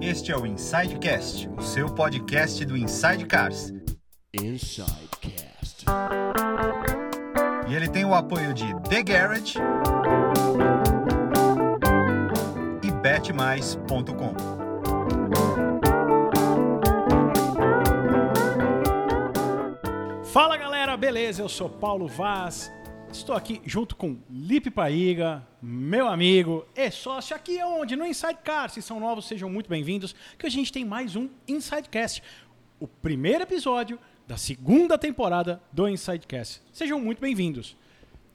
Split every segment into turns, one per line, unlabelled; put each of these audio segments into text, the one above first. Este é o Insidecast, o seu podcast do Inside Cars.
Insidecast.
E ele tem o apoio de The Garage e betmais.com.
Fala galera, beleza? Eu sou Paulo Vaz. Estou aqui junto com Lipe Paiga, meu amigo e sócio aqui é onde? No Inside Car. Se são novos, sejam muito bem-vindos, que a gente tem mais um Insidecast, o primeiro episódio da segunda temporada do Insidecast. Sejam muito bem-vindos.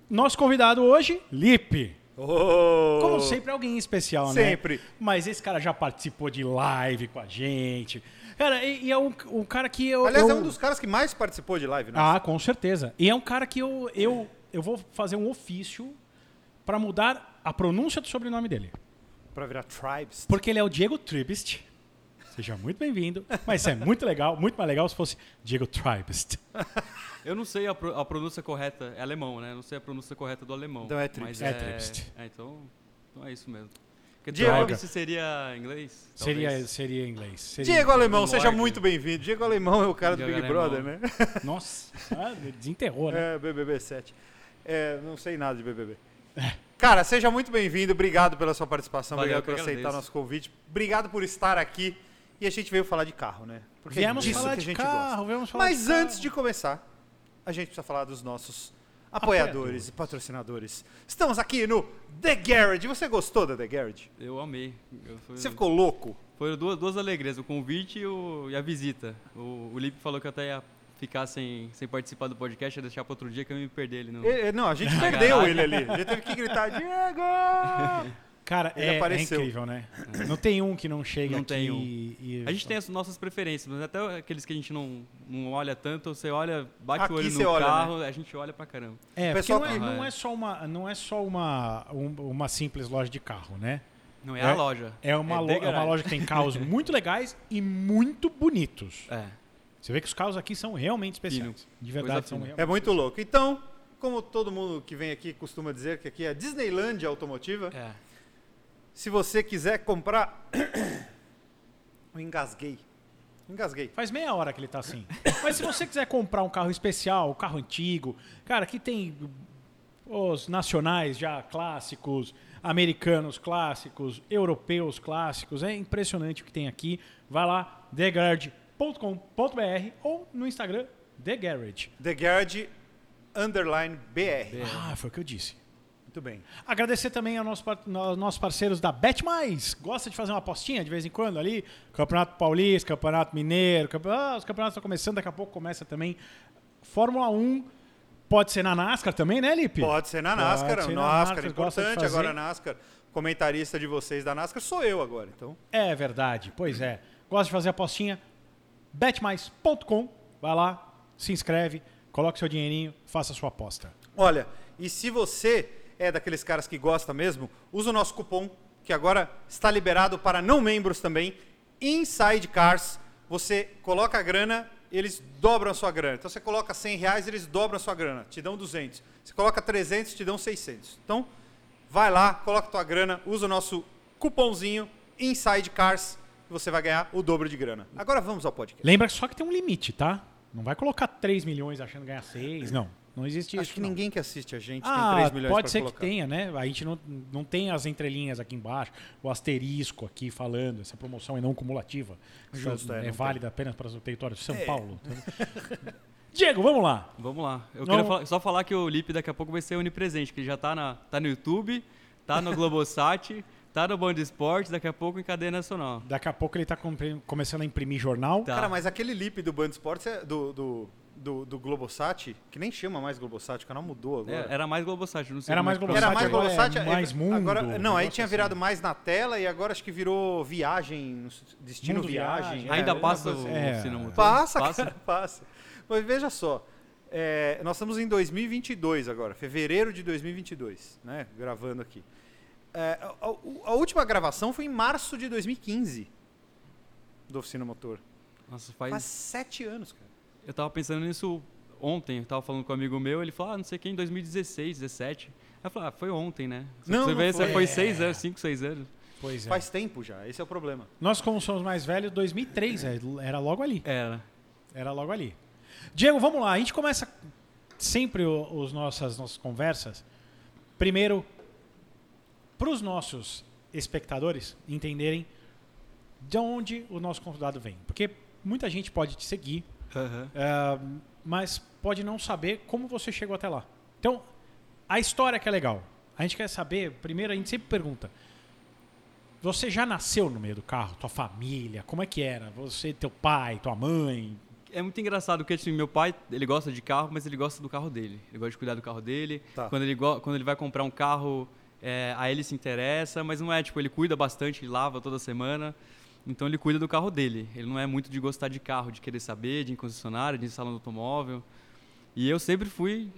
Nosso convidado hoje, Lipe.
Oh!
Como sempre, alguém especial, né?
Sempre.
Mas esse cara já participou de live com a gente. Cara, e, e é um, um cara que eu.
Aliás, é
eu-
um dos caras que mais participou de live, né?
ah, com certeza. E é um cara que eu, eu, eu vou fazer um ofício pra mudar a pronúncia do sobrenome dele.
Pra virar tribes.
Porque ele é o Diego Tribist. Seja muito bem-vindo. Mas isso é muito legal, muito mais legal se fosse Diego Tribist.
Eu não sei a, pro- a pronúncia correta, é alemão, né? Eu não sei a pronúncia correta do alemão.
Então é
mas
Tripst.
É Tripst.
É, então, então é isso mesmo. Porque
Diego-
Tripst seria inglês?
Seria,
talvez.
seria em inglês. Seria...
Diego Alemão, seja
Lorde.
muito bem-vindo. Diego Alemão é o cara do
Diego
Big
Alemão.
Brother, né?
Nossa, ah, desenterrou, né?
É, BBB 7. É, não sei nada de BBB. Cara, seja muito bem-vindo. Obrigado pela sua participação.
Valeu,
obrigado por
eu que
aceitar
agradeço.
nosso convite. Obrigado por estar aqui. E a gente veio falar de carro, né? Porque
Viemos
é disso
falar
que a
de
gente
carro,
gosta.
viemos falar
Mas
de
antes
carro.
de começar, a gente precisa falar dos nossos apoiadores, e patrocinadores. Estamos aqui no The Garage. Você gostou da The Garage?
Eu amei. Eu fui-
Você ficou louco?
Foram duas, duas alegrias, o convite e, o- e a visita. O, o Lipe falou que eu até ia ficar sem, sem participar do podcast, ia deixar pra outro dia que eu ia me perder ele. No...
Ele- não, a gente
Na
perdeu
garagem.
ele ali. A gente teve que gritar, Diego!
Cara,
Ele
é, é
apareceu.
incrível, né? Não tem um que não chega
Não
aqui
tem um.
e... e-
A gente tem as nossas preferências, mas até aqueles que a gente não, não olha tanto, você olha, bate
Aqui
o olho no
você olha, né?
carro, a gente olha pra caramba.
É,
O
porque
pessoal tá-
não é,
que-
não é só, uma, não é só uma, um- uma simples loja de carro, né?
Não é,
É-
a loja.
É uma, lo-
The
é uma
Garage.
loja que tem carros muito legais e muito bonitos.
É.
Você vê que os carros aqui são realmente especiais.
Fino.
De verdade,
Coisa
são
fina.
realmente.
É muito louco. Então, como todo mundo que vem aqui costuma dizer que aqui é a Disneylandia automotiva,
É.
se você quiser comprar. Eu engasguei. Engasguei.
Faz meia hora que ele tá assim. Mas se você quiser comprar um carro especial, um carro antigo, cara, aqui tem os nacionais já clássicos, americanos clássicos, europeus clássicos. É impressionante o que tem aqui. Vai lá, thegarage.com.br ou no Instagram, thegarage.
The Garage Underline
É.
BR.
Ah, foi o que eu disse.
Muito bem.
Agradecer também aos nosso par- no- nossos parceiros da Bet Mais. Gosta de fazer uma apostinha de vez em quando ali? Campeonato Paulista, Campeonato Mineiro. campe- ah, os campeonatos estão começando, daqui a pouco começa também Fórmula 1. Pode ser na NASCAR também, né, Lipe?
Pode ser na NASCAR,
ser na
NASCAR,
gosta
é
de
importante
fazer.
agora a NASCAR. Comentarista de vocês da NASCAR sou eu agora, então.
É verdade, pois é. Gosta de fazer apostinha? betmais.com. Vai lá, se inscreve, coloque seu dinheirinho, faça sua aposta.
Olha, e se você é daqueles caras que gosta mesmo, usa o nosso cupom, que agora está liberado para não membros também, Inside Cars. Você coloca a grana, eles dobram a sua grana. Então você coloca 100 reais, eles dobram a sua grana, te dão 200. Você coloca 300, te dão 600. Então, vai lá, coloca a tua grana, usa o nosso cupomzinho Inside Cars e você vai ganhar o dobro de grana. Agora vamos ao podcast.
Lembra só que tem um limite, tá? Não vai colocar 3 milhões achando ganhar 6, não. Não existe isso.
Acho que
não.
ninguém que assiste a gente
Ah,
tem 3 milhões
pode
pra
ser
colocar.
que tenha, né? A gente não, não tem as entrelinhas aqui embaixo, o asterisco aqui falando, essa promoção é não cumulativa.
Justo,
Essa
é,
é,
não É.
válida apenas para o território de São Paulo. Diego, vamos lá.
Vamos lá. Eu
Não-
quero falar- só falar que o Lipe daqui a pouco vai ser onipresente, que ele já tá, na, tá no YouTube, tá no Globosat, tá no Band Esporte, daqui a pouco em cadeia nacional.
Daqui a pouco ele está começando a imprimir jornal.
Tá.
Cara, mas aquele lip do Band Esportes, é- do, do, do, do Globosat, que nem chama mais Globosat, o canal mudou
É,
agora.
era mais Globosat, não sei.
Era
como
mais
é que-
Globosat. agora
mais
é
Globosat, é-
Mais Mundo,
Agora,
um
não, aí
negócio
tinha virado mais na tela e agora acho que virou viagem, não sei, destino
Mundo
viagem.
Viagem.
é,
Ainda
mesma
passa
coisa.
o
É.
cinema.
Passa, cara, passa. Mas veja só, é, nós estamos em 2022 agora, fevereiro de 2022, né, gravando aqui. É, a, a- a última gravação foi em março de 2015 do Oficina Motor.
Nossa, faz...
Faz sete anos, cara.
Eu tava pensando nisso ontem, eu tava falando com um amigo meu, ele falou, ah, não sei quem, em 2016, 17. Aí eu falei, ah, foi ontem, né? Você
Não,
você
não
vê,
foi.
você foi 6 anos, 5, 6 anos.
Pois é.
Faz tempo já, esse é o problema.
Nós, como somos mais velhos, 2003, é, era logo ali.
Era.
Era logo ali. Diego, vamos lá. A gente começa sempre o- os nossas, nossas conversas. Primeiro, para os nossos espectadores entenderem de onde o nosso convidado vem. Porque muita gente pode te seguir,
Aham.
ah, mas pode não saber como você chegou até lá. Então, a história que é legal. A gente quer saber, primeiro a gente sempre pergunta. Você já nasceu no meio do carro? Tua família? Como é que era? Você, teu pai, tua mãe?
É muito engraçado, porque assim, meu pai, ele gosta de carro, mas ele gosta do carro dele. Ele gosta de cuidar do carro dele.
Tá.
Quando, ele go- quando ele vai comprar um carro, é, aí ele se interessa, mas não é, tipo, ele cuida bastante, ele lava toda semana. Então ele cuida do carro dele. Ele não é muito de gostar de carro, de querer saber, de ir em concessionária, de ir em salão do automóvel. E eu sempre fui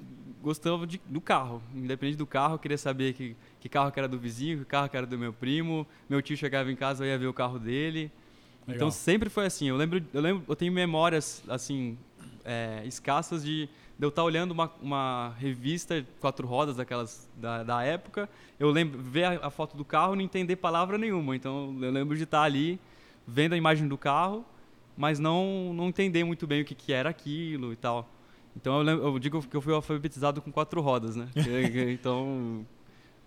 gostando de- do carro, independente do carro, eu queria saber que, que carro que era do vizinho, que carro que era do meu primo. Meu tio chegava em casa, eu ia ver o carro dele.
Legal.
Então sempre foi assim. Eu lembro, eu lembro, eu tenho memórias assim é, escassas de, de eu estar olhando uma, uma revista quatro rodas daquelas da, da época. Eu lembro ver a, a foto do carro e não entender palavra nenhuma. Então eu lembro de estar ali vendo a imagem do carro, mas não não entender muito bem o que, que era aquilo e tal. Então eu, lem- eu digo que eu fui alfabetizado com quatro rodas, né? então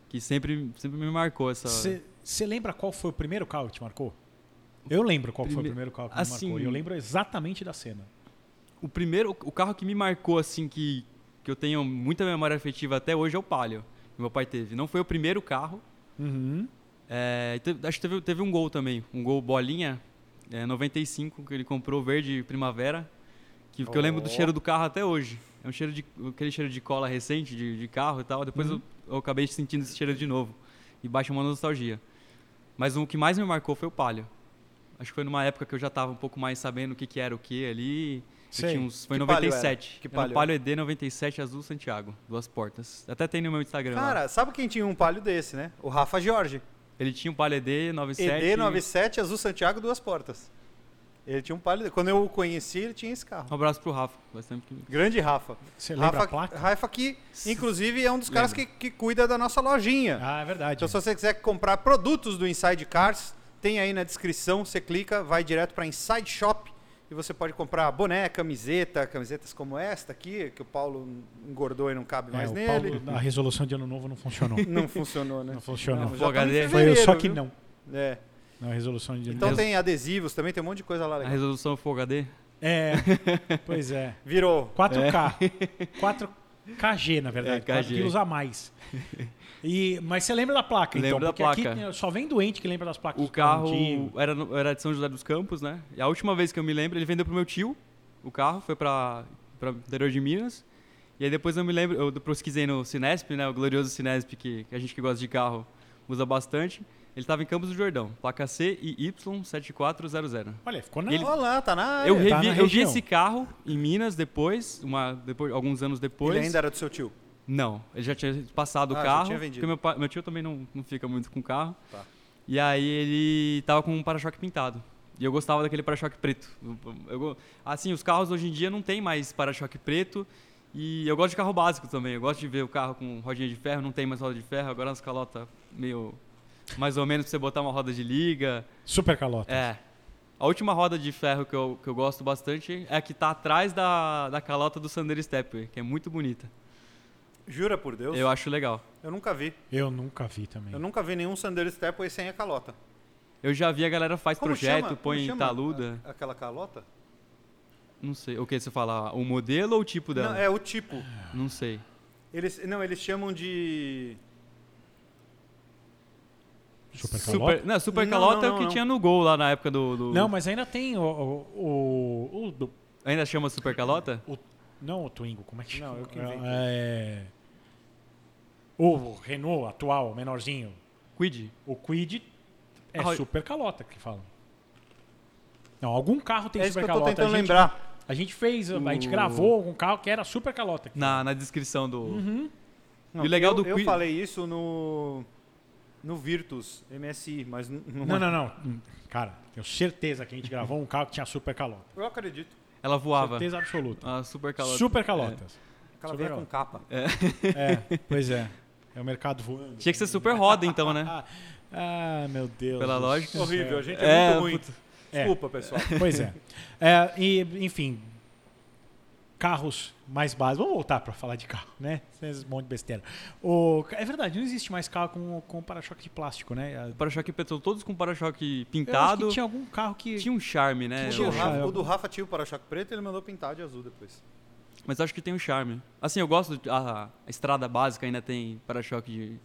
que sempre sempre me marcou essa.
Você lembra qual foi o primeiro carro que te marcou? Eu lembro qual foi o
Prime-
primeiro carro que
Assim-
me marcou. E eu lembro exatamente da cena.
O primeiro, o carro que me marcou, assim, que, que eu tenho muita memória afetiva até hoje é o Palio, que meu pai teve. Não foi o primeiro carro. é, e teve- acho que teve, teve um gol também, um gol bolinha, é, 95, que ele comprou verde primavera, que, que eu lembro do
Ó.
cheiro do carro até hoje. É um cheiro de, aquele cheiro de cola recente, de, de carro e tal. Depois
Uhum.
eu, eu acabei sentindo esse cheiro de novo. E baixa uma nostalgia. Mas o que mais me marcou foi o Palio. Acho que foi numa época que eu já estava um pouco mais sabendo o que, que era o que ali.
Sei.
Eu tinha uns, foi
Que
em
palio era?
97.
Que
Era um
palio?
palio ED 97 azul Santiago, duas portas. Até tem no meu Instagram. lá.
Cara, sabe quem tinha um palio desse, né? O Rafa Jorge.
Ele tinha um palio ED 97.
ED97, Azul Santiago, duas portas. Ele tinha um palio. Quando eu o conheci, ele tinha esse carro.
Um abraço pro Rafa. Faz tempo que-
Grande Rafa.
Você lembra
Rafa,
a placa?
Rafa que, inclusive, é um dos caras que, que cuida da nossa lojinha.
Ah, é verdade.
Então, se você quiser comprar produtos do Inside Cars, tem aí na descrição, você clica, vai direto para Inside Shop e você pode comprar boné, camiseta, camisetas como esta aqui, que o Paulo engordou e não cabe mais
é, o
nele.
Paulo, a resolução de ano novo não funcionou.
Não funcionou, né?
não funcionou.
Não,
já
Full
tá em
HD.
foi eu, só
fevereiro,
que
viu?
não.
É.
Não, a resolução de ano
Então
novo.
tem adesivos também, tem um monte de coisa lá
A
legal.
resolução Full HD?
É. Pois é.
Virou.
4K. 4KG, na verdade.
É,
4
KG.
quilos a mais. E, mas você lembra da placa,
Lembro
então?
da
Porque
placa.
aqui só vem doente que lembra das placas.
O
do carro
carro
antigo.
era, no- era de São José dos Campos, né? E a última vez que eu me lembro, ele vendeu pro meu tio o carro, foi pra, pra interior de Minas. E aí depois eu me lembro, eu pesquisei no Cinesp, né? O glorioso Cinesp, que, que a gente que gosta de carro usa bastante. Ele tava em Campos do Jordão, placa C e Y7400.
Olha, ficou na...
Ele... Olha lá, tá na área.
Eu,
tá
revi,
na
eu vi
região.
esse carro em Minas depois, uma, depois alguns anos depois.
Ele ainda era do seu tio.
Não, ele já tinha passado o
Ah, já
carro.
tinha vendido.
Porque meu, pai- meu tio também não, não fica muito com carro.
Tá.
E aí ele tava com um para-choque pintado. E eu gostava daquele para-choque preto. Eu go- assim, os carros hoje em dia não tem mais para-choque preto. E eu gosto de carro básico também. Eu gosto de ver o carro com rodinha de ferro, não tem mais roda de ferro. Agora as calotas meio. Mais ou menos pra você botar uma roda de liga.
Super calota.
É. A última roda de ferro que eu, que eu gosto bastante é a que tá atrás da, da calota do Sandero Stepway, que é muito bonita.
Jura por Deus?
Eu acho legal.
Eu nunca vi.
Eu nunca vi também.
Eu nunca vi nenhum Sandero Stepway sem a calota.
Eu já vi a galera faz
Como
projeto,
chama?
põe
Como chama
taluda.
a- aquela calota?
Não sei. O que você fala? O modelo ou o tipo dela?
Não, é o tipo.
Não sei.
Eles, não, eles chamam de...
Super calota.
Super, não, super
Não,
calota
não,
é o que
não.
tinha no gol lá na época do. do-
Não, mas ainda tem o. o, o- o do-
Ainda chama super calota?
não o Twingo, como é que chama?
Não, eu que inventei.
É, o Renault atual, menorzinho.
Quid?
O Quid é
Ah, olha-
super calota que falam. Não, algum carro tem
é isso
super
que eu tô
calota.
tentando
a gente,
lembrar.
A gente fez, a gente
O-
gravou algum carro que era super calota.
Na, na descrição do.
Uhum.
né?
Não,
E o legal
eu,
do
Eu
Quid-
falei isso no... No Virtus MSI, mas n- não...
Não,
é.
não, não. Cara, tenho certeza que a gente gravou um carro que tinha super calota.
Eu acredito.
Ela voava. Ah,
Certeza absoluta.
A super calota.
Super calotas.
Ela veio com capa.
É, pois é. É o mercado voando.
Tinha que ser super roda, então, né?
Ah, ah, meu Deus.
Pela
do
lógica.
céu.
Horrível, a gente é,
É,
muito ruim.
É.
Desculpa, pessoal.
Pois é. É, e, enfim, carros mais básicos. Vamos voltar para falar de carro, né? Esse monte de besteira. O, é verdade, não existe mais carro com, com para-choque de plástico, né? Eu acho que
Para-choque petrol, todos com para-choque pintado. Tinha...
tinha algum carro que.
um charme, né?
Tinha
É, O,
um
Eu-
charme.
Rafa, o do Rafa tinha o para-choque preto e ele mandou pintar de azul depois.
Mas acho que tem um charme. Assim, eu gosto. de- A, a estrada básica ainda tem para-choque de-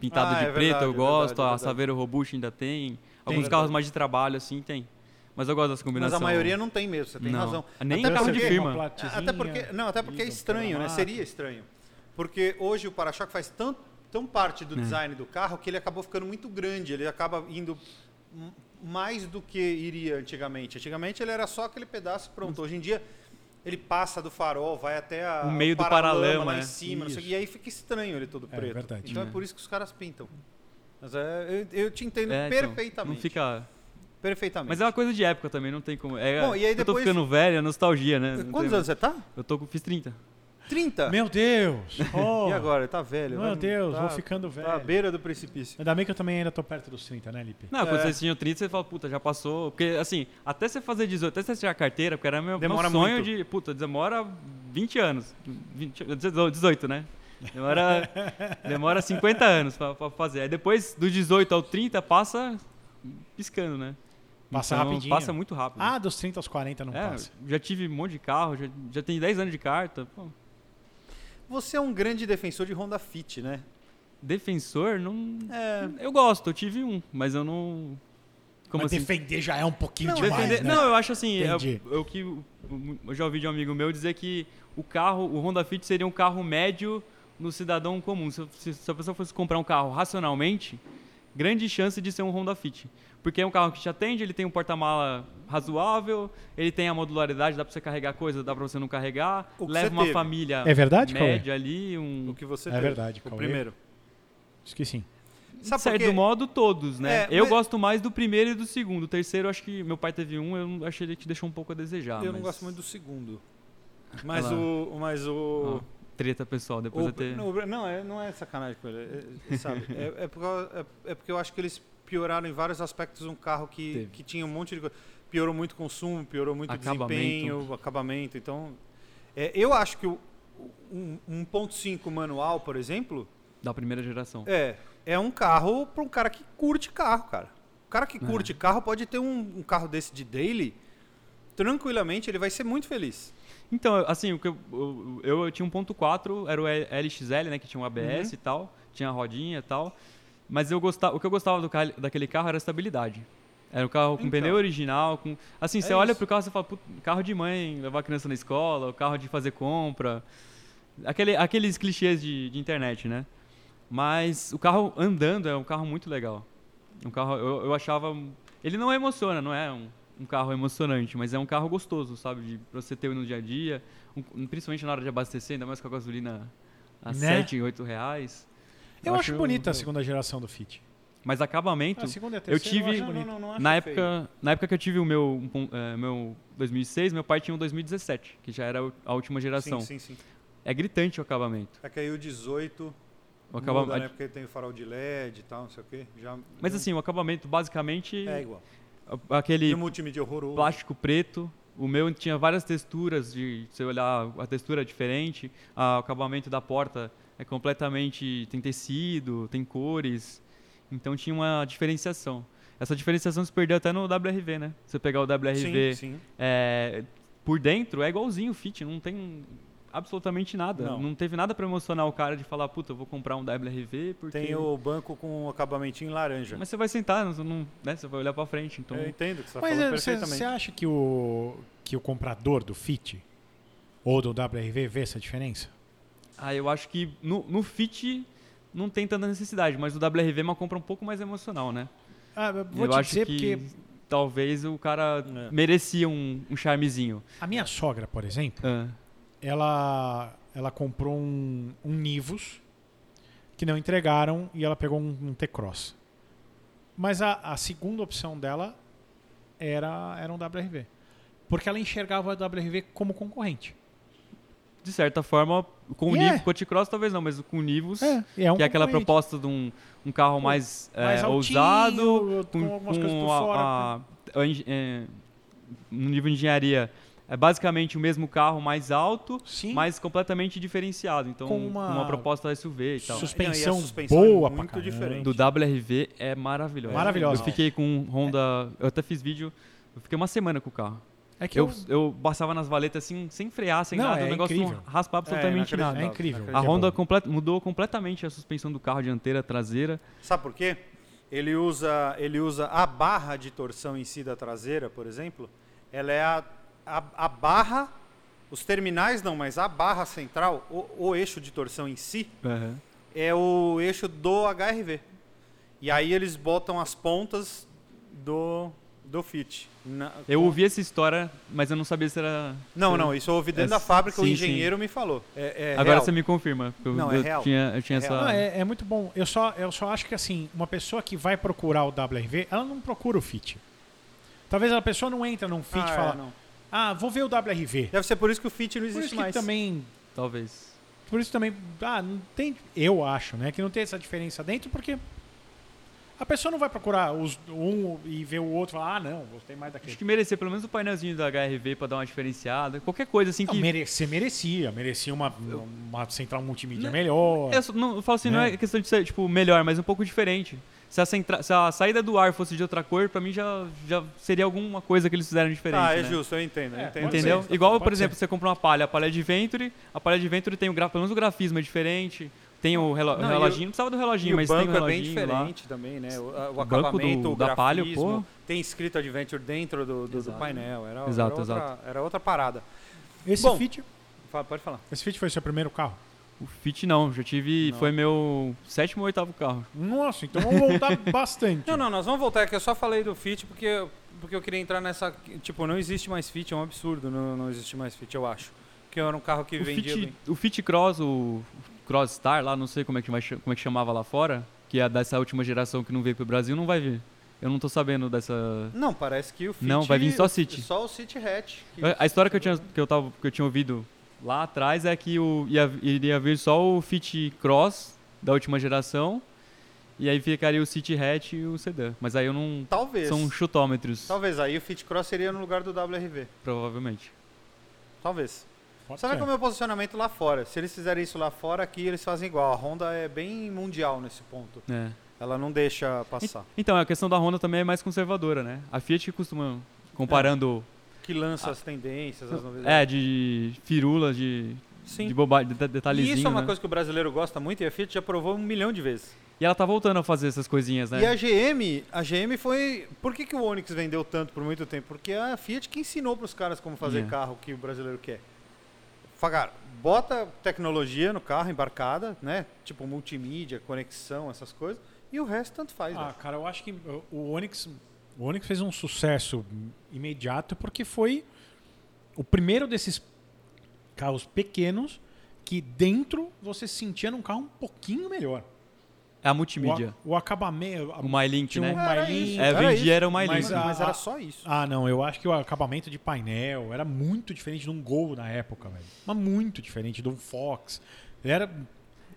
pintado
Ah,
de
é
preto,
verdade, é
eu gosto.
verdade, é
a
verdade.
Saveiro Robusto ainda tem. Alguns
verdade.
carros mais de trabalho, assim, tem. Mas eu gosto dessa
Mas
combinação.
a maioria não tem mesmo, você tem
Não.
razão.
Nem
Até
carro de
porque-
Uma
firma.
platezinha,
Até porque, não, até porque é
liga,
estranho, né?
programa.
Seria estranho. Porque hoje o para-choque faz tão, tão parte
É.
do design do carro que ele acabou ficando muito grande, ele acaba indo m- mais do que iria antigamente. Antigamente ele era só aquele pedaço pronto. Hoje em dia ele passa do farol, vai até a,
O meio
o
do paralama,
lá
é.
em cima, não sei o
Isso.
quê, e aí fica estranho ele todo
É,
preto.
verdade.
Então é.
É.
por isso que os caras pintam. Mas é, eu, eu te entendo
É, então,
perfeitamente.
não fica...
Perfeitamente.
Mas é uma coisa de época também, não tem como. É,
Bom, e aí
eu tô
depois-
ficando velho, é nostalgia, né? Não
Quantos
tem-
anos você tá?
Eu tô com, fiz 30.
30?
Meu Deus! Oh,
E agora? Tá velho.
Meu
vai-
Deus,
tá-
vou ficando
Tá à
velho.
beira do precipício.
Ainda bem que eu também ainda tô perto dos 30, né, Lipe?
Não, quando
É.
vocês tinham 30, você fala, puta, já passou. Porque, assim, até você fazer 18, até você tirar a carteira, porque era meu, meu
Demora
sonho
muito.
de. Puta, demora 20 anos. 20, 18, né? Demora, demora 50 anos pra, pra fazer. Aí depois, do 18 ao 30, passa piscando, né?
Passa
Então,
rapidinho.
Passa muito rápido.
Ah, dos 30 aos 40 não
é,
passa.
já tive um monte de carro, já, já tenho 10 anos de carta. Pô,
Você é um grande defensor de Honda Fit, né? É,
defensor, não.
É.
Eu gosto, eu tive um, mas eu não. Como
Mas
assim?
defender já é um pouquinho
Não,
demais,
Defender-
né?
Não, eu acho assim, eu,
Entendi.
eu que eu já ouvi de um amigo meu dizer que o carro, o Honda Fit seria um carro médio no cidadão comum. Se, se- se a pessoa fosse comprar um carro racionalmente, grande chance de ser um Honda Fit, porque é um carro que te atende, ele tem um porta-mala razoável, ele tem a modularidade, dá para você carregar coisa, dá para você não carregar,
O que
leva
você
uma
teve.
família
É verdade, Cauê?
média ali, um
O que você
É
teve,
verdade,
O
Cauê.
primeiro.
Acho que sim.
Sabe por
certo
quê?
modo, todos, né?
É,
eu
mas-
gosto mais do primeiro e do segundo. O terceiro, acho que meu pai teve um, eu não- acho que ele te deixou um pouco a desejar.
Eu não
mas-
gosto muito do segundo. Mas
Olha lá.
o. Mas
Ó,
o.
Treta pessoal, depois
Ah. o-
até.
não, o- não, é, não é sacanagem com ele. é- é- sabe? é, é por causa- é- é porque eu acho que eles pioraram em vários aspectos um carro que,
Teve.
que tinha um monte de coisa. Piorou muito o consumo, piorou muito o
Acabamento.
desempenho, o acabamento. Então. é, eu acho que o, um, um 1.5 manual, por exemplo,
Da primeira geração.
É, é um carro para um cara que curte carro, cara. O cara
É.
que curte carro pode ter um, um carro desse de daily, tranquilamente ele vai ser muito feliz.
Então, assim, o que eu, eu, eu, eu tinha 1.4, era o L- LXL, né? Que tinha um ABS
Uhum.
e tal, tinha a rodinha e tal. Mas eu gostava, o que eu gostava do car- daquele carro era a estabilidade. Era um carro com
Então.
pneu original, com. Assim, você
É
olha
isso.
pro carro e fala, "Putz, carro de mãe, levar a criança na escola, o carro de fazer compra. Aquele, aqueles clichês de, de internet, né? Mas o carro andando é um carro muito legal. Um carro, eu, eu achava. um- Ele não emociona, não é um, um carro emocionante, mas é um carro gostoso, sabe? De pra você ter no dia a dia, um- principalmente na hora de abastecer, ainda mais com a gasolina a
Né?
7, 8 reais.
Eu, acho, bonita a segunda geração do Fit.
Mas acabamento.
Ah,
A segunda e a
eu
terceira
tive.
acho bonita.
na, época, na época que eu tive o meu, um pon- eh, meu 2006, meu pai tinha um 2017, que já era a última geração.
Sim, sim, sim.
É gritante o acabamento.
É que aí o 18
O acaba-
muda,
a-
né? Porque tem o farol de LED e tal, não sei o quê. Já,
Mas
não-
assim, o acabamento basicamente.
É igual.
a- Aquele
E o multimídia horroroso.
plástico preto. O meu tinha várias texturas, de se olhar a textura é diferente, ah, o acabamento da porta é completamente tem tecido, tem cores, então tinha uma diferenciação. Essa diferenciação se perdeu até no WRV, né? Você pegar o WRV
Sim, sim.
é, por dentro é igualzinho o Fit, não tem absolutamente nada.
Não.
Não, teve nada para emocionar o cara de falar, puta, eu vou comprar um WRV porque
Tem o banco com o acabamentinho laranja.
mas você vai sentar, não- não, né? Você vai olhar para frente, então
Eu entendo o que você está
Mas
falando
é, você
perfeitamente.
você acha que o, que o comprador do Fit ou do WRV vê essa diferença?
Ah, eu acho que no, no Fit não tem tanta necessidade, mas o WRV é uma compra um pouco mais emocional, né?
Ah, eu vou
eu
te
acho
dizer
que
porque
talvez o cara
É.
merecia um, um charmezinho.
a minha sogra, por exemplo,
Ah,
ela, ela comprou um, um Nivus que não entregaram e ela pegou um, um T-Cross. Mas a, a segunda opção dela era, era um WRV. Porque ela enxergava a WRV como concorrente.
De certa forma, com o
E é.
Nivus, com o T-Cross talvez não, mas com o Nivus,
É, é um
que é aquela
concorrente.
proposta de um, um carro mais,
mais
é,
altinho,
ousado,
com algumas coisas por
a-
fora, né?
a- a engi- é, no nível de engenharia, é basicamente o mesmo carro mais alto,
Sim.
mas completamente diferenciado. Então,
Com
com
uma-
uma, proposta SUV então. e tal.
Sus- Suspensão
Não, e a
boa pra
muito
caramba.
diferente.
Do WRV é maravilhosa.
Maravilhosa.
Eu fiquei com um Honda, eu até fiz vídeo, eu fiquei uma semana com o carro.
É que
Eu, eu passava nas valetas assim, sem frear, sem
Não,
nada,
é
o negócio
incrível.
não raspava absolutamente
inacreditável.
nada.
é incrível.
A Honda comple- mudou completamente a suspensão do carro dianteira, traseira.
Sabe por quê? Ele usa, ele usa a barra de torção em si da traseira, por exemplo. Ela é a, a, a barra, os terminais não, mas a barra central, o, o eixo de torção em si, é o eixo do HRV. E aí eles botam as pontas do, do FIT. Na-
Eu ouvi essa história, mas eu não sabia se era.
Não,
se-
não, isso eu ouvi dentro
É,
da fábrica, o
sim,
engenheiro me falou. É- é
Agora
real.
você me confirma. porque Eu,
Não, é
eu
real.
tinha, eu tinha
É
essa.
real.
Não, é, é muito bom. Eu só, eu só acho que assim, uma pessoa que vai procurar o WRV, ela não procura o fit. Talvez a pessoa não entra num fit
Ah,
e
é,
fala,
não.
ah, vou ver o WRV.
Deve ser por isso que o FIT não
Por
existe
isso que
mais.
é
também.
Talvez.
Por isso também. Ah, não tem. Eu acho, né? Que não tem essa diferença dentro, porque. A pessoa não vai procurar os, um e ver o outro e falar, ah, não, gostei mais daquele.
Acho que merecia pelo menos o painelzinho da HRV pra dar uma diferenciada. Qualquer coisa assim
Não,
que.
mere- você merecia, merecia uma, uma central multimídia
Né?
melhor.
Eu, só- não, eu falo assim, não
Né?
é questão de ser tipo, melhor, mas um pouco diferente. Se a, centra- se a saída do ar fosse de outra cor, pra mim já, já seria alguma coisa que eles fizeram diferente.
Ah, é
né?
justo, eu entendo. eu
É,
entendo.
pode
Entendeu?
ser.
Igual,
Pode
por exemplo, você compra uma palha, a palha de Venturi, a palha de Venturi tem o grafismo, pelo menos o grafismo é diferente, tem o relo-
Não, e
reloginho,
o-
não precisava do
E
reloginho,
o
mas tem o
banco é bem
reloginho lá.
diferente também, né? O, a- o
O banco
acabamento,
do-
o
da Palio,
grafismo,
pô.
tem escrito Adventure dentro do, do- do
Exato.
painel. Era,
Exato,
era, outra,
exato.
era outra parada.
Esse,
Bom.
fit,
Fa- Pode falar.
esse fit foi seu primeiro carro?
O Fit não, já tive, foi meu sétimo ou oitavo carro.
Nossa, então vamos voltar bastante.
Não, não, nós vamos voltar aqui. Eu só falei do fit porque, porque eu queria entrar nessa... Tipo, não existe mais fit, é um absurdo não, não existir mais fit, eu acho. Porque era um carro que
O
vendia...
Fit,
bem.
o Fit Cross, o Cross Star lá, não sei como é que, vai cha- como é que chamava lá fora, que é dessa última geração que não veio pro Brasil, não vai vir. Eu não tô sabendo dessa...
Não, parece que o fit...
Não, vai vir só City.
Só o City Hatch. que- né?
A história que eu tinha, que eu tava, que eu tinha ouvido lá atrás é que o, ia, iria vir só o Fit Cross da última geração e aí ficaria o City Hatch e o Sedan. Mas aí eu não...
Talvez.
São chutômetros,
Talvez aí o Fit Cross seria no lugar do WRV.
provavelmente.
Talvez.
Pode
Sabe
ser.
como é o posicionamento lá fora? Se eles fizerem isso lá fora, aqui eles fazem igual. A Honda é bem mundial nesse ponto.
É.
Ela não deixa passar.
Então, a questão da Honda também é mais conservadora, né? A Fiat que costuma, comparando,
Que lança as tendências, as novidades.
é, de firulas, de,
Sim.
de bobagem, de de-
e
detalhezinho,
isso é uma
né?
coisa que o brasileiro gosta muito e a Fiat já provou um milhão de vezes.
E ela tá voltando a fazer essas coisinhas, né?
E a GM, a GM foi... Por que, que o Onix vendeu tanto por muito tempo? Porque é a Fiat que ensinou para os caras como fazer
Yeah.
carro que o brasileiro quer. Fagar, bota tecnologia no carro, embarcada, né? Tipo multimídia, conexão, essas coisas. E o resto tanto faz.
Ah,
né?
cara, eu acho que uh, o Onix, o Onix fez um sucesso imediato porque foi o primeiro desses carros pequenos que dentro você sentia num carro um pouquinho melhor.
É a
O, a-
multimídia.
o acabamento, a-
O MyLink,
tinha um
né?
Era
MyLink.
isso.
É,
Era
vendia era o
mas
MyLink.
a-
Mas era só isso.
Ah, não, eu acho que o acabamento de painel era muito diferente de um Gol na época, velho. Mas muito diferente de um Fox. Ele era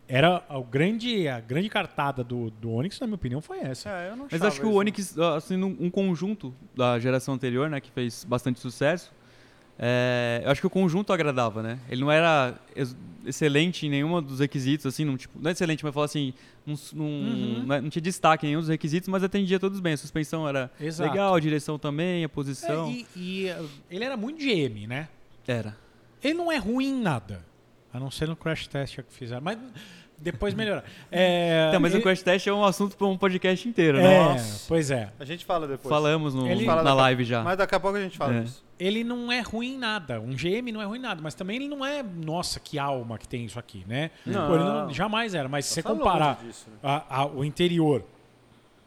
era o grande a grande cartada do, do Onix, na minha opinião, foi essa.
É, eu não
Mas
achava
acho que o
isso.
Onix, ah, assim, num- um conjunto da geração anterior, né, que fez bastante sucesso, é, eu acho que o conjunto agradava, né? Ele não era ex- excelente em nenhum dos requisitos, assim, não, tipo, não é excelente, mas falar assim, não, s- não-
Uhum.
não é- não tinha destaque em nenhum dos requisitos, mas atendia todos bem. A suspensão era
Exato.
legal, a direção também, a
É,
posição.
e, e, uh, ele era muito GM, né?
Era.
Ele não é ruim em nada. A não ser no crash test que fizeram. Mas depois melhorar. É,
Então, mas
ele-
o crash test é um assunto para um podcast inteiro,
é,
né?
Nossa.
Pois é.
A gente fala depois.
Falamos no-
Ele-
Fala
na
daqui a-
live já.
Mas daqui a pouco a gente fala
É.
disso.
Ele não é ruim em nada. Um GM não é ruim em nada. Mas também ele não é. Nossa, que alma que tem isso aqui, né?
Não.
Pô, ele jamais era. Mas se você
Tá longe
comparar
disso, né?
a- a- o interior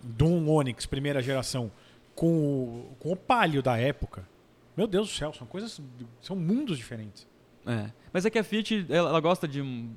de um Onix primeira geração com o, com o Palio da época. Meu Deus do céu, são coisas. São mundos diferentes.
É. Mas é que a Fiat, ela, ela gosta de. um-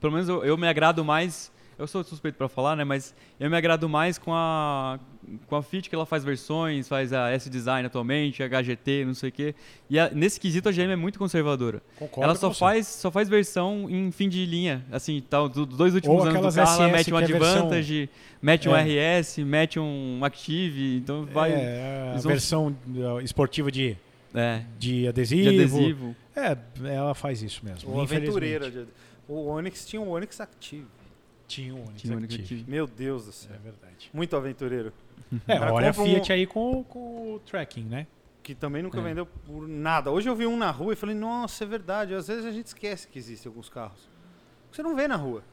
Pelo menos eu, eu me agrado mais. Eu sou suspeito para falar, né? Mas eu me agrado mais com a com a Fit que ela faz versões, faz a S Design atualmente, a HGT, não sei o quê. E a- nesse quesito a GM é muito conservadora.
Concordo
ela
com
só
você.
faz só faz versão em fim de linha, assim, tal, do- dos dois últimos anos
aquelas
do carro, ela
SS
mete um
que é versão-
Advantage, mete um
É.
RS, mete um Active, então vai
É, a
eles vão-
versão uh, esportiva de,
é,
de
de
adesivo.
adesivo.
É, ela faz isso mesmo.
O
infelizmente.
aventureira. de- O Onix tinha um Onix Active.
Tinha um Onix
Tinha um Onix
Active.
Active.
Meu Deus do
É
céu.
verdade.
Muito aventureiro.
É,
Cara,
olha a
compra um-
Fiat aí com, com o tracking, né?
Que também nunca
É.
vendeu por nada. Hoje eu vi um na rua e falei, nossa, é verdade. Às vezes a gente esquece que existem alguns carros. Você não vê na rua.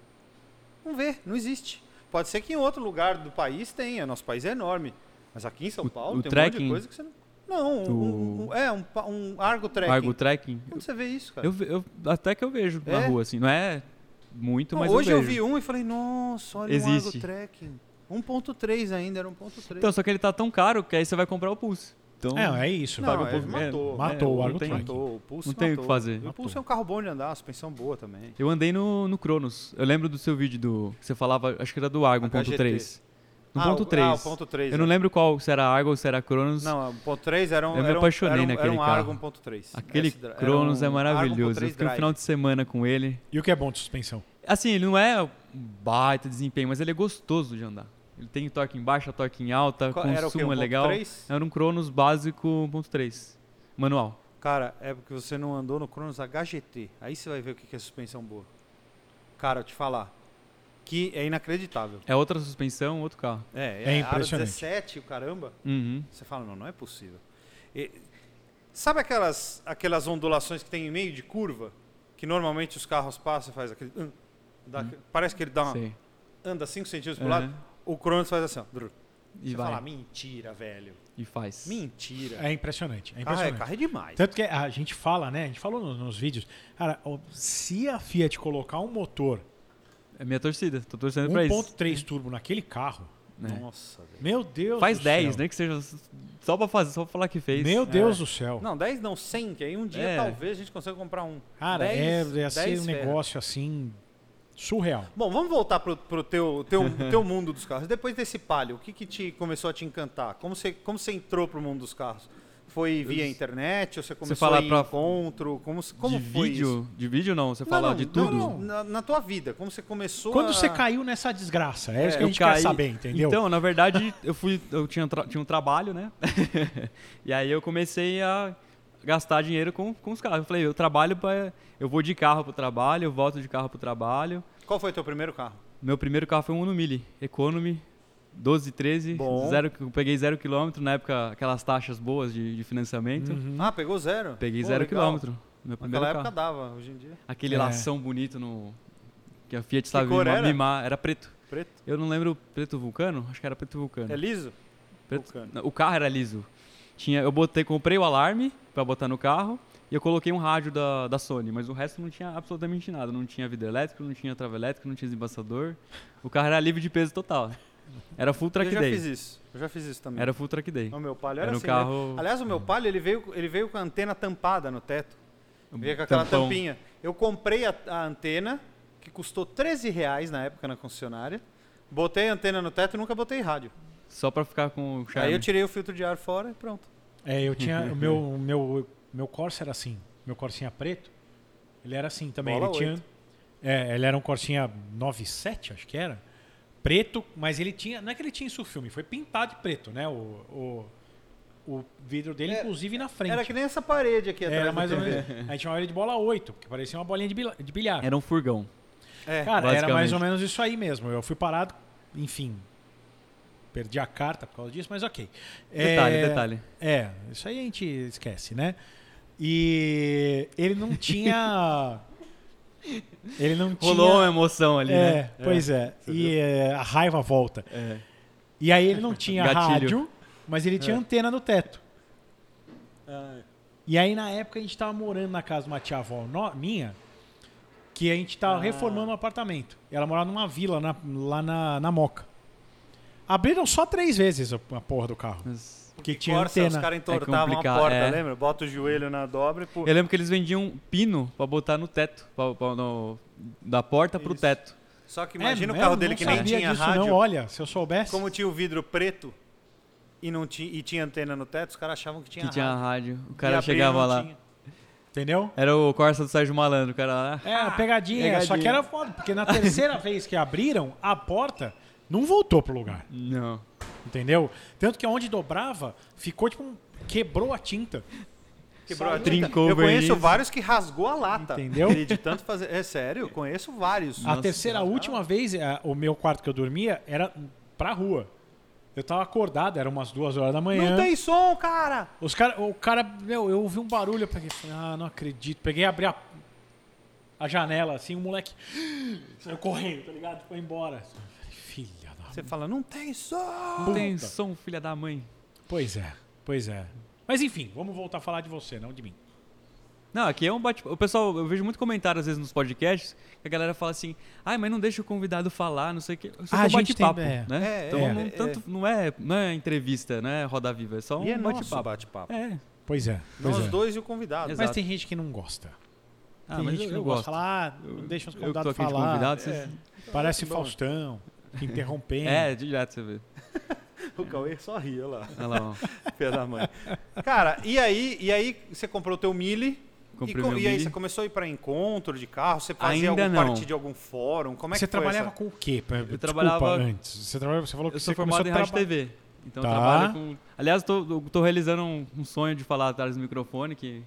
Não vê, não existe. Pode ser que em outro lugar do país tenha. Nosso país é enorme. Mas aqui em São
O-
Paulo
o
tem um monte
trekking?
de coisa que você não. Não, um-
O-
um- um- é um, pa- um Argo Trekking.
Argo tracking.
Onde você vê isso, cara?
Eu, ve- eu- até que eu vejo na
É?
rua, assim, não é muito,
Não,
mas
hoje
eu
eu,
vejo.
vi um e falei, nossa, olha um Argo
Existe.
Trekking. 1.3 ainda, era 1.3.
Então, só que ele tá tão caro que aí você vai comprar o Pulse. Então,
É, é isso.
Não,
paga
é,
um pouco-
matou.
Matou o
não
Argo
tem-
Tracking.
Matou, o Pulse
Não tem o que
matou.
fazer.
O Pulse
Matou.
é um carro bom de andar, suspensão boa também.
Eu andei no, no Cronos. Eu lembro do seu vídeo do que você falava, acho que era do Argo
HGT.
1.3. No
Ah, o-
ponto 3.
Ah, o ponto 3.
eu não lembro qual, se era Argo ou se era Cronos.
Não, o ponto 3 era um.
Eu me
era um-
apaixonei
era um,
naquele
era um
carro.
Argo 1.3.
Aquele
Esse dra- era
Cronos
um
é
Argo
maravilhoso.
1.3
Eu fiquei um
drive.
final de semana com ele.
E o que é bom de suspensão?
Assim, ele não é um baita desempenho, mas ele é gostoso de andar. Ele tem torque em baixa, torque em alta,
Qual-
consumo
era o quê?
é
1.3?
legal. Era um Cronos básico 1.3, manual.
Cara, é porque você não andou no Cronos HGT. Aí você vai ver o que que é suspensão boa. Cara, eu te falar. Que é inacreditável.
É outra suspensão, outro carro.
É,
É
Aro
impressionante.
17, o caramba.
Uhum.
Você fala, não, não é possível. E- sabe aquelas, aquelas ondulações que tem em meio de curva? Que normalmente os carros passam e faz aquele. hum, dá aquele- parece que ele dá uma,
Sei.
anda 5 centímetros pro
Uhum.
lado. O Cronos faz assim, ó. drrr.
E
Você
vai.
fala, mentira, velho.
E faz.
Mentira.
É impressionante.
Ah,
É
Carro é,
impressionante.
carro é demais.
Tanto que a gente fala, né? A gente falou nos, nos vídeos. Cara, ó, se a Fiat colocar um motor
É minha torcida. Tô torcendo
Um
pra isso.
1.3 turbo naquele carro,
É.
Nossa, velho.
meu Deus
Faz
do
10,
céu.
né? Que é seja só pra fazer, só pra falar que fez.
Meu Deus do céu.
Não, 10 não, 100, que aí um dia
É.
talvez a gente consiga comprar um.
Cara,
10,
é, é ser
10
um
ferra.
negócio assim surreal.
Bom, vamos voltar pro, pro teu, teu, teu mundo dos carros. Depois desse palio, o que, que te começou a te encantar? Como você, como você entrou pro mundo dos carros? Foi via internet ou você começou
fala
a ir
pra-
em encontro? Como, se- como
de
foi
vídeo?
isso?
De vídeo não, você
Não,
fala
não,
de
não,
tudo.
não, na, na tua vida, como você começou
Quando
a-
você caiu nessa desgraça? É, isso que a
Eu
gente quer
caí-
saber, entendeu?
Então, na verdade, eu fui. Eu tinha, tra- tinha um trabalho, né? e aí eu comecei a gastar dinheiro com, com os carros. Eu falei, eu trabalho pra. Eu vou de carro pro trabalho, eu volto de carro pro trabalho.
Qual foi teu primeiro carro?
Meu primeiro carro foi um Uno Mille, Economy, 12, 13,
Bom.
zero, eu peguei zero quilômetro, na época aquelas taxas boas de, de financiamento.
Ah, pegou zero?
Uhum. Peguei
Pô,
zero
legal.
quilômetro. Meu primeiro
Naquela
carro.
época dava, hoje em dia.
Aquele
É.
lação bonito no. Que a Fiat estava
cor
mimar,
era?
mimar. Era preto.
Preto.
Eu não lembro preto vulcano? Acho que era preto vulcano.
É liso?
Preto-
Vulcano.
Não, O carro era liso. Tinha, eu botei, comprei o alarme pra botar no carro e eu coloquei um rádio da, da Sony, mas o resto não tinha absolutamente nada. Não tinha vidro elétrico, não tinha trava elétrica, não tinha desembaçador. O carro era livre de peso total. Era full track
eu já fiz
day.
isso. Eu já fiz isso também.
Era full track day.
O meu palio era,
Era um
assim.
carro-
né? Aliás, o meu palio ele veio, ele veio com a antena tampada no teto. Veio com aquela
tampão.
tampinha. Eu comprei a, a antena, que custou 13 reais na época na concessionária. Botei a antena no teto e nunca botei rádio.
Só pra ficar com o
Aí eu
charme.
tirei o filtro de ar fora e pronto.
É, eu tinha. o meu, o meu, meu Corsa era assim. Meu Corsinha preto. Ele era assim também.
Bola
ele tinha.
oito.
É, ele era um Corsinha 97, acho que era. Preto, mas ele tinha. Não é que ele tinha isso no filme, foi pintado de preto, né? O, o, o vidro dele,
É,
inclusive, na frente.
Era que nem essa parede aqui atrás.
Era
da
mais ou
TV.
menos. A gente chamava ele de bola 8, porque parecia uma bolinha de bila- de bilhar.
Era um furgão.
É.
Cara, era mais
basicamente.
ou menos isso aí mesmo. Eu fui parado, enfim. Perdi a carta por causa disso, mas ok.
Detalhe,
É,
detalhe.
É, isso aí a gente esquece, né? E ele não tinha. ele não tinha.
Rolou uma emoção ali,
é,
né?
pois é. E é, a raiva volta.
É.
E aí ele não tinha
Gatilho. É.
rádio, mas ele tinha antena no teto. E aí na época a gente tava morando na casa de uma tia avó no- minha, que a gente
Ah.
tava reformando um apartamento. Ela morava numa vila na- lá na, na Moca. Abriram só três vezes a, a porra do carro.
Mas-
Porque tinha
Corsa,
antena.
os caras entortavam a
É complicado,
porta,
é.
lembra? Bota o joelho na dobra e pô.
Eu lembro que eles vendiam pino pra botar no teto, pra- pra- no- da porta pro
Isso.
teto.
Só que imagina
É
o carro
mesmo?
dele
Não
que nem
sabia
tinha
disso,
rádio.
Não, olha, se eu soubesse.
Como tinha o vidro preto e, não tinha, e tinha antena no teto, os caras achavam que tinha
Que tinha
rádio.
rádio. O
E
cara
abria e
chegava
não
lá.
tinha.
Entendeu?
Era o Corsa do Sérgio Malandro, o cara lá.
É, a pegadinha, Só
pegadinha.
que era foda, porque na terceira vez que abriram, a porta não voltou pro lugar.
Não.
Entendeu? Tanto que onde dobrava, ficou tipo um. Quebrou a tinta.
Quebrou a
Trincou
Eu
o
conheço
verniz.
vários que rasgou a lata.
Entendeu?
Ele de tanto fazer. É sério, conheço vários.
a terceira, a última vez, a- o meu quarto que eu dormia era pra rua. Eu tava acordado, era umas duas horas da manhã.
Não tá tem som, cara!
Os cara, o cara, meu, eu ouvi um barulho, eu peguei, falei, ah, não acredito. Peguei e abri a, a janela, assim, o moleque saiu correndo, tá ligado? Foi embora. Falei, Filha da
Você fala, não tem som!
Não tem
Puta.
som, filha da mãe.
Pois é, pois é. Mas enfim, vamos voltar a falar de você, não de mim.
Não, aqui é um bate O pessoal, eu vejo muito comentário às vezes nos podcasts que a galera fala assim: ai, mas não deixa o convidado falar, não sei o quê. Isso
Ah,
é
a
um
gente tem-
bate-papo,
é.
né?
É,
então,
é,
não,
é.
tanto, não, é, não é entrevista, não é roda viva, é só um
E é nosso
bate-papo.
bate-papo.
é,
Pois é, pois
Nós
é.
dois e o convidado.
Mas
exato.
tem gente que não gosta.
ah,
tem
mas
gente
eu,
que
eu
não
gosto.
gosta. Falar, não deixa os
eu que tô
convidados
aqui de
falar. É.
convidado, vocês-
Parece Faustão, interrompendo.
é. direto você vê.
O Cauê só ria lá.
Olha lá, ó.
Filha da mãe. Cara, e aí, e aí você comprou o teu Mille?
Comprei
e, co-
meu
e aí
Mille.
você começou a ir pra encontro de carro? Você fazia
Ainda
algum
não.
parte de algum fórum? Como é
você
que foi
trabalhava
essa?
com o quê? Eu Desculpa,
trabalhava-
antes. Você, trabalhava, você falou que
Eu sou
você começou
formado em
a
rádio e
traba-
TV. Então
Tá.
eu trabalho com. Aliás, eu tô, eu tô realizando um, um sonho de falar atrás do microfone que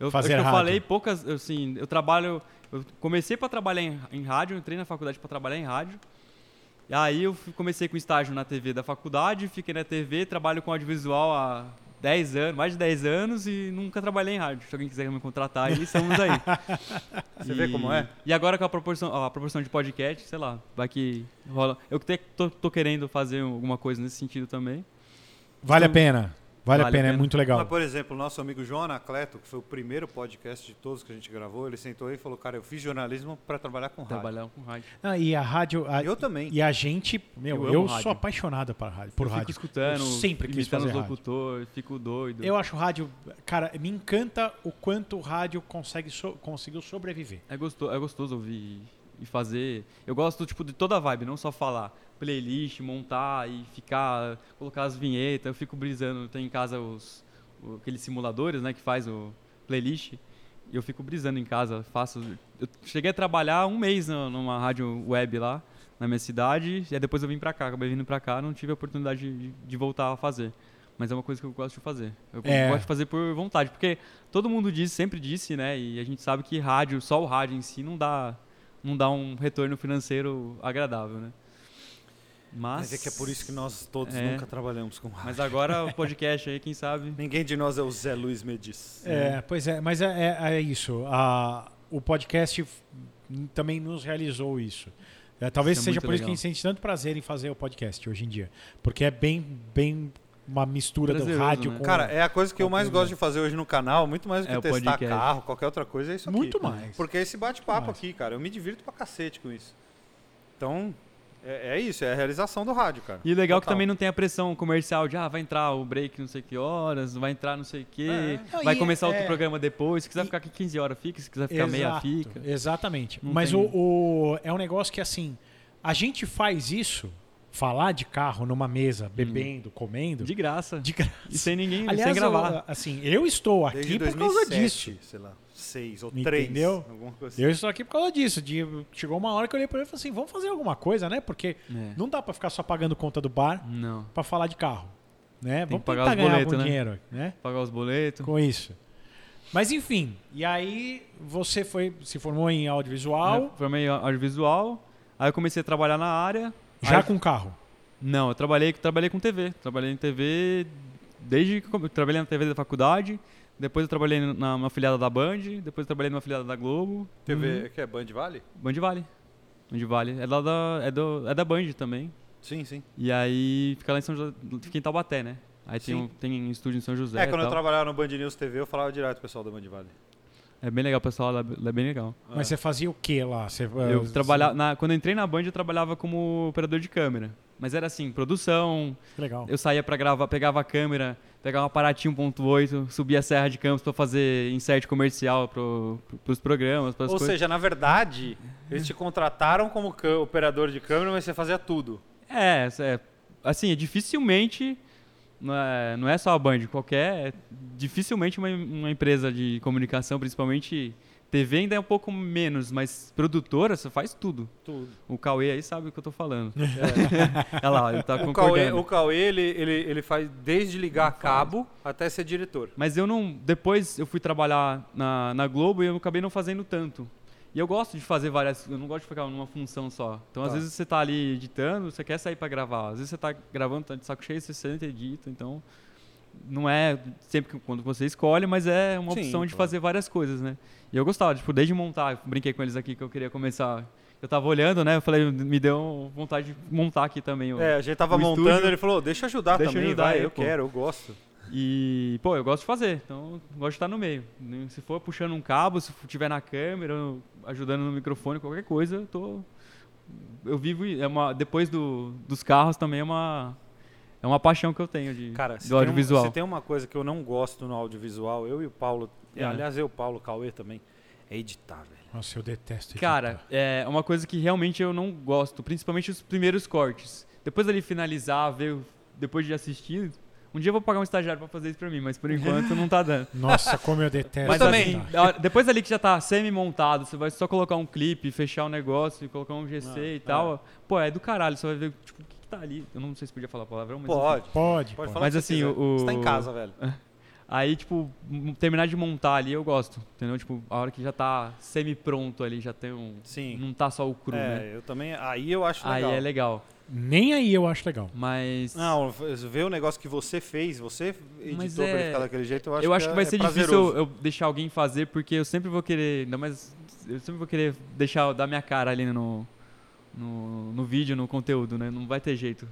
eu,
Fazer
acho que eu
rádio.
falei poucas, assim, eu trabalho, eu comecei para trabalhar em, em rádio, entrei na faculdade para trabalhar em rádio. E aí eu fui- comecei com estágio na TV da faculdade, fiquei na TV, trabalho com audiovisual há 10 anos, mais de 10 anos e nunca trabalhei em rádio. Se alguém quiser me contratar aí, estamos aí.
Você vê como é?
E agora com a proporção, ó, a proporção de podcast, sei lá, vai que rola. Eu te- tô, tô querendo fazer alguma coisa nesse sentido também.
Vale a pena. Vale,
Vale
a
a
pena, é
pena.
muito legal.
Mas, por exemplo, o nosso amigo João Anacleto, que foi o primeiro podcast de todos que a gente gravou, ele sentou aí e falou, cara, eu fiz jornalismo pra trabalhar com rádio.
Trabalhar com rádio.
Não, Ah, e a rádio. a-
Eu também.
E a gente. Meu,
Eu
eu,
amo
sou
rádio.
apaixonado por rádio. Por
eu
rádio.
fico escutando,
eu sempre quis
imitando
fazer
os
rádio.
locutores, fico doido.
Eu acho rádio. Cara, me encanta o quanto o rádio consegue so- conseguiu sobreviver.
É gostoso, é gostoso ouvir e fazer. Eu gosto tipo de toda a vibe, não só falar. Playlist, montar e ficar, colocar as vinhetas. Eu fico brisando. Tem em casa os o- aqueles simuladores, né, que faz o playlist. E eu fico brisando em casa, faço. Eu cheguei a trabalhar um mês na- numa rádio web lá na minha cidade. E aí depois eu vim pra cá, acabei vindo pra cá, não tive a oportunidade de, de voltar a fazer. Mas é uma coisa que eu gosto de fazer. Eu
É.
gosto de fazer por vontade, porque todo mundo diz, sempre disse, né? E a gente sabe que rádio, só o rádio em si não dá, não dá um retorno financeiro agradável, né? Mas,
Mas é que é por isso que nós todos
É.
nunca trabalhamos com rádio.
Mas agora o podcast aí, quem sabe.
Ninguém de nós é o Zé Luiz Medis.
É, pois é, mas é, é- é isso. A- o podcast f- também nos realizou isso. É, talvez
Isso é
seja
muito
por isso que a
legal.
gente sente tanto prazer em fazer o podcast hoje em dia. Porque é bem, bem uma mistura do
Prazeroso,
rádio
né?
com.
Cara, é a coisa que eu
um.
mais gosto de fazer hoje no canal, muito mais do que
É o
testar
podcast.
carro, qualquer outra coisa, é isso aqui.
Muito mais.
Porque é esse bate-papo
Muito mais.
aqui, cara, eu me divirto pra cacete com isso. Então, é, é isso, é a realização do rádio, cara.
E legal é que
Total.
também não tem a pressão comercial de ah, vai entrar o break não sei que horas, vai entrar não sei o que,
Não,
vai
e-
começar outro
é.
programa depois, se quiser
E-
ficar aqui 15 horas fica, se quiser ficar meia
Exato,
fica.
Exatamente.
Não
Mas
tem-
o, o- é um negócio que assim, a gente faz isso, falar de carro numa mesa, bebendo, comendo,
Uhum. De graça.
de graça.
E sem ninguém,
Aliás,
sem gravar.
eu- assim, eu estou aqui
Desde
por
2007,
causa disso. Hum.
sei lá, seis ou três.
Entendeu?
Alguma coisa assim.
Eu estou aqui por causa disso. de- chegou uma hora que eu olhei pra ele e falei assim: vamos fazer alguma coisa, né? Porque
É.
não dá pra ficar só pagando conta do bar
Não.
pra falar de carro. Né?
Tem
vamos
que pagar
tentar
os
ganhar
boletos,
algum
né?
dinheiro, né?
Pagar os boletos.
Com isso. Mas enfim, e aí você foi, se formou em audiovisual,
Eu Formei audiovisual. Aí eu comecei a trabalhar na área.
já
Aí-
com carro.
Não, eu trabalhei, trabalhei com TV. Trabalhei em TV desde que eu come- trabalhei na TV da faculdade. Depois eu trabalhei na- numa afiliada da Band. Depois eu trabalhei numa afiliada da Globo. Uhum.
TV, que é Band Vale?
Band Vale. Band Vale. É, lá da, é, do, é da Band também.
Sim, sim.
E aí fica lá em São José. Fica em Taubaté, né? Aí tem
Sim.
um, tem um estúdio em São José.
É,
e
quando eu
tal.
trabalhava no Band News TV, eu falava direto pro pessoal da Band Vale.
É bem legal, pessoal. Lá, lá é bem legal.
Mas você fazia o que lá? Você,
eh,
Eu trabalhava. na- quando eu entrei na Band, eu trabalhava como operador de câmera. Mas era assim, produção,
Legal.
eu saía pra gravar, pegava a câmera, pegava uma Paraty 1.8, subia a Serra de Campos pra fazer insert comercial pro, pros programas, pras
Ou
coisas.
seja, na verdade, eles te contrataram como cã- operador de câmera, mas você fazia tudo.
É, é, assim, dificilmente, não é, não é só a Band, qualquer, é dificilmente uma, uma empresa de comunicação, principalmente TV ainda é um pouco menos, mas produtora, você faz tudo.
Tudo.
O Cauê aí sabe o que eu tô falando. Olha lá, ele tá
O
concordando.
Cauê, o Cauê, ele, ele, ele faz desde ligar cabo até ser diretor.
Mas eu não. Depois eu fui trabalhar na, na Globo e eu acabei não fazendo tanto. E eu gosto de fazer várias. Eu não gosto de ficar numa função só. Então, às
Tá.
vezes você tá ali editando, você quer sair para gravar. Às vezes você tá gravando, tá de saco cheio, você senta e edita. Então, não é sempre que, quando você escolhe, mas é uma
Sim,
opção de
claro.
fazer várias coisas, né? E eu gostava, tipo, desde montar. eu Brinquei com eles aqui que eu queria começar. Eu tava olhando, né? Eu falei, me deu vontade de montar aqui também. o-
É, a gente tava
Então, O
montando,
estúdio-
ele falou, deixa eu ajudar
Deixa eu
também,
ajudar
vai,
aí,
eu
pô."
quero, eu gosto.
E, pô, eu gosto de fazer, então eu gosto de estar no meio. Nem- Se for puxando um cabo, se for- tiver na câmera, eu- ajudando no microfone, qualquer coisa, eu tô. Eu vivo. e- É uma, depois do, dos carros também é uma. É uma paixão que eu tenho de,
Cara, se
do
tem, um-
audiovisual.
se tem uma coisa que eu não gosto no audiovisual, eu e o Paulo,
É.
aliás, eu, Paulo, Cauê também, é editar, velho.
Nossa, eu detesto editar.
Cara, é uma coisa que realmente eu não gosto, principalmente os primeiros cortes. Depois ali finalizar, ver, o- depois de assistir. Um dia eu vou pagar um estagiário pra fazer isso pra mim, mas por enquanto não tá dando.
Nossa, como eu detesto
Mas
também-
assim,
editar.
da hora- depois ali que já tá semi-montado, você vai só colocar um clipe, fechar o negócio, e colocar um GC
Ah,
e tal. Pô, é do caralho, você vai ver tipo, o que, que tá ali. Eu não sei se podia falar palavrão, mas. enfim.
Pode,
Pode,
pode
pode.
falar
Mas
o que você
assim,
quiser.
o- É.
Você tá em casa, velho.
Aí, tipo, m- terminar de montar ali, eu gosto. Entendeu? Tipo, a hora que já tá semi-pronto ali, já tem um.
Sim.
Não tá só o cru,
é,
né?
eu também, aí eu acho
Aí
legal.
é legal.
Nem aí eu acho legal.
Mas.
Não, ver o negócio que você fez, você
Mas
editou
é-
pra ele ficar daquele jeito, eu acho,
eu acho que,
é-
vai
é
ser difícil
prazeroso.
eu, eu deixar alguém fazer, porque eu sempre vou querer. Ainda mais. Eu sempre vou querer deixar dar minha cara ali no, no, no vídeo, no conteúdo, né? Não vai ter jeito.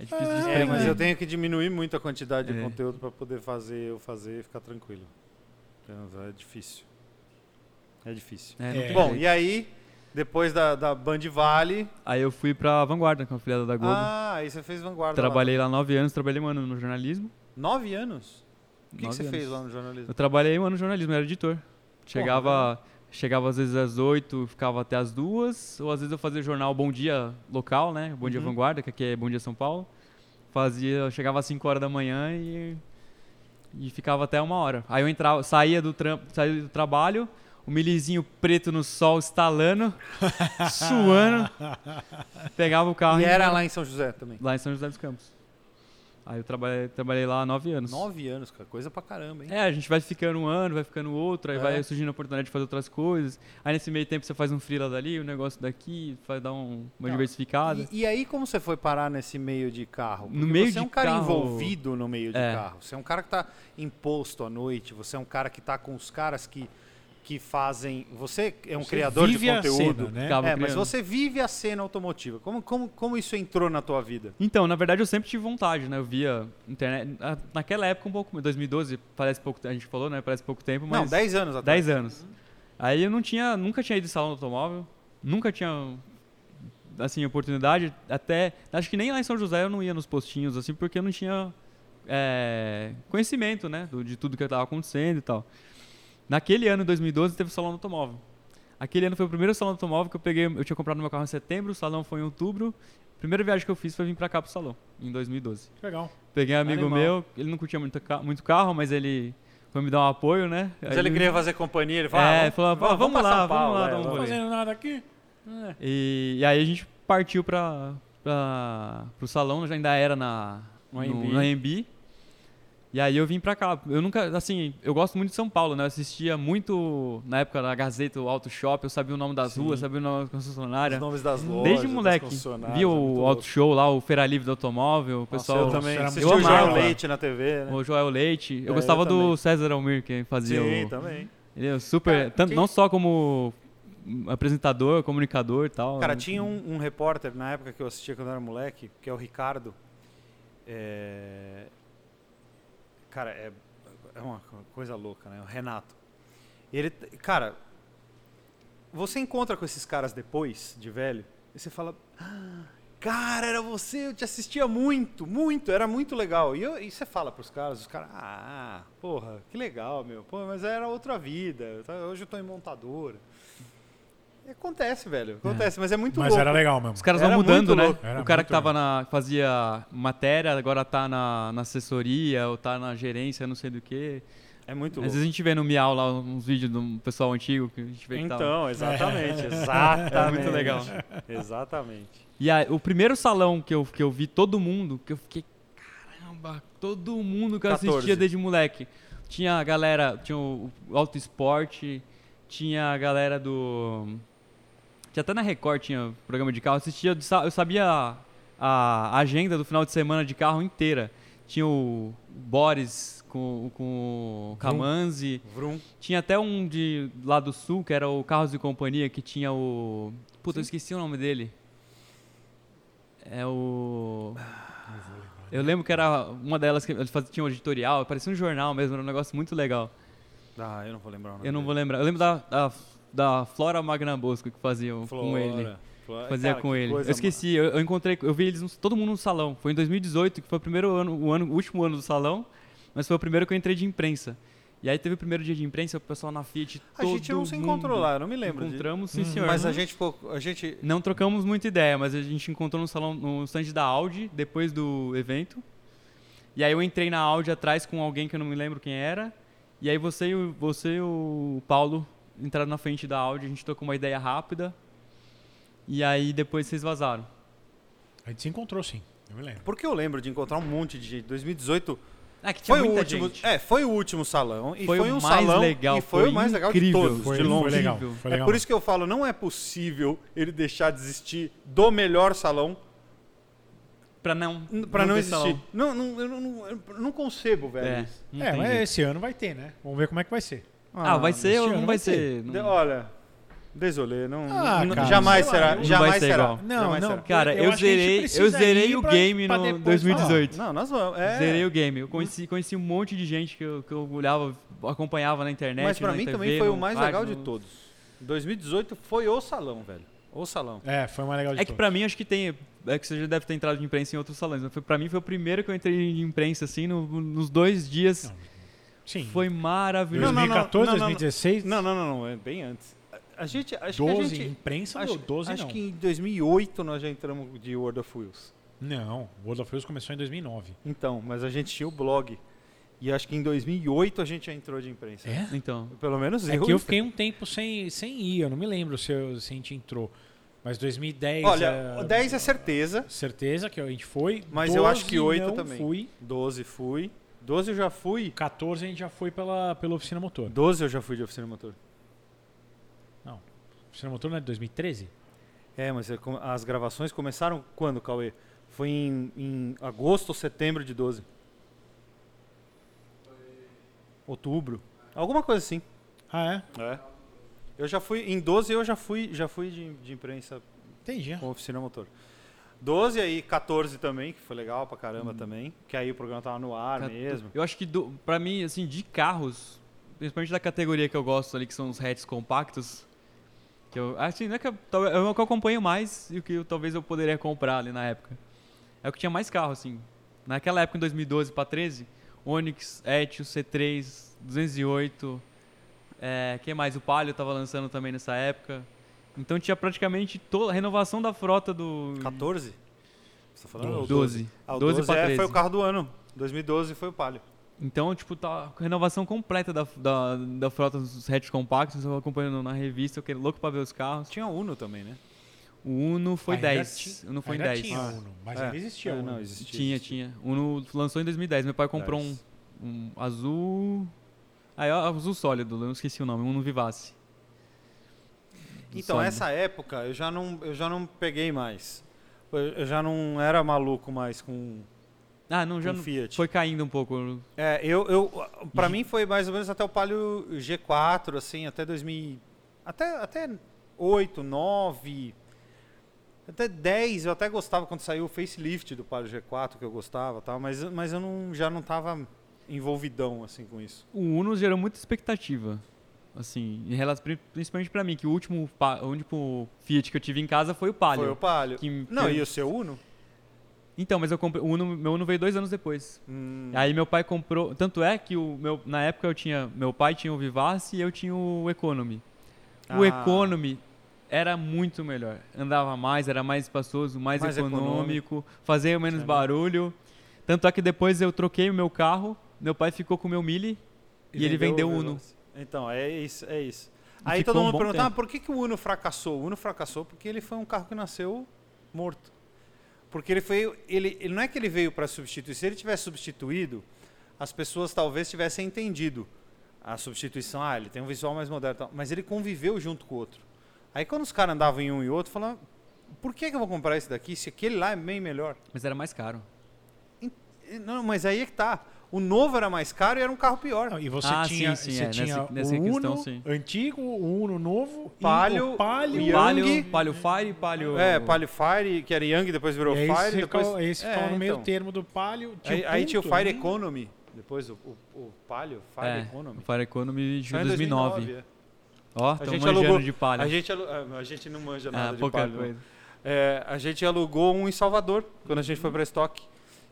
É difícil de
É, mas
desprender.
eu tenho que diminuir muito a quantidade de
É.
conteúdo pra poder fazer, eu fazer e ficar tranquilo. Então, é difícil. É difícil.
É, Tá não
É.
tem
Bom,
jeito.
e aí, depois da, da Band Vale,
Aí eu fui pra Vanguarda, com a afiliada da Globo.
ah, aí você fez Vanguarda. lá.
trabalhei lá nove anos, trabalhei um ano no jornalismo.
Nove anos? O que, que
Nove
você
anos.
fez lá no jornalismo?
Eu trabalhei um ano no jornalismo, eu era editor. Chegava, chegava às vezes às 8, ficava até às duas, ou às vezes eu fazia o jornal Bom Dia local, né? Bom Dia
Uhum.
Vanguarda, que aqui é Bom Dia São Paulo. Fazia, eu chegava às 5 horas da manhã e e ficava até uma hora. Aí eu entrava, saía do trampo, saía do trabalho, o milizinho preto no sol estalando, suando. Pegava o carro
E era lá em São José também.
lá em São José dos Campos. Aí eu trabalhei, trabalhei lá nove anos.
Nove anos, cara. Coisa pra caramba, hein?
É, a gente vai ficando um ano, vai ficando outro, aí
É.
vai surgindo a oportunidade de fazer outras coisas. Aí nesse meio tempo você faz um freela dali, um negócio daqui, faz dar um- uma
Tá.
diversificada.
E, e aí, como você foi parar nesse meio de carro?
No meio
você é
de
um cara
carro-
envolvido no meio de
É.
carro. Você é um cara que tá imposto à noite, você é um cara que tá com os caras que, que fazem. Você é um
Você
criador de
vive a
conteúdo.
cena, né?
Ficava
É, mas
criando.
você vive a cena automotiva. Como, como, como isso entrou na tua vida?
Então, na verdade eu sempre tive vontade, né? Eu via internet. a- Naquela época um pouco, 2012, parece pouco, a gente falou, né? Parece pouco tempo, mas
Não, 10 anos atrás.
10 anos. Aí eu não tinha, nunca tinha ido em salão do automóvel, nunca tinha assim oportunidade, até acho que nem lá em São José eu não ia nos postinhos assim, porque eu não tinha é, conhecimento, né, do- de tudo que estava acontecendo e tal. Naquele ano, em 2012, teve o salão do automóvel. Aquele ano foi o primeiro salão do automóvel que eu peguei, eu tinha comprado meu carro em setembro, o salão foi em outubro. A primeira viagem que eu fiz foi vir para cá pro salão em 2012.
Legal.
Peguei um amigo
Animal.
meu, ele não curtia muito, ca- muito carro, mas ele foi me dar um apoio, né?
Mas
Aí
ele
ele-
queria fazer companhia, ele falou,
É,
ah,
falou, "Vamos
pra
lá,
São
vamos
Paulo,
lá
é, né?
dar um
Não
rolê.
fazendo nada aqui. É.
E, e aí a gente partiu para o salão, já ainda era na
No
no-
AMB.
no AMB. E aí eu vim pra cá. Eu nunca, assim, eu gosto muito de São Paulo, né? Eu assistia muito, na época, na Gazeta, o Auto Shop, eu sabia o nome das ruas, sabia o nome da
Os
concessionária.
nomes das lojas,
Desde
das
moleque,
concessionárias,
via
é muito
o
louco.
Auto Show lá, o Feira Livre do Automóvel, o
Nossa,
pessoal,
eu também.
era
Assistiu
muito
o João
amava.
Leite na TV, né?
o Joel Leite. Eu
É, eu
gostava
também.
do César Almir, que fazia
Sim,
o...
também.
Ele é super,
Cara,
tanto,
quem-
não só como apresentador, comunicador e tal.
Cara,
né?
tinha um, um repórter na época que eu assistia quando eu era moleque, que é o Ricardo. É, Cara, é, é uma coisa louca, né? O Renato. Ele, t- cara, você encontra com esses caras depois, de velho, e você fala. "Ah, Cara, era você, eu te assistia muito, muito, era muito legal. E, eu- e você fala pros caras, os caras, ah, porra, que legal, meu. Pô, mas era outra vida, eu tá- hoje eu tô em montadora. E acontece, velho, acontece, mas é muito
Mas
louco.
era legal mesmo.
Os caras
Era
vão mudando,
muito
né?
louco.
Era
o cara que
muito
tava na, fazia matéria, agora tá na, na assessoria, ou tá na gerência, não sei do que.
É muito
Às
louco.
vezes a gente vê no Miau lá uns vídeos do pessoal antigo que a gente vê que tava.
Então, exatamente, exatamente.
É muito legal.
Exatamente.
E aí, o primeiro salão que eu, que eu vi todo mundo, que eu fiquei, caramba, todo mundo que eu
14.
assistia desde moleque. Tinha a galera, tinha o o Auto Esporte, tinha a galera do. Tinha até na Record tinha programa de carro, eu assistia, de sa- eu sabia a, a agenda do final de semana de carro inteira. Tinha o Boris com, com o Camanzi.
Vrum.
Tinha até um de lá do sul, que era o Carros e Companhia, que tinha o. Puta, eu esqueci o nome dele. É o. Eu lembro que era uma delas que eles faziam, tinha um editorial, parecia um jornal mesmo, era um negócio muito legal.
Ah, eu não vou lembrar o nome
Eu não vou
dele.
lembrar. Eu lembro da, da, da Flora Magna Bosco que faziam com
Flora,
ele.
Flora.
Fazia
Cara,
com
que
ele.
coisa,
Eu esqueci, eu, eu encontrei, eu vi eles, no- todo mundo no salão. Foi em 2018, que foi o primeiro ano, o ano, o último ano do salão, mas foi o primeiro que eu entrei de imprensa. E aí teve o primeiro dia de imprensa, o pessoal na Fiat,
A gente não se encontrou lá, eu não me lembro. de-
Encontramos, sim, senhor.
Mas
não,
a gente ficou. A gente.
não trocamos muita ideia, mas a gente encontrou no salão, no stand da Audi, depois do evento. E aí eu entrei na Audi atrás com alguém que eu não me lembro quem era. E aí você e o, você e o Paulo entraram na frente da Audi, a gente tocou uma ideia rápida. E aí depois vocês vazaram.
A gente se encontrou, sim. Eu me lembro.
Porque eu lembro de encontrar um monte de gente. 2018
Ah, que tinha
foi o
muita
último.
gente.
É, foi o último salão. E foi,
Foi o
um
mais
salão.
legal,
E foi,
foi
o mais legal
incrível,
de todos,
Foi,
de
foi
longe.
legal.
Horrível.
Foi
É
legal.
por isso que eu falo, não é possível ele deixar de existir do melhor salão
Pra não,
pra não
ter
existir.
salão.
Não, não, eu não, eu não concebo, velho.
É,
isso.
não
É,
tem
mas
jeito.
esse ano vai ter, né? Vamos ver como é que vai ser.
Ah, vai ser
esse
ou
ano
não
vai
vai
ser.
ser?
De-
Não-
olha, desolé, não,
Ah,
não-
cara,
jamais
sei lá,
será,
não
vai
jamais
ser
será.
igual.
Não,
jamais
não.
será.
Cara,
Eu
eu,
acho que a gente
zerei,
precisa
eu zerei
ir
o
pra-
game
pra
no
depois
2018.
Não, nós vamos. É.
Zerei o game. Eu conheci, conheci um monte de gente que eu, que eu olhava, acompanhava na internet.
Mas pra
na
mim
TV,
também foi
no
o mais
rádio,
legal de
no-
todos. 2018 foi o salão, velho. O salão.
É, foi uma legal de
É que
todos.
pra mim acho que tem. É que você já deve ter entrado de imprensa em outros salões. Mas foi, pra mim foi o primeiro que eu entrei em imprensa, assim, no- nos dois dias.
Sim.
Foi maravilhoso.
Não, não,
2014,
não, não, não.
2016,
Não, não, não, não, é bem antes. A- A gente, acho
12,
que a gente
imprensa
acho,
meu, 12
acho
não.
que em 2008 nós já entramos de World of Wheels.
Não, World of Wheels começou em 2009.
Então, mas a gente tinha o blog e acho que em 2008 a gente já entrou de imprensa.
É?
Então.
Pelo menos
É
eu.
que eu fiquei um tempo sem, sem ir, eu não me lembro se, eu- se a gente entrou. Mas 2010...
Olha,
é,
10 é certeza,
Certeza que a gente foi.
mas eu acho que
12
8
não
também.
fui.
12 fui. 12 eu já fui.
14 a gente já foi pela, pela Oficina Motor.
12 eu já fui de oficina motor.
Oficina Motor não é de 2013?
É, mas é como- as gravações começaram quando, Cauê? Foi em, em agosto ou setembro de 12? Outubro. Alguma coisa assim.
Ah, é?
É. Eu já fui, em 12 eu já fui, já fui de, de imprensa
Entendi.
com oficina motor. 12 aí, 14 também, que foi legal pra caramba
Hum.
também. Que aí o programa tava no ar
Catu-
mesmo.
Eu acho que do, pra mim, assim, de carros, principalmente da categoria que eu gosto ali, que são os hatches compactos, que eu assim, não é que eu, tal- é o que eu acompanho mais e o que eu- talvez eu poderia comprar ali na época. É o que tinha mais carro, assim. Naquela época, em 2012 pra 13, Onix, Etios, C3, 208, é, que mais? O Palio tava lançando também nessa época. Então tinha praticamente toda a renovação da frota do
14? Você tá falando? Ou
12.
Ah, o
12
12
pra
é,
13.
foi o carro do ano. 2012 foi o Palio.
Então, tipo, tá com a renovação completa da, da, da frota dos hatch compactos, eu acompanhando na revista, eu fiquei louco pra ver os carros.
Tinha Uno também, né?
O Uno foi
Ainda
10.
ti-
O Uno foi em
ainda
10.
Tinha Uno, mas
É.
ainda existia
É,
Uno.
não, existia.
Tinha, tinha. O Uno lançou em 2010. Meu pai comprou um,
10.
um azul. Ah, é azul sólido, eu não esqueci o nome, um Uno Vivace. Do
Então,
sólido.
essa época eu já não, eu já não peguei mais. Eu- Eu já não era maluco mais com.
Ah, não, já
com
não,
Fiat.
foi caindo um pouco.
É, eu, eu para mim foi mais ou menos até o Palio G4 assim, até 2000, até até 8, 9, até 10, eu até gostava quando saiu o facelift do Palio G4 que eu gostava, tal, mas mas eu não já não tava envolvidão assim com isso.
O Uno gerou muita expectativa. Assim, em relação, pri- principalmente pra mim, que o último, pa- o único Fiat que eu tive em casa foi o Palio.
Foi o Palio.
Que-
Não,
que-
e o seu Uno?
Então, mas eu comprei, o Uno, meu Uno veio dois anos depois.
Hum.
Aí meu pai comprou, tanto é que o meu, na época eu tinha, meu pai tinha o Vivace e eu tinha o Economy. O
Ah.
Economy era muito melhor, andava mais, era mais espaçoso, mais,
Mais
econômico, fazia menos barulho. Tanto é que depois eu troquei o meu carro, meu pai ficou com o meu Mille e, ele vendeu o Uno.
Veloz. Então, é isso, é isso.
E
Aí
ficou
todo
um
mundo
bom
perguntava,
tempo.
por que, que o Uno fracassou? O Uno fracassou porque ele foi um carro que nasceu morto. Porque ele foi. Ele, ele- não é que ele veio para substituir. Se ele tivesse substituído, as pessoas talvez tivessem entendido a substituição. Ah, ele tem um visual mais moderno. e tal. Mas ele conviveu junto com o outro. Aí quando os caras andavam em um e outro, falavam, por que, que eu vou comprar esse daqui se aquele lá é bem melhor?
Mas era mais caro.
Não, mas aí é que tá. O novo era mais caro e era um carro pior.
Não, e você
Ah,
tinha,
sim, sim,
você
é, nessa-
tinha
nessa
o Uno
questão, sim.
antigo, o Uno novo, e
Palio,
o Palio,
o Young.
Palio, Palio Fire, Palio...
É, Palio Fire, que era Young, depois virou
E aí
Fire.
você
depois...
ficava, aí você
É,
ficava no meio
então.
termo do Palio. Tinha
Aí,
o
aí tinha o
Punto,
Fire
né?
Economy, depois o, o, o Palio, Fire
é,
Economy.
o Fire Economy de
Saiu em
2009.
é.
Ó,
A
tão
gente
manjando
alugou-
de Palio.
A gente, alu- ah, a gente não manja
Ah,
nada de
pouca
Palio. né? não.
coisa.
É, a gente alugou um em Salvador, quando a gente foi para estoque.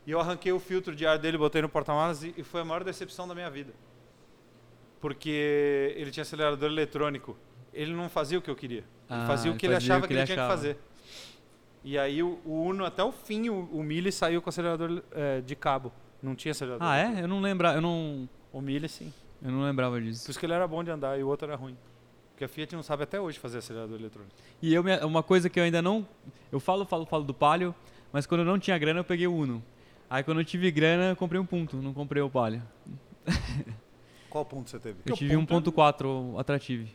E eu arranquei o filtro de ar dele, botei no porta-malas e, e foi a maior decepção da minha vida. Porque ele tinha acelerador eletrônico. Ele não fazia o que eu queria. Ele
Ah,
fazia o
ele
que ele
fazia o
achava
que
que
ele
ele tinha que
achava.
fazer. E aí o, o Uno, até o fim, o, o Mille saiu com acelerador eh, de cabo. Não tinha acelerador.
Ah,
eletrônico.
é? Eu não lembrava, eu não,
O Mille, sim.
eu não lembrava
Por
disso.
isso que ele era bom de andar e o outro era ruim. Porque a Fiat não sabe até hoje fazer acelerador eletrônico.
E eu, me- uma coisa que eu ainda não. Eu falo, falo, falo do Palio, mas quando eu não tinha grana, eu peguei o Uno. Aí quando eu tive grana, eu comprei um ponto, não comprei o Palio.
Qual ponto você teve?
Eu
Porque o
tive um
Punto é-
ponto 4 Atrative,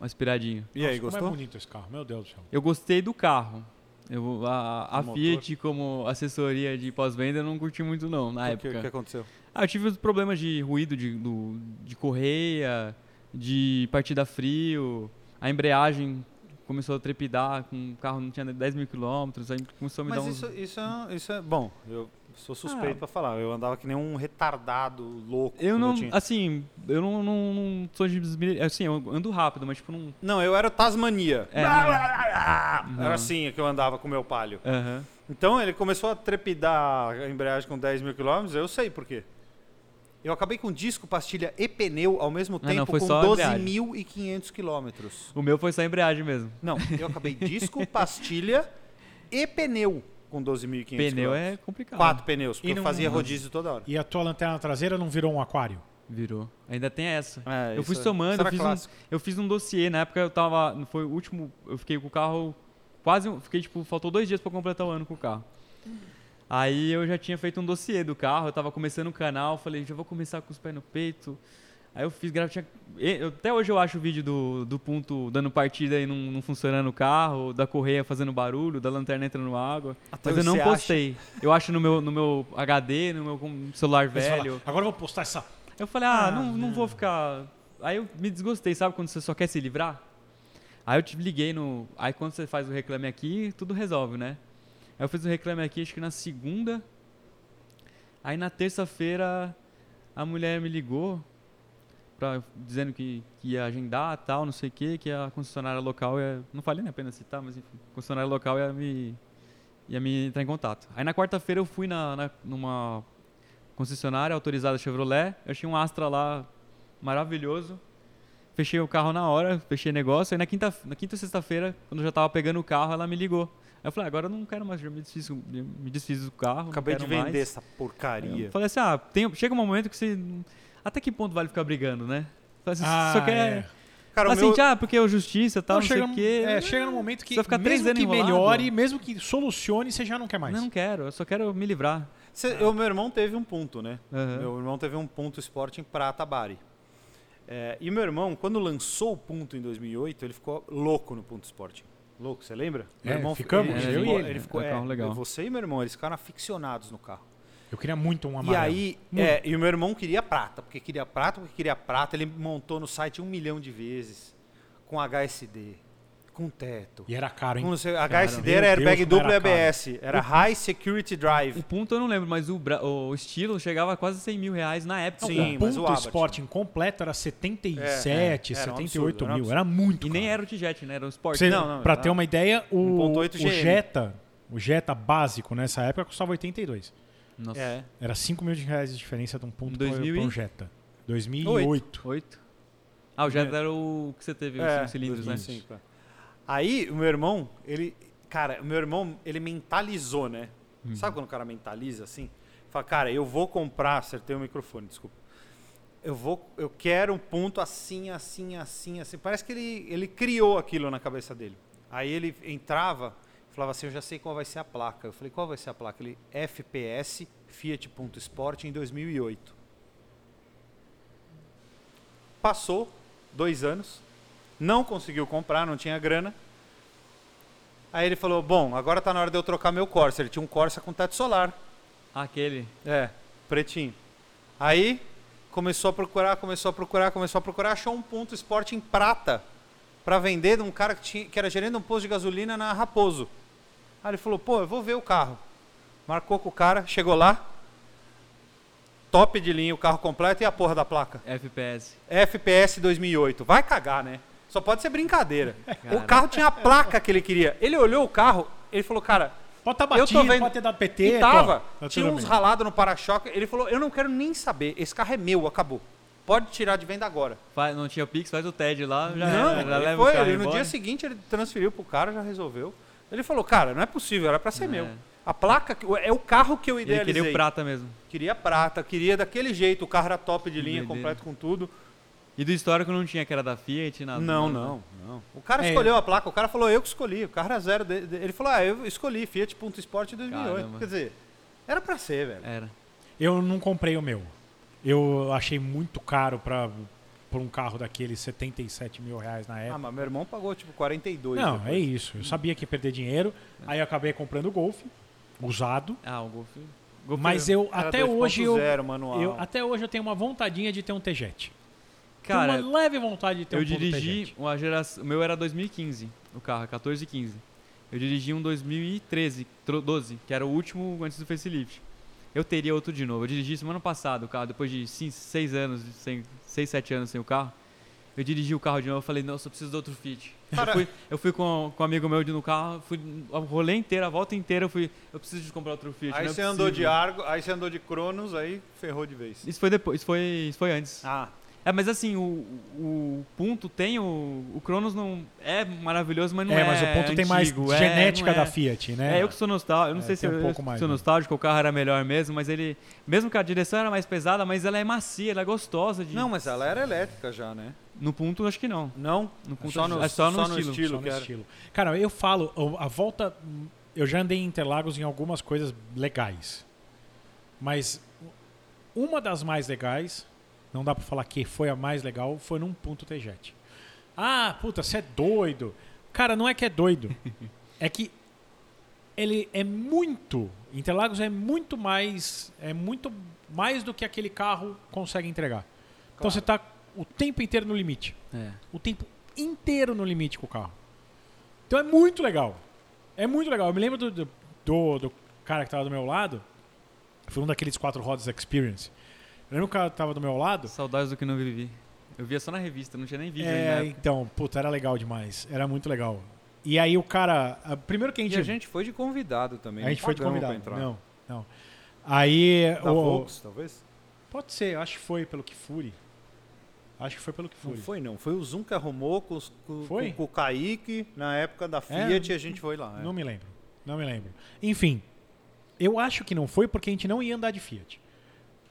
aspiradinho.
E
Nossa, Como
aí,
é
gostou?
bonito esse carro, meu Deus do céu.
Eu gostei do carro. Eu, a a
Do
Fiat, como assessoria de pós-venda, eu não curti muito não, na
O que,
época.
o que aconteceu?
Ah, eu tive os problemas de ruído de, do- de correia, de partida frio, a embreagem começou a trepidar, com o carro não tinha 10 mil quilômetros, aí começou a me
Mas
dar uns... Ah.
isso, isso, é, isso é. Bom, eu sou suspeito pra falar. Eu andava que nem um retardado louco.
Eu
quando
não,
tinha-
assim, eu não, não, não sou de desmere- assim, eu ando rápido, mas tipo, não...
Não, eu era Tasmania.
É,
Era assim que eu andava com o meu palio.
Aham.
Então ele começou a trepidar a embreagem com 10 mil quilômetros, eu sei por quê. Eu acabei com disco, pastilha e pneu ao mesmo
Ah,
tempo
não, foi
com
só a
12.500 quilômetros.
O meu foi só a embreagem mesmo.
Não, eu acabei disco, pastilha e pneu com
Pneu
12.500 quilômetros.
é complicado.
Quatro pneus, porque
E
eu
não-
fazia rodízio toda hora.
E a tua lanterna traseira não virou um aquário?
Virou. Ainda tem essa.
É,
Ah, eu fui
isso é- isso
somando,
era
eu fiz, um,
clássico.
eu fiz um dossiê, na época eu tava, não foi o último, eu fiquei com o carro quase, um- fiquei tipo, faltou dois dias pra completar o ano com o carro. Aí eu já tinha feito um dossiê do carro, eu tava começando o canal, falei, já vou começar com os pés no peito. Aí eu fiz, grava, tinha, e- eu- até hoje eu acho o vídeo do, do ponto dando partida e não, não funcionando o carro, da correia fazendo barulho, da lanterna entrando na água,
Até
mas eu não
você acha.
postei. Eu acho no meu, no meu HD, no meu com- celular
Aí você fala,
velho.
Agora eu vou postar essa.
Eu falei, ah, não, não vou ficar. Aí eu me desgostei, sabe quando você só quer se livrar? Aí eu te liguei no. Aí quando você faz o reclame aqui, tudo resolve, né? Aí eu fiz o reclame aqui, acho que na segunda. Aí na terça-feira a mulher me ligou pra, dizendo que, que ia agendar tal, não sei o que, que a concessionária local ia. Não falei nem a pena citar, mas enfim, a concessionária local ia me. ia me entrar em contato. Aí na quarta-feira eu fui na, na- numa concessionária autorizada Chevrolet. Eu achei um Astra lá maravilhoso. Fechei o carro na hora, fechei negócio. Aí na quinta, na quinta ou sexta-feira, quando eu já tava pegando o carro, ela me ligou. Aí eu falei, "Ah, agora eu não quero mais, já me desfiz, me desfiz do carro. não
Acabei de
quero
vender
mais.
essa porcaria.
Eu falei assim, ah, tem- chega um momento que você. Até que ponto vale ficar brigando, né? Falei assim,
Ah,
só quer.
tá
é.
Cara, o
assim,
meu...
ah, porque é justiça e tal,
Então,
não, sei
chega,
o
num-
quê.
é, chega no momento que,
Você vai ficar três
mesmo
anos
que
enrolado.
melhore, mesmo que solucione, você já não quer mais.
Não quero, eu só quero me livrar.
Cê- eu- meu irmão teve um ponto, né?
Aham.
Meu irmão teve um ponto Sporting pra Tabari. É, e meu irmão, quando lançou o ponto em 2008, ele ficou louco no ponto Sporting. Louco, você lembra? Meu
É,
irmão
ficamos,
ficou,
eu e
ficou-
ele.
ficou-
É,
é,
carro legal.
Você e meu irmão, eles ficaram aficionados no carro.
Eu queria muito um amarelo.
E
Hum.
aí, é, e o meu irmão queria prata, porque queria prata, porque queria prata. Ele montou no site um milhão de vezes com HSD, com teto.
E era caro, hein?
Com não sei- HSD
Meu
era
Deus,
airbag
como
duplo
era caro.
ABS. Era High Security
O
Drive.
ponto eu não lembro, mas o, bra- o estilo chegava a quase 100 mil reais na época.
Sim,
o
mas o
ponto
Abarth.
Sporting completo era 77,
É, é, era um
78
absurdo, era um
mil. Era muito
E nem
caro.
era o T-Jet, né? Era o Sport.
Você,
Não, tá. um não,
pra
não.
ter um- uma ideia, o,
1.8
o
GM.
Jetta, o Jetta básico nessa época custava 82.
Nossa.
É.
Era 5 mil de reais de diferença de um ponto para
2000 e-
um Jetta. 2008.
8. Ah, o Jetta era o que você teve, os
É,
cinco cilindros, né?
2005, é. Aí, o meu irmão, ele. Cara, o meu irmão, ele mentalizou, né?
Uhum.
Sabe quando o cara mentaliza assim? Fala, cara, eu vou comprar. Acertei o microfone, desculpa. Eu vou. Eu quero um ponto assim, assim, assim, assim. Parece que ele, ele criou aquilo na cabeça dele. Aí ele entrava falava assim: Eu já sei qual vai ser a placa. Eu falei: Qual vai ser a placa? Ele, FPS Fiat Punto Sport em 2008. Passou dois anos, não conseguiu comprar, não tinha grana. Aí ele falou: Bom, agora tá na hora de eu trocar meu Corsa. Ele tinha um Corsa com teto solar.
Aquele.
É, pretinho. Aí começou a procurar, começou a procurar, começou a procurar, achou um ponto esporte em prata pra vender de um cara que, tinha, que era gerente de um posto de gasolina na Raposo. Aí ele falou, pô, eu vou ver o carro. Marcou com o cara, chegou lá, top de linha, o carro completo e a porra da placa.
FPS.
FPS 2008. Vai cagar, né? Só pode ser brincadeira.
Cara.
O carro tinha a placa que ele queria. Ele olhou o carro, ele falou, cara,
Pode
tá
estar
eu
batido,
tô vendo.
pode ter dado PT.
E tava.
pô, tá
tinha
tudo
uns
bem.
ralados no para-choque. Ele falou: Eu não quero nem saber. Esse carro é meu, acabou. Pode tirar de venda agora.
Faz- não tinha o Pix, faz o TED lá. Já,
não,
era, já
ele
leva o
foi.
carro
ele no
embora.
dia seguinte ele transferiu pro cara, já resolveu. Ele falou: Cara, não é possível, era pra ser
É.
meu. A placa que- é o carro que eu
E Ele
idealizei.
queria o prata mesmo.
Queria prata, queria daquele jeito. O carro era top de linha,
Doideira.
completo com tudo.
E do histórico não tinha, que era da Fiat, nada.
Não,
nada.
não, não. O cara
É.
escolheu a placa, o cara falou, eu que escolhi, o carro era zero. de- de- Ele falou, ah, eu escolhi Fiat Punto Sport 2008.
Caramba.
Quer dizer, era pra ser, velho.
Era.
Eu não comprei o meu. Eu achei muito caro pra, por um carro daquele 77 mil reais na
Ah,
época.
mas meu irmão pagou tipo
Ah,
42.
não,
depois.
é isso. Eu sabia que ia perder dinheiro.
É.
Aí eu acabei comprando o Golf, usado.
Ah, o Golf. Golf
Mas eu,
Era
até hoje, eu,
2.0 manual.
eu- até hoje eu tenho uma vontadinha de ter um T-Jet. Tenho
Cara,
uma leve vontade de ter
eu
um ponto
dirigi
T-Jet.
uma geração. O meu era 2015, o carro, 14 e 15. Eu dirigi um 2013, tro- 12, que era o último antes do facelift. Eu teria outro de novo. Eu dirigi semana passada o carro, depois de 6 anos, sem, 6, 7 anos sem o carro. Eu dirigi o carro de novo, eu falei, nossa, eu preciso de outro Fit. Eu fui, eu fui com, com um amigo meu de- no carro, fui o rolê inteiro, a volta inteira, eu fui, eu preciso de comprar outro Fit.
Aí
não é
você andou de
possível.
Argo, aí você andou de Cronos, aí ferrou de vez.
Isso foi depois, isso foi, isso foi antes.
Ah,
É, mas assim, o, o ponto tem, o, o Cronos não é maravilhoso, mas não é.
É, mas o ponto tem mais
antigo, é,
genética
não
da
é.
Fiat, né?
É, eu que sou nostálgico, eu não
É,
sei se
tem um
eu,
pouco
eu
mais,
sou
né?
nostálgico, o carro era melhor mesmo, mas ele, mesmo que a direção era mais pesada, mas ela é macia, ela é gostosa de.
não, mas ela era elétrica já, né?
No ponto, acho que não.
Não?
No ponto,
Só no-
é só no
só no
estilo.
estilo.
Só no
cara.
estilo. Cara, eu falo, eu- a volta. Eu já andei em Interlagos em algumas coisas legais. Mas uma das mais legais, não dá pra falar que foi a mais legal, foi num ponto T-Jet. Ah, puta, você é doido. Cara, não é que é doido. é que ele é muito. Interlagos é muito mais. É muito mais do que aquele carro consegue entregar. Então você tá o tempo inteiro no limite
É.
o tempo inteiro no limite com o carro. Então é muito legal. É muito legal. Eu me lembro do, do, do- do cara que tava do meu lado. Foi um daqueles quatro rodas Experience. Eu lembro que o cara que tava do meu lado.
Saudades do que não vivi. Eu via só na revista, não tinha nem vídeo ainda. né? na
É,
né?
época.
então, puta, era legal demais. Era muito legal. E aí o cara. a- Primeiro que a
E
gente.
a gente foi de convidado também.
a gente
não
foi de
pagamos pra
convidado.
entrar.
Não, não. Aí.
Da
o-
Volks, talvez?
pode ser, eu acho que foi pelo que Fury. Acho que foi pelo que
Não
Fury.
foi, não. Foi o Zoom que arrumou com, os- com-
Foi?
com o Kaique na época da
É,
Fiat e a gente foi lá. é.
Não me lembro. Não me lembro. Enfim, eu acho que não foi porque a gente não ia andar de Fiat.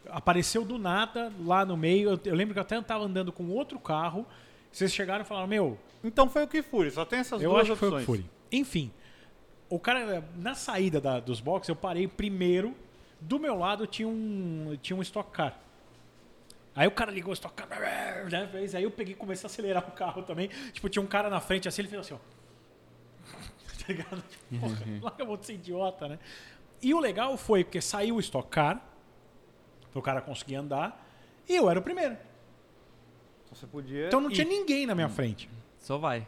Apareceu do nada lá no meio. Eu, eu lembro que eu até estava andando com outro carro. Vocês chegaram e falaram: Meu,
Então foi o que Fury, só tem essas
eu
duas
acho que foi o
opções.
que foi. Enfim, o cara, eh, na saída da- dos boxes, eu parei primeiro. Do meu lado tinha um, tinha um Stock Car. Aí o cara ligou o Stock Car. né, fez, Aí eu peguei e comecei a acelerar o carro também. Tipo, tinha um cara na frente assim, ele fez assim, ó. Tá ligado? Tipo, Porra, larga eu vou ser idiota, né? E o legal foi porque saiu o Stock Car, o cara conseguir andar, e eu era o primeiro.
Você podia
Então não
ir.
tinha ninguém na minha frente.
Só vai.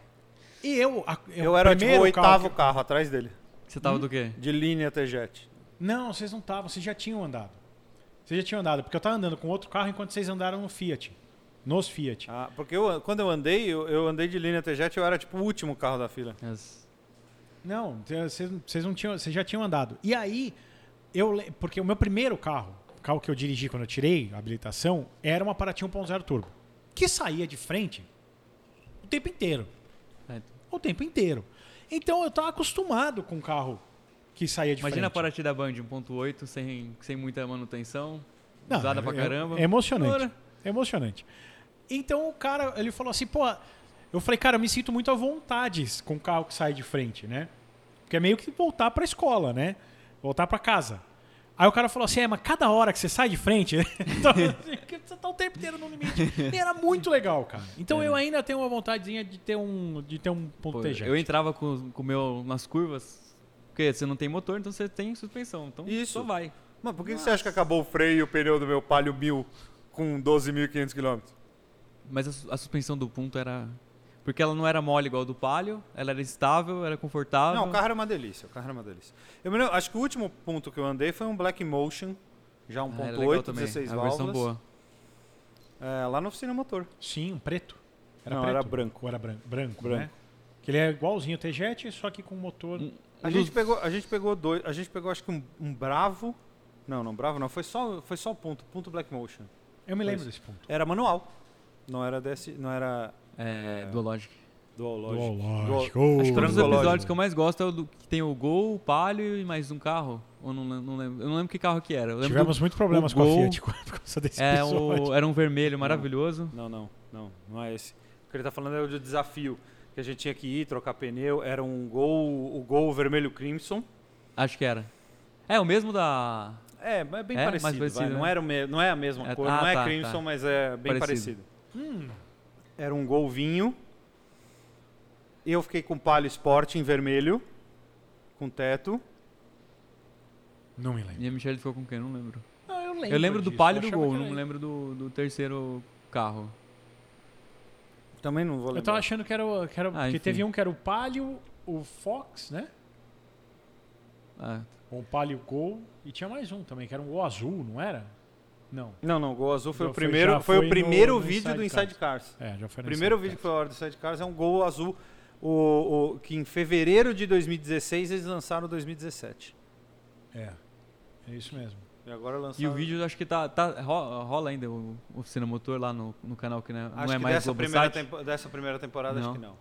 E eu, a-
Hum. Eu,
o
era tipo, o
primeiro carro
oitavo
que-
carro, atrás dele.
Você
Hum?
tava do quê?
De linha T-Jet.
Não, vocês não estavam, vocês já tinham andado. Vocês já tinham andado, porque eu tava andando com outro carro enquanto vocês andaram no Fiat. Nos Fiat.
Ah, porque eu- quando eu andei, eu, eu andei de linha T-Jet, eu era tipo o último carro da fila.
As-
Não, vocês vocês não tinham, vocês já tinham andado. E aí, eu le- porque o meu primeiro carro, o carro que eu dirigi quando eu tirei a habilitação, era uma Paraty 1.0 turbo, que saía de frente o tempo inteiro,
é,
o tempo inteiro. Então eu tava acostumado com o carro que saía de
Imagina a
frente.
Paraty da Band 1.8 sem, sem muita manutenção,
Não,
usada pra
é-
caramba.
É emocionante.
Ora.
É emocionante. Então o cara, ele falou assim, pô, eu falei, cara, eu me sinto muito à vontade com o carro que sai de frente, né? Porque é meio que voltar pra escola, né? Voltar pra casa. Aí o cara falou assim, é, mas cada hora que você sai de frente, então, assim, porque você tá o tempo inteiro no limite. E era muito legal, cara. Então eu ainda tenho uma vontadezinha de ter um, de ter um ponto
É. Pô,
TJ.
eu entrava com os- com o meu nas curvas, porque você não tem motor, então você tem suspensão. Então
Isso.
só vai.
Mas por que, que você acha que acabou o freio e o pneu do meu Palio 1000 com 12.500 km?
Mas a, su- a suspensão do ponto era. Porque ela não era mole igual a do Palio, ela era estável, era confortável.
Não, o carro era uma delícia, o carro era uma delícia. Eu me lembro, acho que o último ponto que eu andei foi um Black Motion, já
Ah, era
1.8,
legal também,
16
a versão
válvulas.
boa.
É, lá na oficina motor.
Sim, um preto.
Não,
preto?
era branco.
Ou era branco, branco,
Branco.
né? Que ele é igualzinho o T-Jet, só que com motor...
Hum.
A gente pegou, a gente pegou dois, a gente pegou acho que um, um Bravo. Não, não, Bravo não, foi só foi só o ponto, ponto Black Motion.
Eu me lembro desse ponto.
Era manual. Não era DS, não era
É, Dual Logic.
dual logic.
Lógico.
Acho que um dos
Dual Logic.
episódios que eu mais gosto é o do, que tem o Gol, o Palio e mais um carro. Ou não, lem- não lembro. Eu não lembro que carro que era. Eu lembro
Tivemos
do-
muito problemas
o
com a
Gol-
Fiat por causa desse
é,
episódio.
o, era um vermelho maravilhoso.
Não, não, não, não é esse. O que ele tá falando é o do desafio, que a gente tinha que ir trocar pneu, era um gol, o gol vermelho crimson.
Acho que era. É, o mesmo da.
É, mas é bem
É, mais
parecido. vai.
parecido,
Não,
né?
era o me- não é a mesma
É,
cor,
ah,
não é
tá,
Crimson,
tá.
mas é bem parecido.
Parecido.
Hum. Era um Gol vinho. Eu fiquei com Palio Sport em vermelho, com teto.
Não me lembro.
E a Michelle ficou com quem? Não lembro.
Não, eu lembro.
eu lembro do
disso,
Palio
eu
e do
achava
Gol,
que
não
era-
lembro do, do terceiro carro.
Também não vou
Eu
lembrar.
tava achando que era. o- Que era porque
Ah, enfim.
teve um que era o Palio, o Fox, né?
Ah,
Ou o Palio Gol. E tinha mais um também, que era um Gol azul, não era? Não.
Não, não, Gol Azul foi
Já
o
foi-
primeiro,
já
foi
foi
o
no-
primeiro
no
vídeo do
Inside
Inside Cars.
É, já foi
O
nesse
primeiro
cara.
vídeo que foi a hora do Inside Cars é um Gol Azul, o, o- que em fevereiro de 2016 eles lançaram 2017.
É. É isso mesmo.
E agora lançaram...
E o vídeo acho que tá, tá- ro- rola ainda o Oficina Motor lá no, no canal que né,
Acho
não é
que
mais
dessa
sobre site.
primeira, tempo- dessa primeira temporada,
Não.
acho que não.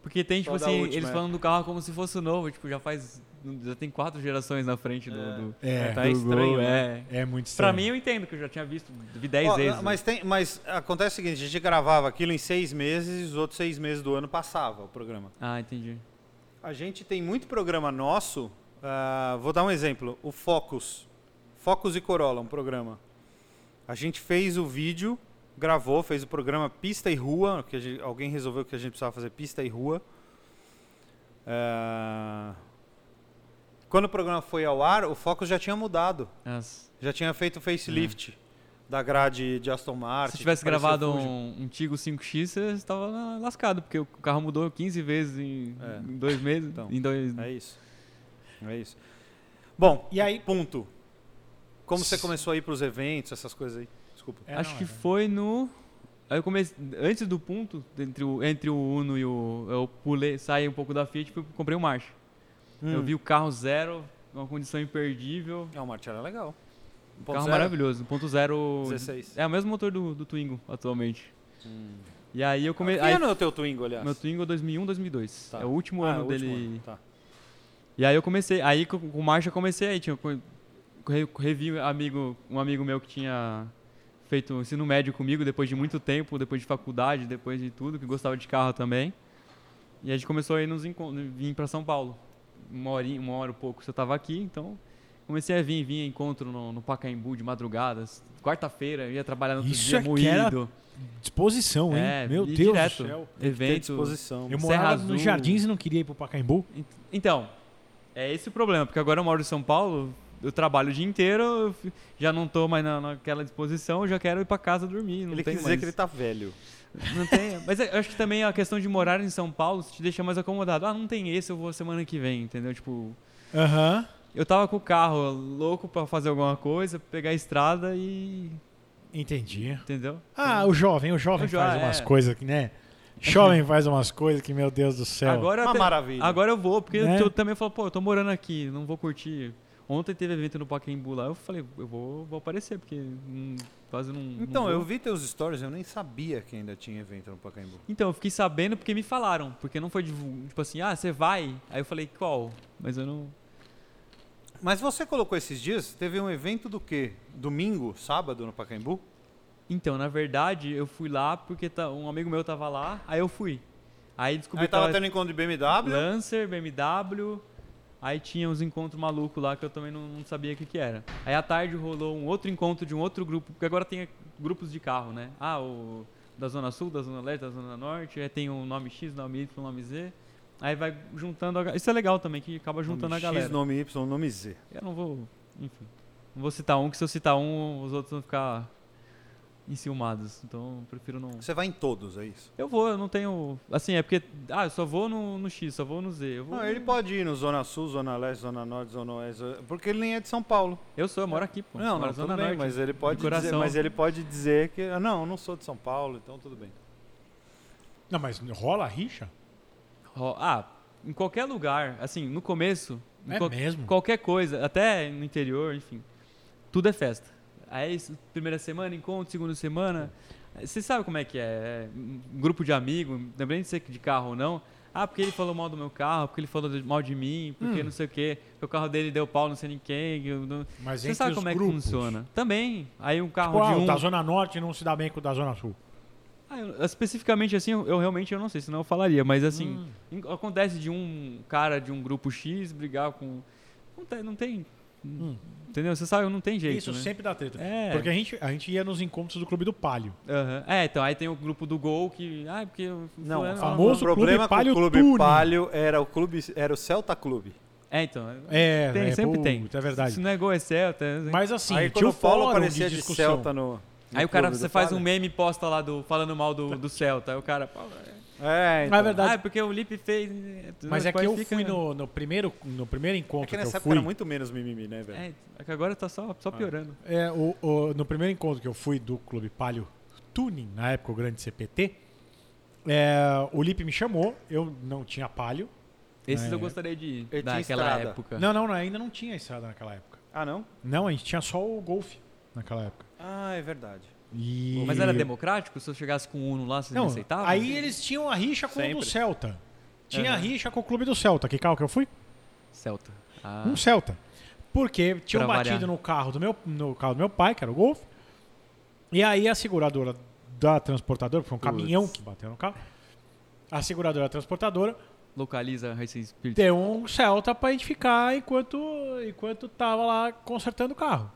Porque tem, tipo
Só da
assim,
última,
eles
é.
falando do carro como se fosse novo, tipo, já faz. Já tem quatro gerações na frente do. do
É,
do
tá estranho,
Gol,
né?
é.
É muito estranho.
Pra mim eu entendo, que eu já tinha visto, vi dez
Ó,
vezes. né?
Mas, tem, mas acontece o seguinte, a gente gravava aquilo em seis meses e os outros seis meses do ano passava o programa.
Ah, entendi.
A gente tem muito programa nosso, ah, vou dar um exemplo, o Focus. Focus e Corolla, um programa. A gente fez o vídeo, gravou, fez o programa Pista e Rua, que a gente- alguém resolveu que a gente precisava fazer Pista e Rua. Ah, quando o programa foi ao ar, o Focus já tinha mudado.
As-
Já tinha feito o facelift da grade de Aston Martin.
É. Se tivesse
parecia
gravado
Fuji.
um, um Tigo 5X, você estava la- lascado, porque o carro mudou 15 vezes em,
É.
em dois meses.
Então,
em dois,
É isso. É isso. Bom,
E aí.
ponto. Como você começou a ir para os eventos, essas coisas aí? Desculpa.
É,
Acho
não,
que
é.
foi no. Aí eu comecei. Antes do ponto, entre o, entre o Uno e o. Eu pulei, saí um pouco da Fiat e comprei o March.
Hum.
Eu vi o carro zero, uma condição imperdível.
É, o Martin era legal.
carro
1.0.
maravilhoso. Ponto zero.
16.
É o mesmo motor do, do Twingo atualmente. E aí eu
Que
comecei.
ano é Hum. o teu Twingo, aliás?
Meu Twingo é 2001, 2002.
Tá.
É o último
Ah,
ano
o último
dele.
ano, tá.
E aí eu comecei, aí com com marcha eu comecei aí, tinha co- re- revi um amigo, um amigo meu que tinha feito o ensino médio comigo depois de muito tempo, depois de faculdade, depois de tudo, que gostava de carro também. E a gente começou a ir nos encontros, vim para São Paulo. Uma hora, uma hora e pouco você tava aqui, então comecei a vir, vinha encontro no, no Pacaembu de madrugadas, quarta-feira, eu ia trabalhar no outro
Isso
dia
é que
moído.
era Disposição, hein?
É,
Meu
e
Deus
direto.
do céu.
Tem
evento.
disposição.
Eu
Serra
morava
Azul.
nos jardins e não queria ir pro Pacaembu.
Ent- Então, é esse o problema, porque agora eu moro em São Paulo, eu trabalho o dia inteiro, eu fi- já não tô mais na, naquela disposição, eu já quero ir pra casa dormir. Não
Ele
tem
quis dizer
mais.
que ele tá velho.
Não tem. Mas é, eu acho que também a questão de morar em São Paulo te deixa mais acomodado. Ah, não tem esse, eu vou semana que vem, entendeu? Tipo,
Aham.
eu tava com o carro louco pra fazer alguma coisa, pegar a estrada e.
Entendi.
Entendeu?
Ah, o jovem, o jovem
O jo-
faz umas
é.
coisas que, né? Jovem faz umas coisas que, meu Deus do céu.
Agora,
Uma
até-
maravilha.
Agora eu vou, porque
Né?
eu também falo, pô, eu tô morando aqui, não vou curtir. Ontem teve evento no Pacaembu lá, eu falei, eu vou, vou aparecer, porque hum, quase não. não
Então,
vou.
eu vi teus stories, eu nem sabia que ainda tinha evento no Pacaembu.
Então, eu fiquei sabendo porque me falaram, porque não foi divul- tipo assim, ah, você vai? Aí eu falei, qual? Mas eu não.
Mas você colocou esses dias, teve um evento do quê? Domingo, sábado no Pacaembu?
Então, na verdade, eu fui lá porque tá- um amigo meu tava lá, aí eu fui. Aí descobri
Aí
que
tava tendo encontro de BMW.
Lancer, BMW. Aí tinha uns encontros malucos lá que eu também não, não sabia o que, que era. Aí à tarde rolou um outro encontro de um outro grupo, porque agora tem grupos de carro, né? Ah, o da Zona Sul, da Zona Leste, da Zona Norte, aí tem o nome X, nome Y, nome Z. Aí vai juntando. A... ga- Isso é legal também, que acaba juntando
nome
a galera.
X, nome Y, nome Z.
Eu não vou. Enfim. Não vou citar um, que se eu citar um, os outros vão ficar enciumados. Então eu prefiro não.
Você vai em todos, é isso?
Eu vou, eu não tenho. Assim, é porque. Ah, eu só vou no, no X, só vou no Z. Eu, vou
Não,
no-
ele pode ir no Zona Sul, Zona Leste, Zona Norte, Zona Oeste, porque ele nem é de São Paulo.
eu sou, eu moro aqui, pô.
não,
moro
não,
na Zona
tudo bem,
Norte.
mas ele pode dizer,
coração.
mas ele pode dizer que, ah, não, eu não sou de São Paulo, então tudo bem.
Não, mas rola a rixa?
Ro- Ah, em qualquer lugar, assim, no começo, em
É
qual-
mesmo?
qualquer coisa, até no interior, enfim, tudo é festa. Aí, s- primeira semana, encontro, segunda semana. Você sabe como é que é? é um grupo de amigos, também de ser de carro ou não. Ah, porque ele falou mal do meu carro, porque ele falou de- mal de mim, porque não sei o quê, porque o carro dele deu pau, não sei em quem. eu não-
Mas
Você
entre
sabe
os
como é que
grupos.
funciona? Também. Aí um carro
Tipo, ah,
de
o
um.
da Zona Norte não se dá bem com o da Zona Sul.
Ah, eu- especificamente assim, eu, eu realmente eu não sei, senão eu falaria, mas assim,
Hum.
em- acontece de um cara de um grupo X brigar com. Não tem. Não tem Entendeu? Você sabe, não tem jeito.
Hum. Isso
né?
sempre dá treta.
É.
Porque a gente, a gente ia nos encontros do Clube do Palio.
Aham. É, então, aí tem o grupo do Gol que. Ah, porque. o
Não,
fulano-
o
famoso Clube
problema
Palio
com o Clube
Tune.
Palio era o clube, era o Celta Clube.
É, então.
É,
tem,
é,
sempre
pô,
tem.
isso é verdade.
Se não é gol, é Celta. é-
Mas assim,
Aí
tinha
quando
o
o Paulo
fórum
aparecia
de né?
de,
discussão.
Celta no, no
Aí o cara,
Clube do
você faz um
Palio.
meme e posta lá do, falando mal do, do Celta. Aí o cara. pô,
É,
Mas é
então.
verdade.
Ah, é porque o Lipe fez. né,
mas é que
aí
eu
Ah, fica-
fui no, no primeiro, no primeiro
É
encontro
que nessa
que eu
época era
fui.
muito menos mimimi, né, velho?
É, é que agora tá só, só piorando.
É, o, o- no primeiro encontro que eu fui do Clube Palio Tuning, na época o grande CPT, é, o Lipe me chamou, eu não tinha palio.
Esses
É.
eu gostaria de ir
tinha
daquela
estrada.
época.
Não, não, não, ainda não tinha estrada naquela época.
Ah, não?
Não, a gente tinha só o Golf naquela época.
Ah, é verdade.
E-
Mas era democrático? Se eu chegasse com um Uno lá, vocês
Não,
me aceitavam? Uhum.
aí eles tinham a rixa com o do
Sempre.
Celta. Tinha a rixa com o clube do Celta. Que carro que eu fui?
Celta. Ah,
Um Celta. Porque tinham
Pra
batido
variar.
no carro, do meu, no carro do meu pai, que era o Golf. E aí a seguradora da transportadora, porque foi um caminhão que bateu no carro, a seguradora da transportadora
localiza Hum, Racing Spirit.
deu um Celta pra gente ficar enquanto, enquanto tava lá consertando o carro.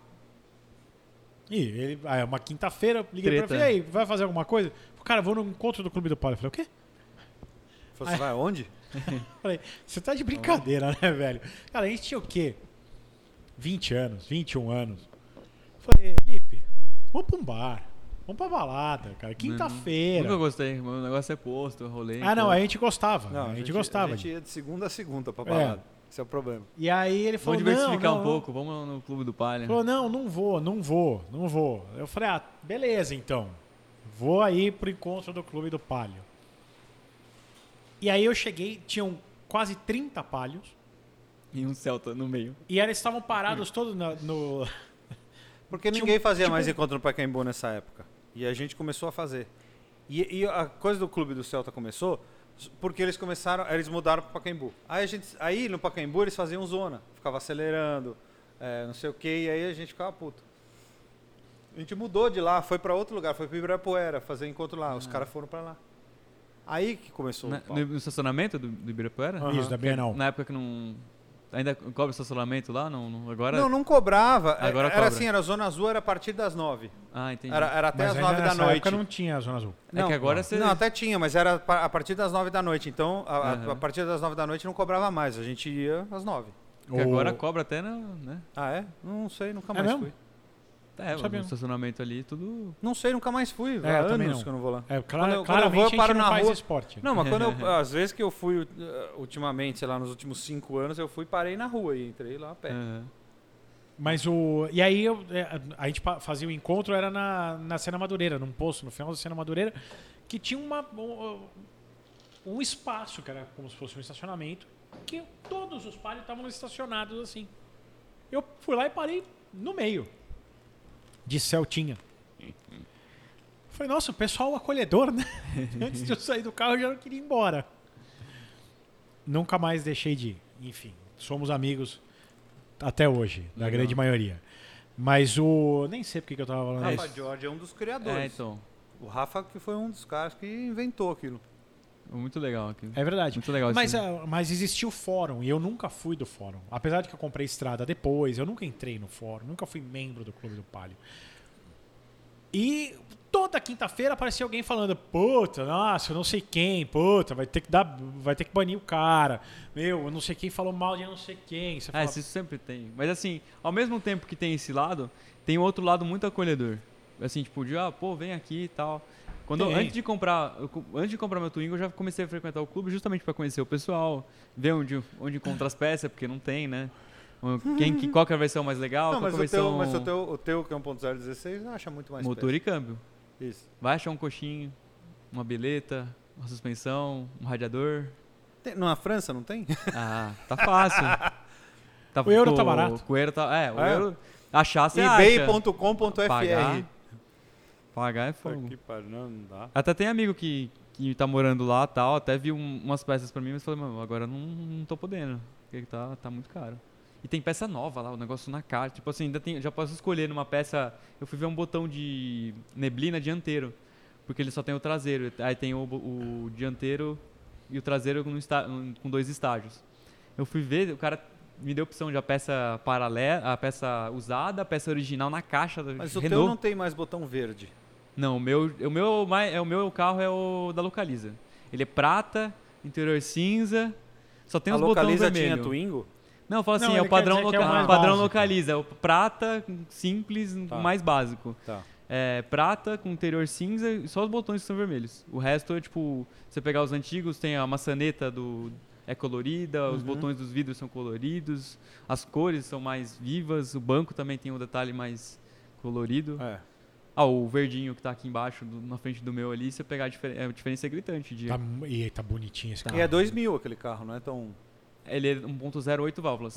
E ele, aí é uma quinta-feira, eu liguei pra ele,
Treta.
falei, e aí, vai fazer alguma coisa? Falei, Cara, eu vou no encontro do Clube do Paulo. Eu falei, o quê?
Você vai aonde?
Falei, você tá de brincadeira, né, velho? Cara, a gente tinha o quê? 20 anos, 21 anos. Falei, Lipe, vamos pra um bar. Vamos pra balada, cara.
Nunca
Quinta-feira.
gostei, meu negócio é posto, rolê.
Ah, não,
então.
a gente gostava. a, gente, gostava.
A gente ia de segunda a segunda pra
É.
balada. Esse é o problema.
E aí ele
Vamos
falou, não,
diversificar
não,
um
não.
pouco, né?" vamos no Clube do Palha.
Falou, não, não vou, não vou, não vou. Eu falei, ah, beleza então. Vou aí pro encontro do Clube do Palio. E aí eu cheguei, tinham quase 30 palhos.
E um Celta no meio.
E eles estavam parados
Hum.
todos na- no,
Porque
Tinha um-
ninguém fazia
tipo-
mais encontro no Pacaembu nessa época. E a gente começou a fazer. E, e a coisa do clube do Celta começou s- porque eles começaram, eles mudaram pro Pacaembu. Aí, a gente, aí no Pacaembu eles faziam zona, ficava acelerando, é, não sei o que, e aí a gente ficava puto. A gente mudou de lá, foi pra outro lugar, foi pro Ibirapuera fazer encontro lá. Os caras foram pra lá. Aí que começou o
Ah. Na-
pau.
no, no estacionamento do, do Ibirapuera?
Isso, da Bienal.
Na época que não... Ainda cobra estacionamento lá? Não, não- agora...
Não, não cobrava.
Agora
era
cobra.
assim, era zona azul, era a partir das nove.
Ah, entendi.
Era, era até
Mas
as
ainda
nove da
nessa
noite.
época não tinha a Zona Azul.
É que agora você...
Não, até tinha, mas era pa- a partir das nove da noite. Então, a, a-
Aham.
a partir das nove da noite não cobrava mais. A gente ia às nove.
Que agora cobra até na, né?
Ah, é? Não sei,
É
nunca mais
mesmo?
fui.
É,
sabia, não.
o estacionamento ali, tudo.
Não sei, nunca mais fui. Há
É, eu também
anos
não.
que eu não vou lá.
É, clara-
Quando eu- quando eu vou,
claramente
eu
a gente
paro
não
na
faz
rua.
esporte.
Não, mas quando eu, às vezes que eu fui eh, ultimamente, sei lá, nos últimos cinco anos, eu fui e parei na rua e entrei lá a
É,
pé.
Aham.
Mas o. E aí eu- é, a gente pa- fazia o encontro, era na, na Cena Madureira, num posto, no final da Cena Madureira, que tinha uma, um, um espaço, que era como se fosse um estacionamento, que todos os pálios estavam estacionados assim. Eu fui lá e parei no meio. De Celtinha. Falei, nossa, o pessoal acolhedor, né? Antes de eu sair do carro, eu já queria ir embora. Nunca mais deixei de ir. Enfim, somos amigos até hoje, da
Legal.
grande maioria. Mas o. Nem sei porque que eu tava falando
Rafa
isso.
George é um dos
É,
criadores.
então.
O Rafa que foi um dos caras que inventou aquilo.
Muito legal aqui.
É verdade.
Muito legal
Mas,
isso.
ah, mas existia o fórum e eu nunca fui do fórum. Apesar de que eu comprei estrada depois, eu nunca entrei no fórum, nunca fui membro do Clube do Palio. E toda quinta-feira aparecia alguém falando: puta, nossa, eu não sei quem, puta, vai ter que dar, vai ter que banir o cara. Meu, eu não sei quem falou mal de não sei quem. Você
É,
fala,
isso sempre tem. Mas assim, ao mesmo tempo que tem esse lado, tem um outro lado muito acolhedor. Assim, tipo, de, ah, pô, vem aqui e tal. Quando,
Tem.
antes de comprar, eu co- antes de comprar meu Twingo, eu já comecei a frequentar o clube justamente para conhecer o pessoal, ver onde, onde encontra as peças, porque não tem, né? Quem, que, qual que vai ser o mais legal,
não,
qual
mas
que vai
o,
ser
teu,
um
mas o teu, o teu que é 1.016 acha muito mais
motor e câmbio.
peça. Isso.
Vai achar um coxinho, uma bilheta, uma suspensão, um radiador.
Tem, na França não tem?
Ah, tá fácil. Tá-
O euro tá
pô,
barato.
O euro tá. É, o
É.
euro. Achar, você acha.
ebay.com.fr.
Pagar. Pagar é fogo.
Que pariu, não, não dá.
Até tem amigo que, que tá morando lá tal, até viu um- umas peças pra mim, mas falei, mano, agora não, não tô podendo. Porque tá, tá muito caro. E tem peça nova lá, o negócio na cara. Tipo assim, ainda tem, já posso escolher numa peça. Eu fui ver um botão de neblina dianteiro. Porque ele só tem o traseiro. Aí tem o, bo- o dianteiro e o traseiro com, está- com dois estágios. Eu fui ver, o cara me deu a opção de a peça paralela, a peça usada, a peça original na caixa da
Mas o teu
Renault.
não tem mais botão verde.
Não, o meu, o meu, mai- é, o meu carro é o da Localiza. Ele é prata, interior cinza, só tem
a
os botões
Localiza tinha
vermelhos.
Twingo?
Não, fala assim,
Não,
é
ele
o
quer
padrão,
dizer que é o
loca-
mais
padrão
básico.
Localiza, é o prata, simples,
Tá.
mais básico.
Tá.
É, prata com interior cinza e só os botões que são vermelhos. O resto é tipo, você pegar os antigos, tem a maçaneta do é colorida,
Uhum.
os botões dos vidros são coloridos, as cores são mais vivas, o banco também tem um detalhe mais colorido.
É.
Ah, o verdinho que tá aqui embaixo, do- na frente do meu ali, se eu pegar a, difer- é, a diferença é gritante. De,
tá, e tá bonitinho esse
E é
cara.
2000 aquele carro, não é tão...
Ele é 1.08 válvulas.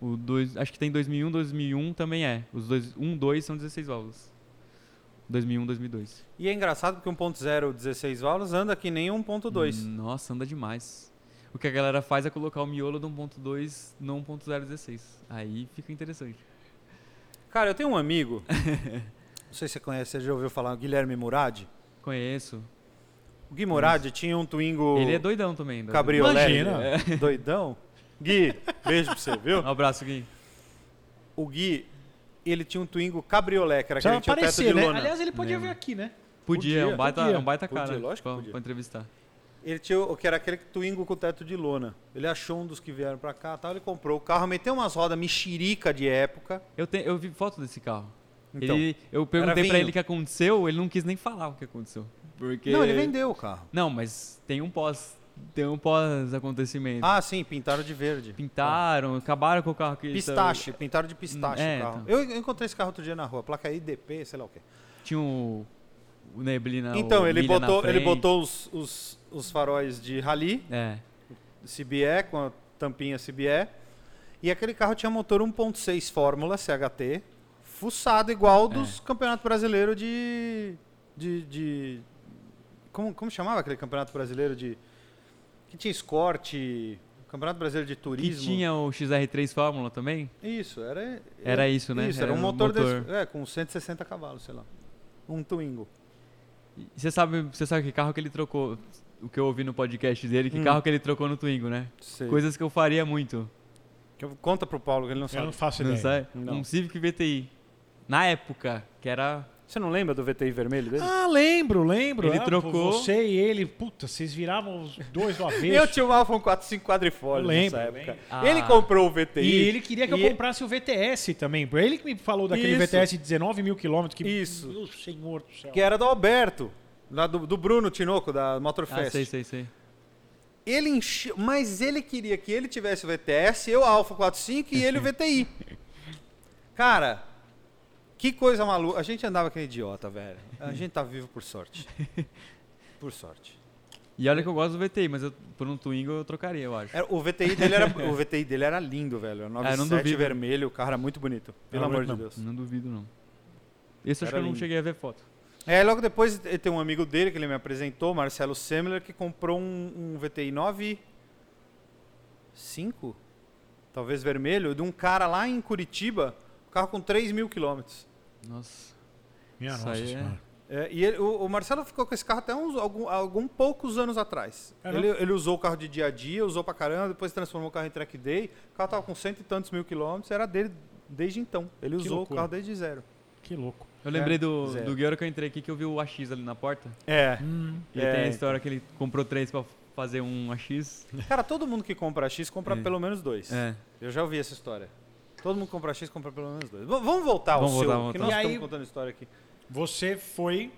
O dois, acho que tem 2001, 2001 também é. Os dois, 1, 2 são 16 válvulas. 2001, 2002.
E é engraçado porque 1.0 16 válvulas anda que nem 1.2.
Nossa, anda demais. O que a galera faz é colocar o miolo do 1.2 no 1.016. Aí fica interessante.
Cara, eu tenho um amigo, não sei se você conhece, você já ouviu falar, Guilherme Murad.
Conheço.
O Gui Murad tinha um Twingo
Ele é doidão também. doidão.
cabriolé.
Imagina.
É. Doidão. Gui, beijo pra você, viu?
Um abraço, Gui.
O Gui, ele tinha um Twingo cabriolé, que era aquele
Precisava
que tinha o teto de
aparecer, né?
lona.
Aliás, ele podia
Lembro.
vir aqui, né?
Podia, é um baita,
podia.
é um baita
Podia,
cara
lógico que
pra,
podia.
pra entrevistar.
Ele tinha o que era aquele Twingo com teto de lona. Ele achou um dos que vieram pra cá, tal, ele comprou o carro, meteu umas rodas mexerica de época.
Eu, te, eu vi foto desse carro.
Então,
Ele- eu perguntei
vinho.
pra ele o que aconteceu, ele não quis nem falar o que aconteceu. Porque...
Não, ele vendeu o carro.
Não, mas tem um pós. Tem um pós-acontecimento.
Ah, sim, pintaram de verde.
Pintaram, acabaram com o carro que.
Pistache, pintaram de pistache
É,
o carro.
então.
Eu eu encontrei esse carro outro dia na rua, placa IDP, sei lá o quê.
Tinha um. O neblina.
então,
É, o
ele
milha na
botou, ele
frente.
botou os, os, os faróis de rally,
É.
CBE, com a tampinha CBE. E aquele carro tinha motor 1.6 Fórmula CHT, fuçado igual
É.
dos Campeonato Brasileiro de. de, de- como, como chamava aquele Campeonato Brasileiro de. que tinha Escort, Campeonato Brasileiro de
E
Turismo.
tinha o XR3 Fórmula também?
Isso, era.
Era isso, né?
Isso, era,
Era
um
um
motor,
motor.
desse. É, com 160 cavalos, sei lá. Um Twingo.
E Você sabe, você sabe que carro que ele trocou. O que eu ouvi no podcast dele,
Hum.
que carro que ele trocou no Twingo, né?
Sei.
Coisas que eu faria muito.
Que eu- Conta pro Paulo que ele não
Eu
sabe.
não faço
Não
ideia.
sabe?
Não.
Um Civic VTI. Na época, que era
Você não lembra do VTI vermelho dele?
Ah, lembro, lembro.
Ele
Ah,
trocou.
Você e ele, puta, vocês viravam os dois do avesso.
eu tinha um Alpha 45 quadrifólio
Eu
nessa
lembro,
época.
lembro.
Ele
Ah.
comprou o VTI.
E ele queria que eu
e-
comprasse o VTS também. Foi Ele que me falou daquele
Isso.
VTS de 19 mil quilômetros. Que...
Isso.
Meu senhor do céu.
Que era do Alberto, lá do, do Bruno Tinoco, da Motorfest.
Ah, sei, sei, sei.
Ele encheu, mas ele queria que ele tivesse o VTS, eu a Alfa 45 e ele o VTI. Cara, que coisa maluca. A gente andava aquele idiota, velho. A gente tá vivo por sorte. Por sorte.
E olha que eu gosto do VTI, mas eu- por um Twingo eu trocaria, eu acho.
Era- o, VTI dele era, o VTI dele era lindo, velho.
Ah,
Era
eu não
97
duvido.
vermelho, o carro era muito bonito. Pelo
Era
amor
muito
de
mesmo.
Deus.
Não duvido, não. Esse eu acho
Era
que eu não
lindo.
cheguei a ver foto.
É, logo depois eh, tem um amigo dele que ele me apresentou, Marcelo Semler, que comprou um, um VTI 95, talvez vermelho, de um cara lá em Curitiba, um carro com 3 mil quilômetros.
Nossa.
Minha
Isso
nossa
aí é-
senhora.
É, e ele- o, o Marcelo ficou com esse carro até uns algum, algum poucos anos atrás.
É, né?
Ele, ele usou o carro de dia a dia, usou pra caramba, depois transformou o carro em track day. O carro tava com cento e tantos mil quilômetros, era dele desde então. Ele usou o
loucura.
carro desde zero.
Que louco.
Eu lembrei do,
é.
zero.
do Gueiro que eu entrei aqui que eu vi o AX ali na porta.
É.
E tem
É,
então.
a história que ele comprou três pra fazer um AX.
Cara, todo mundo que compra X compra
É.
pelo menos dois.
É.
Eu já ouvi essa história. Todo mundo compra X, compra pelo menos dois. V- vamos voltar ao
Vamos
seu,
voltar, vamos
que
voltar.
nós
E
estamos
aí-
contando história aqui.
Você foi.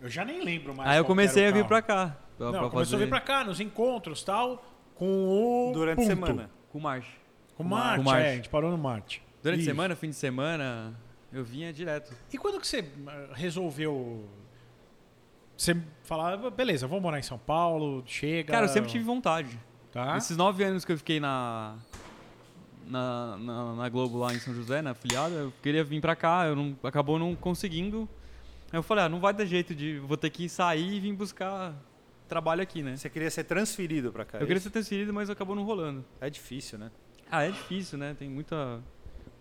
Eu já nem lembro mais.
Aí eu
qual
comecei
era
a
o carro.
vir pra cá. Pra,
Não,
pra
começou a
fazer
vir pra cá, nos encontros tal,
um
com o.
Durante a
Punto.
semana.
Com Marte.
Com o Marte,
Com Marte.
é, a gente parou no Marte.
Durante a
Isso.
semana, fim de semana, eu vinha direto.
E quando que você eh, resolveu. Você falava, beleza, vou morar em São Paulo, chega.
Cara, eu sempre tive vontade.
Tá?
Esses nove anos que eu fiquei na, na, na, na Globo lá em São José, na afiliada, eu queria vir pra cá, eu não, acabou não conseguindo. Aí eu falei, ah, não vai dar jeito de. Vou ter que sair e vir buscar trabalho aqui, né?
Você queria ser transferido pra
é
cá. é
Eu queria
isso?
ser transferido, mas acabou não rolando.
É difícil, né?
Ah, é difícil, né? Tem muita,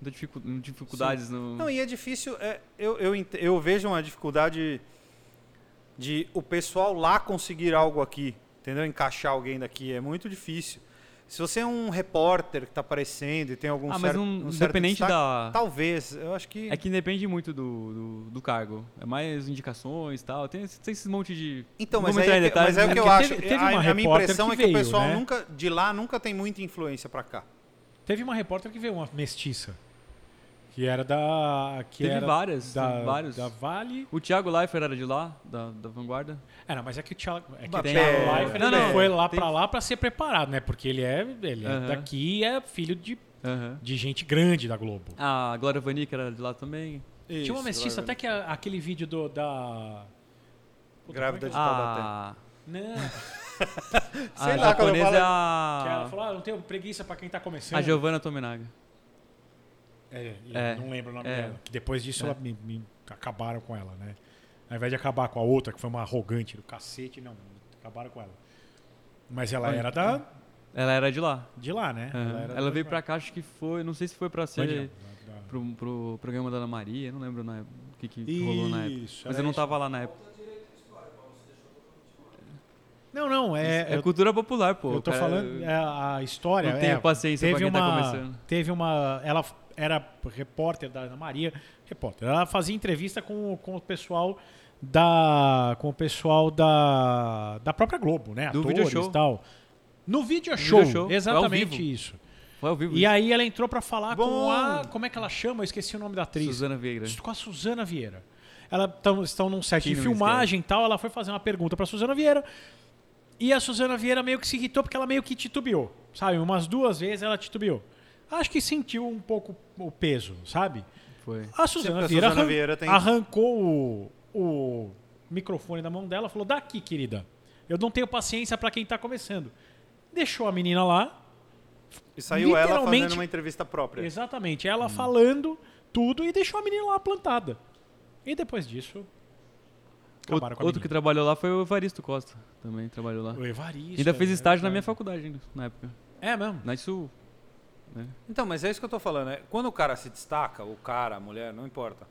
muita dificu- dificuldades no.
Não, e é difícil. é, eu, eu, ent- eu vejo uma dificuldade de o pessoal lá conseguir algo aqui, entendeu? Encaixar alguém daqui. É muito difícil. Se você é um repórter que está aparecendo e tem algum
ah, mas
certo,
não,
um certo
independente
destaque,
da.
Talvez. Eu acho que.
É que depende muito do, do, do cargo. É mais indicações e tal. Tem, esse- tem esse monte de.
Então,
Não
mas,
vou
aí,
entrar em
é que- mas
detalhes,
é o
né?
que eu
Porque
acho.
teve- teve
a,
uma
a minha
repórter
impressão
que
é que o
veio,
pessoal
né?
nunca, de lá nunca tem muita influência pra cá.
Teve uma repórter que veio, uma mestiça. Que era da. Que
Teve
era
várias,
Da,
teve vários.
da Vale.
O Thiago Leifert era de lá, da, da vanguarda.
Ah, não, mas é que o Thiago. É que
Mas
o
tem-
Thiago Leifert
Não,
ele
não,
foi lá
tem-
pra lá pra ser preparado, né? Porque ele é. Ele é
Aham.
daqui e é filho de,
Aham.
de gente grande da Globo.
A Glória Vanik era de lá também.
Tinha uma mestiça até que a- aquele vídeo do, da. Puta,
Grávida de
como
Taubaté.
A,
é que- Não,
a
Sei lá, quando
japonesa
eu
é
falo-
que ela
a,
falou, ah, não tenho preguiça pra quem tá começando.
a Giovanna Tominaga.
É, eu
É.
não lembro o nome
É.
dela. Que depois disso
É.
ela me, me- acabaram com ela, né? Ao invés de acabar com a outra, que foi uma arrogante do cacete, não. Acabaram com ela. Mas ela
Olha,
era da,
Ela era de lá.
de lá, né?
Aham. Ela,
era
veio pra cá, acho que foi, não sei se foi pra
Band,
ser
não, da- da-
pro, pro programa da Ana Maria, não lembro na época, o que, que rolou na época.
Isso,
Mas
era
eu não
isso.
tava lá na época.
Não, não, é.
É,
eu,
cultura popular, pô.
eu tô
cara,
falando é, a história.
Não tenho
é,
paciência pra
teve
quem tá
uma,
começando.
Teve uma. Ela f- era repórter da Ana Maria. Repórter. Ela fazia entrevista com, com o pessoal da. Com o pessoal da. Da própria Globo, né?
Do
Atores
video show.
e tal. No video show,
video show, ao
exatamente
vivo.
isso.
Foi ao vivo.
E aí ela entrou pra falar
Bom.
com a. Como é que ela chama? Eu esqueci o nome da atriz.
Suzana Vieira.
Com a Suzana Vieira. Ela tão, estão num set
Quem
de
não
filmagem e tal. Ela foi fazer uma pergunta pra Suzana Vieira. E a Suzana Vieira meio que se irritou porque ela meio que titubeou. Sabe? Umas duas vezes ela titubeou. Acho que sentiu um pouco o peso, sabe?
Foi.
A Suzana
a
Vieira,
Suzana
arran-
Vieira tem-
arrancou o, o microfone da mão dela, falou: "Daqui, querida. Eu não tenho paciência pra quem tá começando". Deixou a menina lá,
E saiu ela fazendo
literalmente-
uma entrevista própria.
Exatamente.
Hum.
Ela falando tudo e deixou a menina lá plantada. E depois disso. Acabaram com a
Outro que
menina.
trabalhou lá foi o Evaristo Costa. Também trabalhou lá.
O Evaristo.
ainda fez
é
estágio na minha
verdade.
faculdade, ainda, na época.
É mesmo.
Na Sul.
Então, mas é isso que eu tô falando. é, quando o cara se destaca, o cara, a mulher, não importa,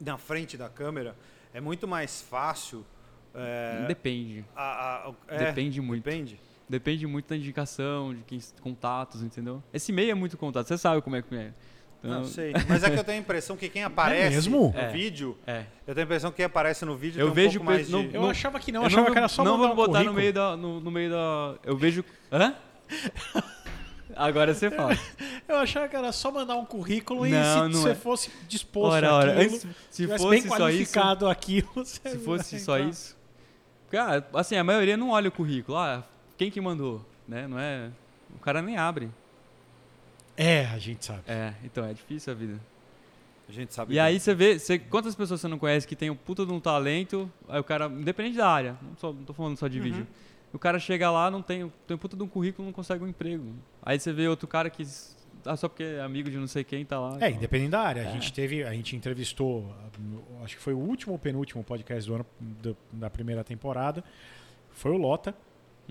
na frente da câmera, é muito mais fácil. é,
Depende.
a- a- o- é,
Depende muito.
Depende.
Depende muito da indicação, de quem, contatos, entendeu? Esse meio é muito contato, você sabe como é que é. Então, Eu-
Não sei. Mas é que eu tenho a impressão que quem aparece
mesmo?
no
É.
vídeo,
É.
eu tenho a impressão que quem aparece no vídeo
Eu
tem um
vejo
pouco mais
pe- não-
de...
Eu
não-
achava que não, eu
Eu
achava
não,
que era só
não
mandar
vou
um
botar no
currículo.
meio da no, no meio da eu vejo hã? Agora você fala.
Eu achava que era só mandar um currículo
Não,
e se
não
você
é.
fosse disposto
Ora, ora,
àquilo,
antes- se
tivesse
fosse
bem
só
qualificado aquilo, você
Se fosse
vai
só
entrar.
isso. Cara, assim, a maioria não olha o currículo. Ah, quem que mandou, né? Não é o cara nem abre.
É, a gente sabe.
É, então é difícil a vida.
A gente sabe
E
que-
aí você vê, você, quantas pessoas você não conhece que tem um puta de um talento, aí o cara, independente da área, não, só, não tô falando só de vídeo. O cara chega lá, não tem, tem um puta de um currículo, não consegue um emprego. Aí você vê outro cara que ah, só porque é amigo de não sei quem tá lá.
É, independente da área. A gente teve, a gente entrevistou, ah, acho que foi o último ou penúltimo podcast do ano do- da primeira temporada. Foi o Lota,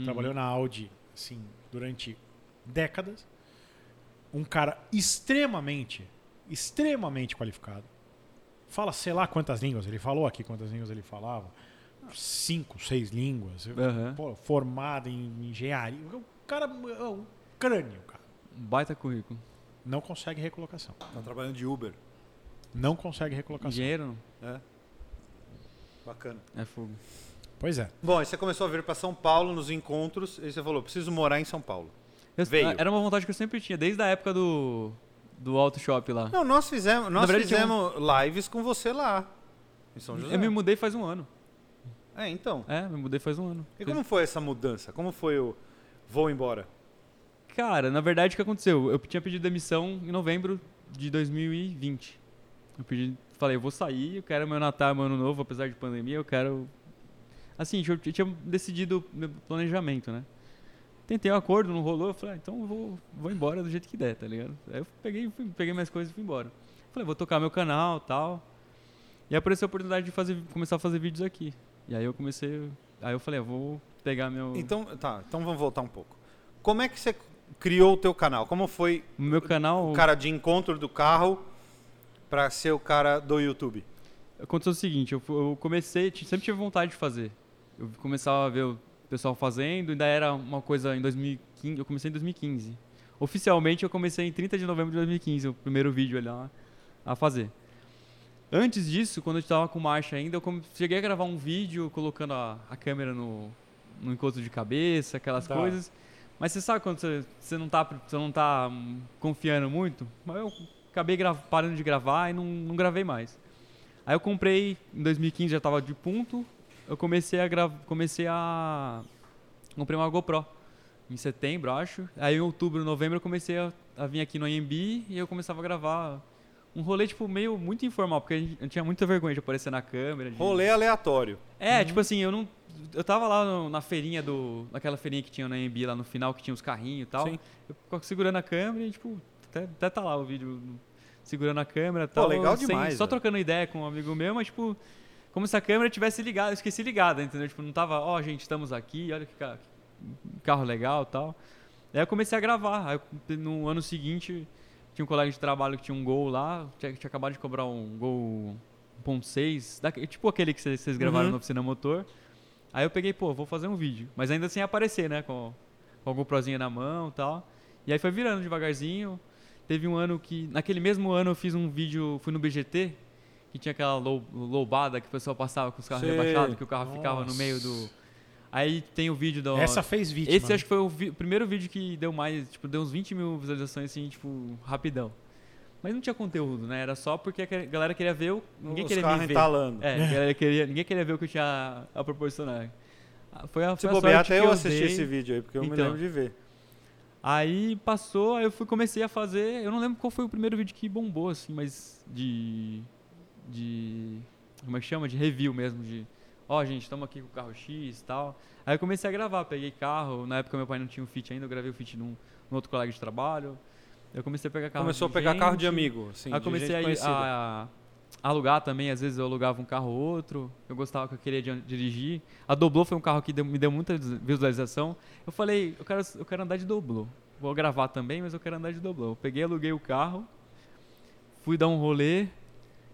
trabalhou na Audi assim durante décadas. Um cara extremamente, extremamente qualificado. Fala, sei lá quantas línguas. Ele falou aqui quantas línguas ele falava. Cinco, seis línguas.
Aham.
Pô, formado em engenharia. O cara é um crânio, cara.
Um Baita currículo.
Não consegue recolocação.
Tá trabalhando de Uber.
Não consegue recolocação.
Engenheiro não?
É. Bacana.
É fogo.
Pois é.
Bom, aí você começou a vir para São Paulo nos encontros e você falou, preciso morar em São Paulo.
Eu- ah,
Veio.
Era uma vontade que eu sempre tinha, desde a época do, do Auto Shop lá.
Não, nós fizemos,
Na
nós
verdade, tinha
fizemos lives com você lá, em São José.
eu me mudei faz um ano.
É, então.
É, me mudei faz um ano.
E como foi essa mudança? Como foi o vou embora?
Cara, na verdade o que aconteceu? Eu tinha pedido demissão em novembro de 2020. Eu pedi, falei, eu vou sair, eu quero meu Natal, meu Ano Novo, apesar de pandemia, eu quero. Assim, eu t- tinha decidido meu planejamento, né? Tentei um acordo, não rolou, eu falei, ah, então eu vou, vou embora do jeito que der, tá ligado? Aí eu peguei, fui- peguei minhas coisas e fui embora. Falei, vou tocar meu canal tal. E apareceu a oportunidade de fazer, começar a fazer vídeos aqui. E aí eu comecei. Aí eu falei, ah, vou pegar meu.
Então, tá, então vamos voltar um pouco. Como é que você criou o teu canal? Como foi
meu canal.
o cara de encontro do carro para ser o cara do YouTube?
Aconteceu o seguinte, eu, fu- eu comecei, ti- sempre tive vontade de fazer. Eu começava a ver o pessoal fazendo, ainda era uma coisa em 2015, eu comecei em 2015. Oficialmente eu comecei em 30 de novembro de 2015, o primeiro vídeo lá a fazer. Antes disso, quando eu estava com marcha ainda, eu come- cheguei a gravar um vídeo colocando a, a câmera no, no encosto de cabeça, aquelas
Tá.
coisas. Mas você sabe quando você, você não tá, você não tá hum, confiando muito? Mas eu acabei gra- parando de gravar e não, não gravei mais. Aí eu comprei, em 2015 já tava de ponto, eu comecei a gravar, comecei a... Comprei uma GoPro em setembro, acho. Aí em outubro, novembro eu comecei a, a vir aqui no IMB e eu começava a gravar um rolê, tipo, meio muito informal, porque a gente- eu tinha muita vergonha de aparecer na câmera. de-
Rolê aleatório.
é, tipo assim, eu não. Eu tava lá no- na feirinha do. Naquela feirinha que tinha na AMB lá no final, que tinha os carrinhos e tal.
Sim.
Eu ficava segurando a câmera e, tipo, até, até tá lá o vídeo segurando a câmera e tal.
legal
sem-
demais,
Só
velho.
trocando ideia com um amigo meu, mas, tipo, como se a câmera tivesse ligada, eu esqueci ligada, entendeu? Tipo, não tava, ó, gente, estamos aqui, olha que ca- carro legal e tal. Aí eu comecei a gravar. Aí eu- no ano seguinte, tinha um colega de trabalho que tinha um gol lá, tinha, tinha acabado de cobrar um gol 1.6, daque- tipo aquele que vocês vocês gravaram
Uhum.
na oficina motor. Aí eu peguei, pô, vou fazer um vídeo. Mas ainda sem aparecer, né? Com, com a GoProzinha na mão e tal. E aí foi virando devagarzinho. Teve um ano que. Naquele mesmo ano eu fiz um vídeo, fui no BGT, que tinha aquela lou- loubada que o pessoal passava com os carros
Sei.
rebaixados, que o carro ficava no
Nossa.
meio do. Aí tem o vídeo do.
Essa fez vítima.
Esse
né?
acho que foi o vi- primeiro vídeo que deu mais, tipo, deu uns 20 mil visualizações, assim, tipo, rapidão. Mas não tinha conteúdo, né? Era só porque a que- galera queria ver, o... ninguém
Os
queria me
carros
ver.
entalando.
É, a galera queria, ninguém queria ver o que eu tinha a proporcionar. Ah, Foi a,
Se
foi a sorte
bobear, até
que
eu assisti
dei.
esse vídeo aí, porque eu me
Então.
lembro de ver.
Aí passou, aí eu fui, comecei a fazer. Eu não lembro qual foi o primeiro vídeo que bombou, assim, mas de. De. Como é que chama? De review mesmo. De. Ó, gente, estamos aqui com o carro X e tal. Aí eu comecei a gravar, peguei carro. Na época meu pai não tinha um fit ainda, eu gravei o fit num, num outro colega de trabalho. Eu comecei a pegar carro
Começou a
de
pegar carro de
gente.
amigo, assim,
Aí
de
comecei
gente
a, ir-
conhecida.
a- a alugar também, às vezes eu alugava um carro ou outro, eu gostava que eu queria di- dirigir. A Doblô foi um carro que deu- me deu muita vis- visualização. Eu falei, eu quero, eu quero andar de Doblô. Vou gravar também, mas eu quero andar de Doblô. Eu peguei, aluguei o carro, fui dar um rolê.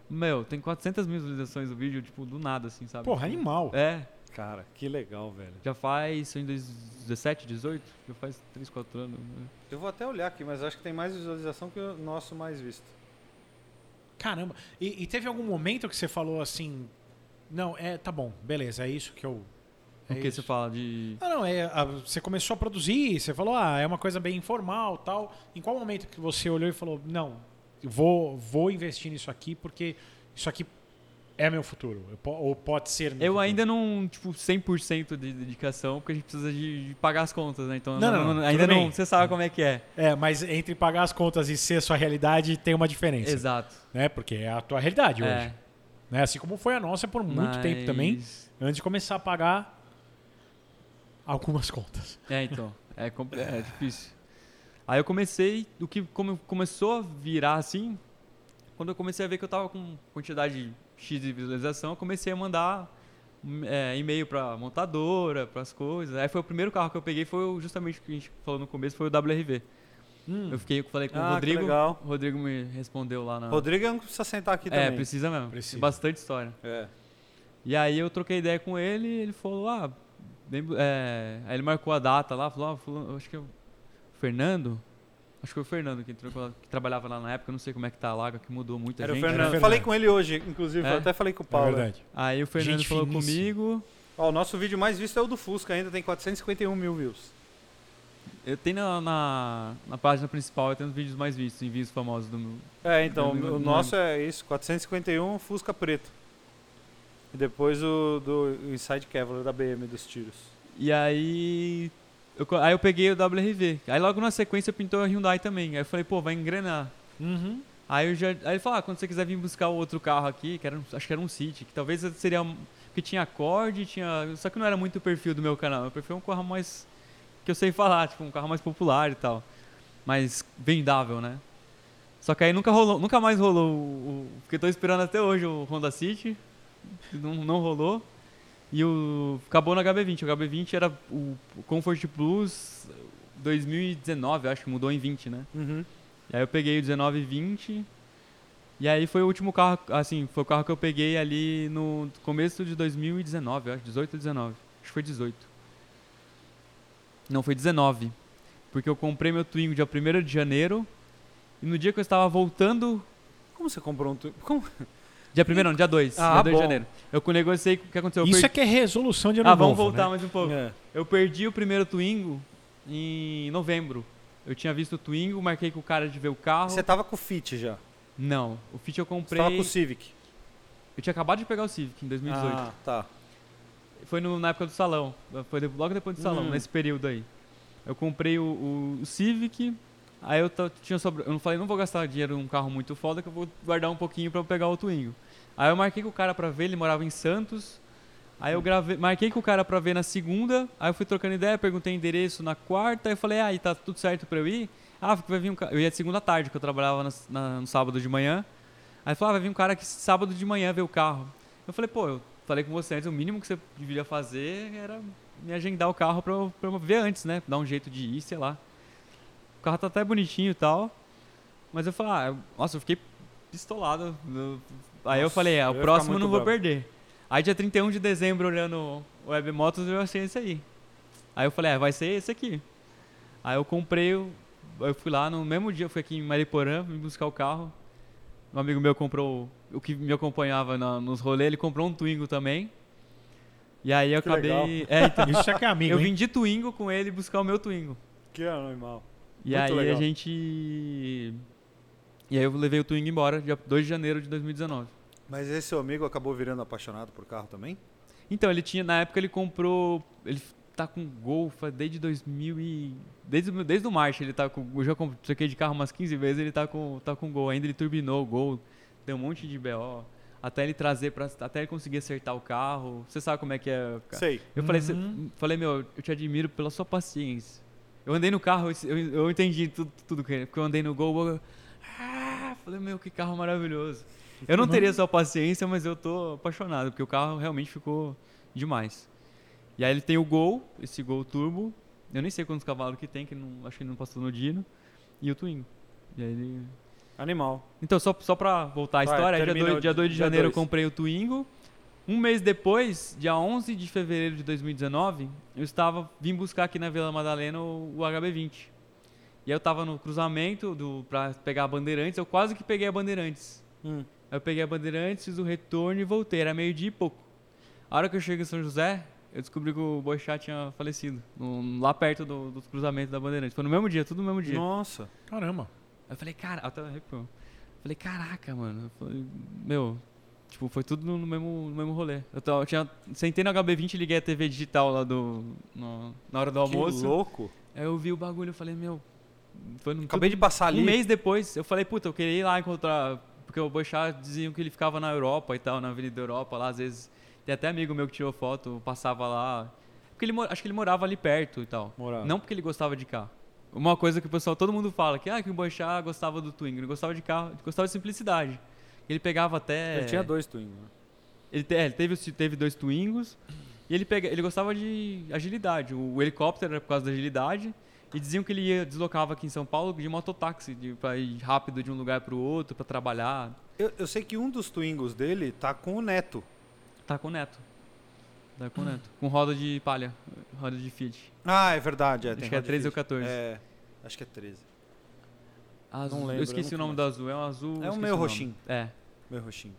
Meu, tem 400 mil visualizações do vídeo, tipo, do nada, assim, sabe?
Porra, animal.
É,
Cara, que legal, velho.
já faz, foi em 2017, 18, já faz 3, 4 anos. né?
Eu vou até olhar aqui, mas acho que tem mais visualização que o nosso mais visto.
Caramba. E, e teve algum momento que você falou assim. Não, é, tá bom, beleza, é isso que eu.
O
É
que
isso.
você fala de...
Ah, não, é, a- você começou a produzir, você falou, ah, é uma coisa bem informal tal. Em qual momento que você olhou e falou, não, eu vou, vou investir nisso aqui porque isso aqui é meu futuro, eu po- ou pode ser meu
Eu
futuro.
ainda não, tipo, 100% de dedicação, porque a gente precisa de, de pagar as contas, né? Então,
Não,
eu
não, não,
ainda
tudo
não,
bem.
você sabe como é que é.
É, mas entre pagar as contas e ser sua realidade tem uma diferença,
Exato.
né? Porque é a tua realidade
É,
hoje, né? Assim como foi a nossa por muito tempo
mas-
também, antes de começar a pagar algumas contas.
É, então. É, compl- é difícil. Aí eu comecei, o que come- começou a virar assim, quando eu comecei a ver que eu tava com quantidade X de visualização, eu comecei a mandar hum, é, e-mail pra montadora, pras coisas. Aí foi o primeiro carro que eu peguei, foi o- justamente o que a gente falou no começo, foi o WRV.
Hum.
Eu fiquei, eu falei com
Ah,
o
que
Rodrigo.
legal.
O Rodrigo me respondeu lá na.
Ah. Rodrigo não precisa sentar aqui
é,
também.
precisa mesmo.
Precisa.
Bastante história.
É.
E aí eu troquei ideia com ele e ele falou, ah, lembro, é... aí ele marcou a data lá, falou, ah, fulano- acho que é o Fernando, acho que foi o Fernando que, entrou em contato, que trabalhava lá na época, eu não sei como é que tá lá, que mudou muita
Era o
gente. né?
Fernando.
Era o Fernando.
Falei com ele hoje, inclusive,
É?
eu até falei com o
É
Paulo.
verdade.
Aí o Fernando
Gente
falou
finíssima.
comigo,
Ó, o nosso vídeo mais visto é o do Fusca, ainda tem 451 mil views.
eu tenho na, na, na página principal, eu tenho os vídeos mais vistos, em vídeos famosos do meu.
É, então,
Eu não-
o
não
nosso é isso, 451 Fusca preto. E depois o do Inside Kevlar da BM dos tiros.
E aí eu, co- aí eu peguei o WRV, aí logo na sequência pintou a Hyundai também, aí eu falei, pô, vai engrenar.
Uhum.
Aí, eu já, aí ele falou, ah, quando você quiser vir buscar o outro carro aqui, que era, um- acho que era um City, que talvez seria... um- Porque tinha acorde, tinha... Só que não era muito o perfil do meu canal. Meu perfil é um carro mais... Que eu sei falar, tipo, um carro mais popular e tal. Mais vendável, né? Só que aí nunca rolou, nunca mais rolou o... o- Porque eu tô esperando até hoje o Honda City. Não, não rolou. E o... Acabou no HB20. O HB20 era o Comfort Plus 2019, acho que mudou em 20, né?
Uhum.
E aí eu peguei o 19 e 20. E aí foi o último carro, assim, foi o carro que eu peguei ali no começo de 2019, eu acho, 18 ou 19. Acho que foi 18. Não, foi 19. Porque eu comprei meu Twingo dia 1 de janeiro. E no dia que eu estava voltando.
Como você comprou um tu... Como?
Dia 1 não, dia 2.
Ah,
dia 2 de
bom.
janeiro. Eu negociei o que aconteceu. Eu
Isso é
perdi-
que é resolução de ano
então ah, vamos
novo,
voltar
né?
mais um pouco.
É.
Eu perdi o primeiro Twingo em novembro. Eu tinha visto o Twingo, marquei com o cara de ver o carro.
Você tava com o Fit já.
Não, o Fit eu
Você
comprei.
tava com o Civic.
Eu tinha acabado de pegar o Civic em 2018.
Ah, tá.
Foi no- na época do salão. Foi de- logo depois do salão,
Hum.
nesse período aí. Eu comprei o, o- o Civic. Aí eu ta- tinha sobra... Eu não falei, não vou gastar dinheiro num carro muito foda, que eu vou guardar um pouquinho pra eu pegar o Twingo. Aí eu marquei com o cara pra ver, ele morava em Santos. Aí eu gravei, marquei com o cara pra ver na segunda. Aí eu fui trocando ideia, perguntei endereço na quarta. Aí eu falei, ah, e tá tudo certo pra eu ir? Ah, porque vai vir um cara. Eu ia de segunda à tarde, que eu trabalhava nas- na- no sábado de manhã. Aí falou, ah, vai vir um cara que sábado de manhã ver o carro. Eu falei, pô, eu falei com você antes, o mínimo que você deveria fazer era me agendar o carro pra, eu- pra eu ver antes, né? Dar um jeito de ir, sei lá. O carro tá até bonitinho e tal. Mas eu falei, ah, eu- nossa, eu fiquei pistolado. Eu- Aí eu
Nossa,
falei, ah,
eu ia
o
ficar
próximo eu
muito
não vou
bravo.
perder. Aí dia 31 de dezembro, olhando o Web Motos, eu achei esse aí. Aí eu falei, ah, vai ser esse aqui. Aí eu comprei, o- eu fui lá no mesmo dia, eu fui aqui em Mariporã, vim buscar o carro. Um amigo meu comprou, o que me acompanhava na- nos rolês, ele comprou um Twingo também. E aí eu
Que
acabei.
legal.
É, então,
Isso é que é amigo,
eu
hein?
vim de Twingo com ele buscar o meu Twingo.
Que animal.
E
Muito
aí
legal.
a gente. E aí eu levei o Twingo embora, dia 2 de janeiro de 2019.
Mas esse seu amigo acabou virando apaixonado por carro também?
Então, ele tinha, na época ele comprou, ele tá com Gol fa- desde 2000 e desde o- desde o March ele tá com, eu já comp- troquei de carro umas 15 vezes, ele tá com tá com Gol, ainda ele turbinou o Gol, deu um monte de BO, até ele trazer para até ele conseguir acertar o carro. Você sabe como é que é, cara?
Sei.
Eu falei, "Cê- falei, meu, eu te admiro pela sua paciência. Eu andei no carro, eu, eu entendi tudo, tudo que porque eu andei no Gol, eu, ah, falei, meu, que carro maravilhoso. Eu não teria sua paciência, mas eu tô apaixonado, porque o carro realmente ficou demais. E aí ele tem o Gol, esse Gol Turbo, eu nem sei quantos cavalos que tem, que não, acho que ele não passou no Dino, e o Twingo. E aí ele
Animal.
então, só, só pra voltar a
Vai,
história, aí dia
termina
2,
o
dia
di-
2 de
dia
janeiro eu
dois.
comprei o Twingo. Um mês depois, dia 11 de fevereiro de 2019, eu estava vim buscar aqui na Vila Madalena o, o HB20. E aí eu tava no cruzamento do para pegar a Bandeirantes, eu quase que peguei a Bandeirantes.
Hum.
Aí eu peguei a Bandeirantes, o retorno e voltei. Era meio-dia e pouco. A hora que eu cheguei em São José, eu descobri que o Boixá tinha falecido. no- lá perto do, do cruzamento da Bandeirantes. Foi no mesmo dia, tudo no mesmo dia.
Nossa.
Caramba.
Aí eu falei, cara, eu tava arrepiando. Eu Falei, caraca, mano. Eu falei, meu, tipo, foi tudo no no mesmo, no mesmo rolê. Eu, tava, eu tinha, sentei no HB20 e liguei a TV digital lá do. no- na hora do
Que
almoço.
louco.
Aí eu vi o bagulho, eu falei, meu. Foi no
Acabei de passar ali.
um mês depois, eu falei, puta, eu queria ir lá encontrar. Porque o Boixá diziam que ele ficava na Europa e tal, na Avenida Europa lá, às vezes. Tem até amigo meu que tirou foto, passava lá. Porque ele mo- acho que ele morava ali perto e tal.
Morava.
Não porque ele gostava de carro. Uma coisa que o pessoal, todo mundo fala, que, ah, que o Boixá gostava do Twingo, ele gostava de carro, ele gostava de simplicidade. Ele pegava até.
Ele tinha dois Twingo. né?
Ele, te- é, ele teve, os- teve dois Twingos e ele, pega, ele gostava de agilidade. O, o helicóptero era por causa da agilidade. E diziam que ele ia, deslocava aqui em São Paulo de mototáxi, de, pra ir rápido de um lugar para o outro, para trabalhar.
Eu, eu sei que um dos Twingos dele tá com o Neto.
Tá com o neto. Tá com o neto. Com roda de palha, roda de Fiat.
Ah, é verdade. É, tem
Acho que é
Rod
13 ou
Fish.
14.
É, acho que é 13.
Azul.
lembro, eu
eu esqueci
nunca
o nome do
mais.
azul. É um azul.
É um
esqueci
meio
nome.
roxinho.
É,
Meu roxinho.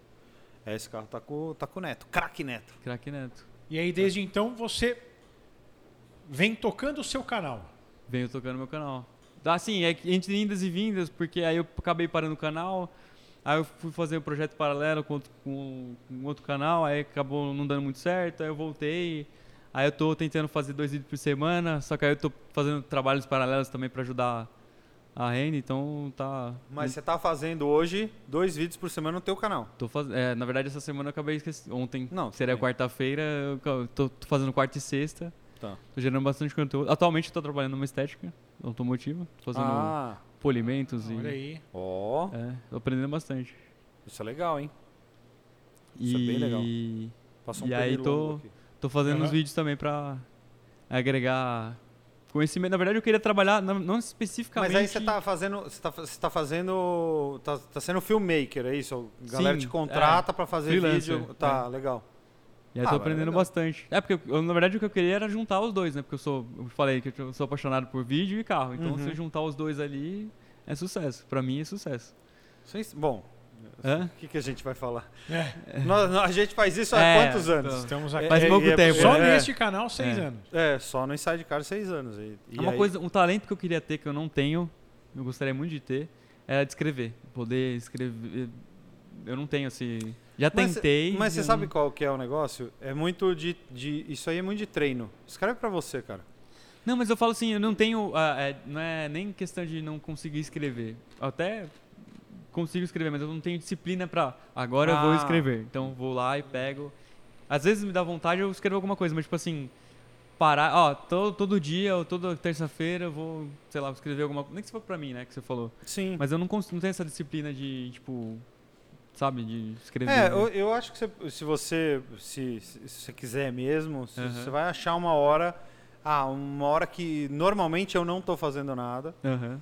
É, esse carro tá com, tá com o Neto. Craque Neto.
craque neto.
E aí, desde então, você vem tocando o seu canal.
Venho tocando meu canal. Assim, é que entre indas e vindas, porque aí eu acabei parando o canal, aí eu fui fazer o projeto paralelo com, outro- com, com outro canal, aí acabou não dando muito certo, aí eu voltei. Aí eu tô tentando fazer dois vídeos por semana, só que aí eu tô fazendo trabalhos paralelos também pra ajudar a renda, então tá.
Mas você tá fazendo hoje dois vídeos por semana no teu canal.
Tô faz... é, na verdade, essa semana eu acabei esquecendo. Ontem
Não, tudo
seria
bem.
quarta-feira, eu ca- tô, tô fazendo quarta e sexta.
Tá.
Tô gerando bastante conteúdo. Atualmente eu tô trabalhando numa estética automotiva, tô fazendo um.
Ah,
polimentos e.
Olha aí.
ó.
É, tô aprendendo bastante.
Isso é legal, hein?
E...
Isso é bem legal. Passou um
E aí
período
tô-
longo aqui.
Tô fazendo uns
Aham.
vídeos também pra agregar conhecimento. Na verdade, eu queria trabalhar, não, não especificamente...
Mas aí você tá fazendo. Você tá, você tá fazendo. Tá, tá sendo filmmaker, é isso? A galera
Sim, é.
te contrata pra fazer
Freelancer, é.
vídeo. Tá, legal.
E aí
Ah,
tô
mas
aprendendo
legal.
bastante. É, porque, eu- na verdade, o que eu queria era juntar os dois, né? Porque eu sou... Eu falei que eu sou apaixonado por vídeo e carro. Então,
Uhum.
se eu juntar os dois ali, é sucesso. Pra mim, é sucesso.
Sim, Bom,
Hã?
o que, que a gente vai falar?
É,
Nós- nós- a gente faz isso há
É,
quantos anos?
estamos aqui.
Faz
É,
pouco
e é-
tempo. né?
Só
é.
neste canal, seis
É.
anos.
É, só no Inside Car seis anos. E, e
uma
aí-
coisa, um talento que eu queria ter, que eu não tenho, eu gostaria muito de ter, era de escrever. Poder escrever. Eu não tenho assim. Já
Mas-
tentei. né?
Mas você
eu
sabe
não-
qual que é o negócio? É muito de, de- Isso aí é muito de treino. Escreve pra você, cara.
Não, mas eu falo assim, eu não tenho. ah, é, não é nem questão de não conseguir escrever. Eu até consigo escrever, mas eu não tenho disciplina pra. Agora eu vou
Ah.
escrever. Então vou lá e pego. Às vezes me dá vontade, eu escrevo alguma coisa, mas tipo assim. Parar, ó, todo, todo dia ou toda terça-feira eu vou, sei lá, escrever alguma coisa. Nem que se for pra mim, né, que você falou.
Sim.
Mas eu não, cons- não tenho essa disciplina de, tipo, sabe, de escrever.
É, eu, eu acho que você- se você se, se você quiser mesmo, se-
Aham.
você vai achar uma hora, ah, uma hora que normalmente eu não tô fazendo nada
Aham.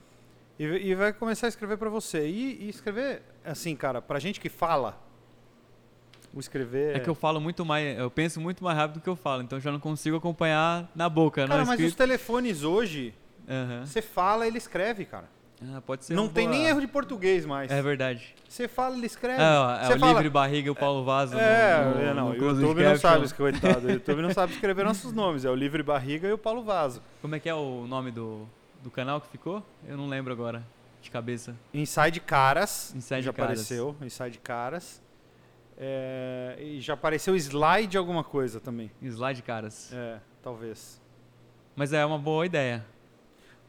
e, e vai começar a escrever pra você. E, e escrever assim, cara, pra gente que fala, o escrever
É que eu falo muito mais, eu penso muito mais rápido do que eu falo, então eu já não consigo acompanhar na boca,
Cara,
não
mas os
escrito.
telefones hoje,
Aham.
você tá fala, ele escreve, cara.
Ah, pode ser
não
uma
tem
boa-
nem erro de português mais.
É verdade.
Você fala, ele escreve.
É, ó, é
você
o
fala,
Livre Barriga e o Paulo Vaso.
É,
no- no-
é, não,
no
o
Close
YouTube não
Caption.
sabe, coitado. O YouTube não sabe escrever nossos nomes. É o Livre Barriga e o Paulo Vaso.
Como é que é o nome do, do canal que ficou? Eu não lembro agora, de cabeça.
Inside Caras.
Inside
já
Caras.
apareceu. Inside Caras. É, e já apareceu slide alguma coisa também.
Slide Caras.
É, talvez.
Mas é uma boa ideia.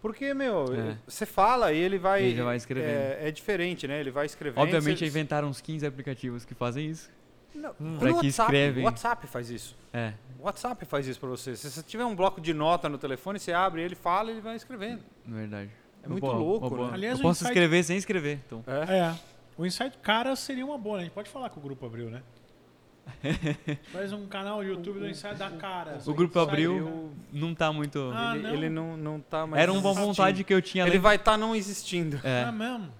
Porque, meu,
É.
você fala e ele vai.
Ele já vai escrevendo.
É, é diferente, né? Ele vai escrevendo.
Obviamente
você-
inventaram uns 15 aplicativos que fazem isso.
Não,
pra
no
que
WhatsApp,
escrevem.
O WhatsApp faz isso.
É,
O WhatsApp faz isso pra você. Se você tiver um bloco de nota no telefone, você abre, ele fala e ele vai escrevendo.
na verdade.
É
Uma
muito
boa,
louco,
uma boa.
né?
Aliás,
eu
o
posso
Inside-
escrever sem escrever, então.
É. O Insight Cara seria uma boa, né? A gente pode falar que o grupo abriu, né? Faz um canal no YouTube do Insight da Cara.
O grupo
Insight-
abriu, não tá muito.
né? Ah,
ele,
não.
ele não, não tá mais.
Era uma boa
existindo.
vontade que é eu tinha.
Ele
além-
vai estar não existindo.
É.
Ah, mesmo?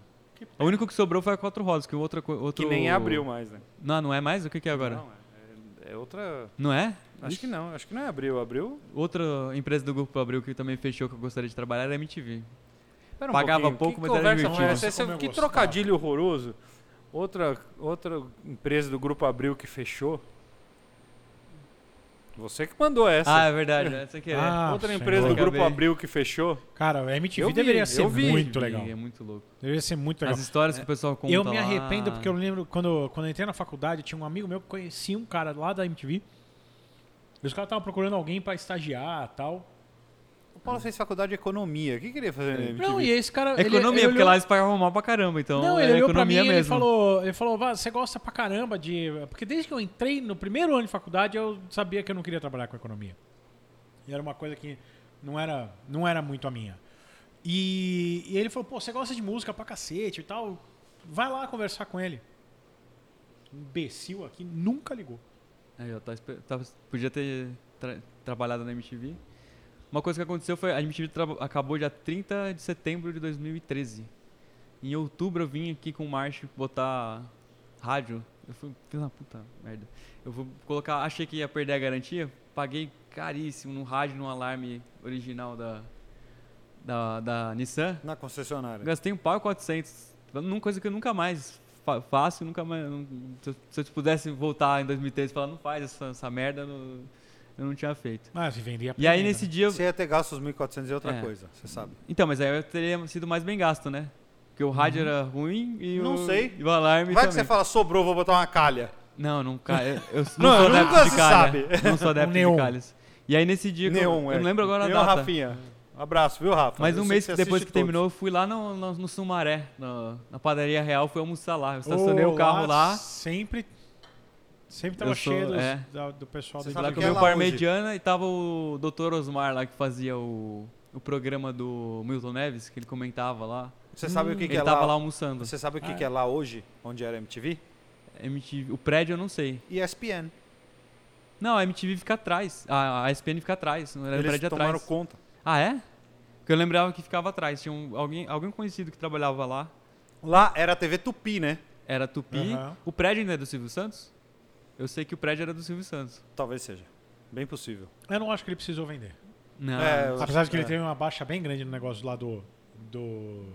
O único que sobrou foi a Quatro Rodas, que o outro, outro.
Que nem abriu mais, né?
Não, não é mais? O que, que é agora? Não,
Não, é, é outra.
é?
Acho que não, acho que não é abril. Abril.
Outra empresa do grupo abriu que também fechou que eu gostaria de trabalhar era a MTV.
Pera um
Pagava
pouquinho,
pouco,
que
mas era
conversa
divertido.
é um
foi essa? Esse-
Nossa, como eu
que
gostava.
trocadilho horroroso.
Outra, outra empresa do Grupo Abril que fechou. Você que mandou essa.
Ah, é verdade. É, sem querer.
Ah,
outra
senhor.
empresa do
Acabei.
Grupo Abril que fechou.
Cara, a MTV
Eu vi,
deveria
eu
ser
vi.
muito
E
legal.
É muito louco.
Deveria ser muito legal.
As histórias que o pessoal conta
Eu me
lá.
arrependo porque eu lembro quando, quando eu entrei na faculdade, tinha um amigo meu que conhecia um cara lá da MTV. E os caras estavam procurando alguém pra estagiar e tal.
O Paulo fez faculdade de economia. O que queria fazer
É.
na MTV?
Não, e esse cara. ele-
Economia,
ele
porque
olhou-
lá eles pagavam mal pra caramba, então.
Não, ele
era
olhou pra mim
economia
e
mesmo.
ele falou, ele falou, "Vá, você gosta pra caramba de... Porque desde que eu entrei no primeiro ano de faculdade, eu sabia que eu não queria trabalhar com economia. E era uma coisa que não era, não era muito a minha. E, e ele falou, pô, você gosta de música pra cacete e tal, vai lá conversar com ele. Imbecil aqui, nunca ligou.
Aí, ó, tá espe- tá- podia ter tra- trabalhado na MTV. Uma coisa que aconteceu foi a MTV traba- acabou dia 30 de setembro de 2013. Em outubro eu vim aqui com o March botar rádio. Eu fui, um filho da puta, merda. Eu vou colocar, achei que ia perder a garantia, paguei caríssimo no rádio, no alarme original da, da, da Nissan.
Na concessionária.
Gastei um pau e 400. Numa coisa que eu nunca mais fa- faço, nunca mais. não- se, eu, se eu pudesse voltar em 2013 e falar, não faz essa, essa merda, eu não- eu não tinha feito.
Mas Ah, vendia
E aí nesse dia. eu-
Você ia ter gasto os 1.400 e outra
É.
coisa, você sabe.
Então, mas aí eu teria sido mais bem gasto, né? Porque o rádio era ruim e o.
Não sei.
E o alarme.
Vai que
também.
você fala, sobrou, vou botar uma calha.
Não, não, ca- eu, eu
Não,
não sou adepto
nunca
de
se
calha. Não sou adepto
neon.
de calhas. E aí nesse dia. que eu-
Neon,
eu,
é.
não lembro agora a
Neon,
data.
Rafinha. Abraço, viu, Rafa?
Mas
Eu
um
sei
mês
você
depois
assiste
que
todos.
terminou, eu fui lá no, no, no Sumaré, na- na padaria real, fui almoçar lá. Eu estacionei o carro lá.
Sempre, sempre tava
Eu sou-
cheio dos-
é.
da- do pessoal
Você
do
sabe
Lá
que
comeu
é lá
parmegiana e tava o Dr. Osmar lá que fazia o, o programa do Milton Neves, que ele comentava lá.
Você sabe o que,
hum. Ele
que é
tava
lá?
lá um almoçando.
Você sabe o que, que é lá hoje, onde era MTV?
MTV, o prédio eu não sei.
ESPN.
Não, a MTV fica atrás. A, a SPN fica atrás. Não era o
Eles
prédio
tomaram
atrás.
conta.
Ah, é? Porque eu lembrava que ficava atrás. Tinha um- alguém, alguém conhecido que trabalhava lá.
Lá era a TV Tupi, né?
Era Tupi.
Aham.
O prédio ainda é do Silvio Santos? Eu sei que o prédio era do Silvio Santos.
Talvez seja. Bem possível.
Eu não acho que ele precisou vender.
Não,
É, eu-
Apesar de que
é.
ele teve uma baixa bem grande no negócio lá do, do, do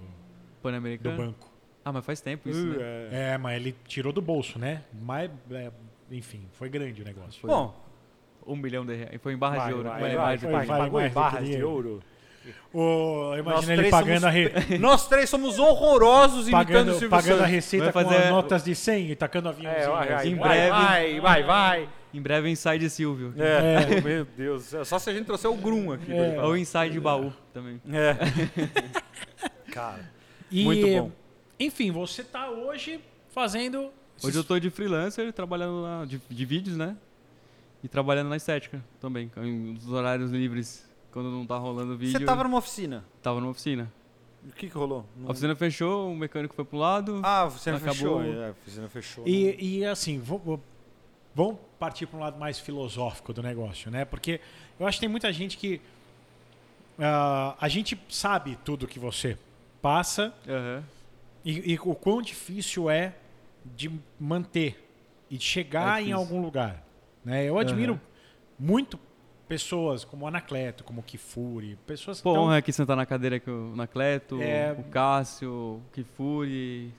Pan-Americano.
banco.
Ah, mas faz tempo isso, né?
É.
É, mas ele tirou do bolso, né? Mas, é, enfim, foi grande o negócio.
Foi
Bom,
um milhão de reais. Foi em barra de ouro.
vai,
Foi em
vai,
barra de
vai,
ouro.
vai,
Pagou
mais
em
do que
barras de
dinheiro.
ouro.
Ô, eu
nós
imagino ele
três,
pagando, a, re-
somos... nós três somos horrorosos imitando o
pagando,
Silvio
pagando a
Santos.
receita
Vai fazer-
com as notas de 100 e tacando
É, vai,
aviãozinho.
vai,
Em
vai,
breve.
Vai, vai, vai.
Em breve, Inside Silvio.
É. Meu Deus, do céu. só se a gente trouxer o Grum aqui. pra ele falar.
Ou Inside Baú também.
É. Cara,
E,
muito bom.
Enfim, você tá hoje fazendo...
Hoje eu tô de freelancer, trabalhando lá, de, de vídeos, né? E trabalhando na estética também, em- nos horários livres, quando não tá rolando vídeo.
Você tava numa oficina.
tava numa oficina.
O que, que rolou? Não-
A oficina fechou, o mecânico foi pro lado.
Ah, a oficina
Acabou.
fechou. É, A oficina fechou.
E, e, assim, vou- vou- vamos partir para um lado mais filosófico do negócio, né? Porque eu acho que tem muita gente que. ah, a gente sabe tudo que você passa
Aham.
e, e o quão difícil é de manter e de chegar
É
em
difícil.
algum lugar. Né? Eu admiro
Aham.
muito pessoas como Anacleto, como Kifuri, pessoas que
Pô,
Então-
tão-
honra aqui sentar na cadeira que o Anacleto,
É.
o Cássio, o Kifuri.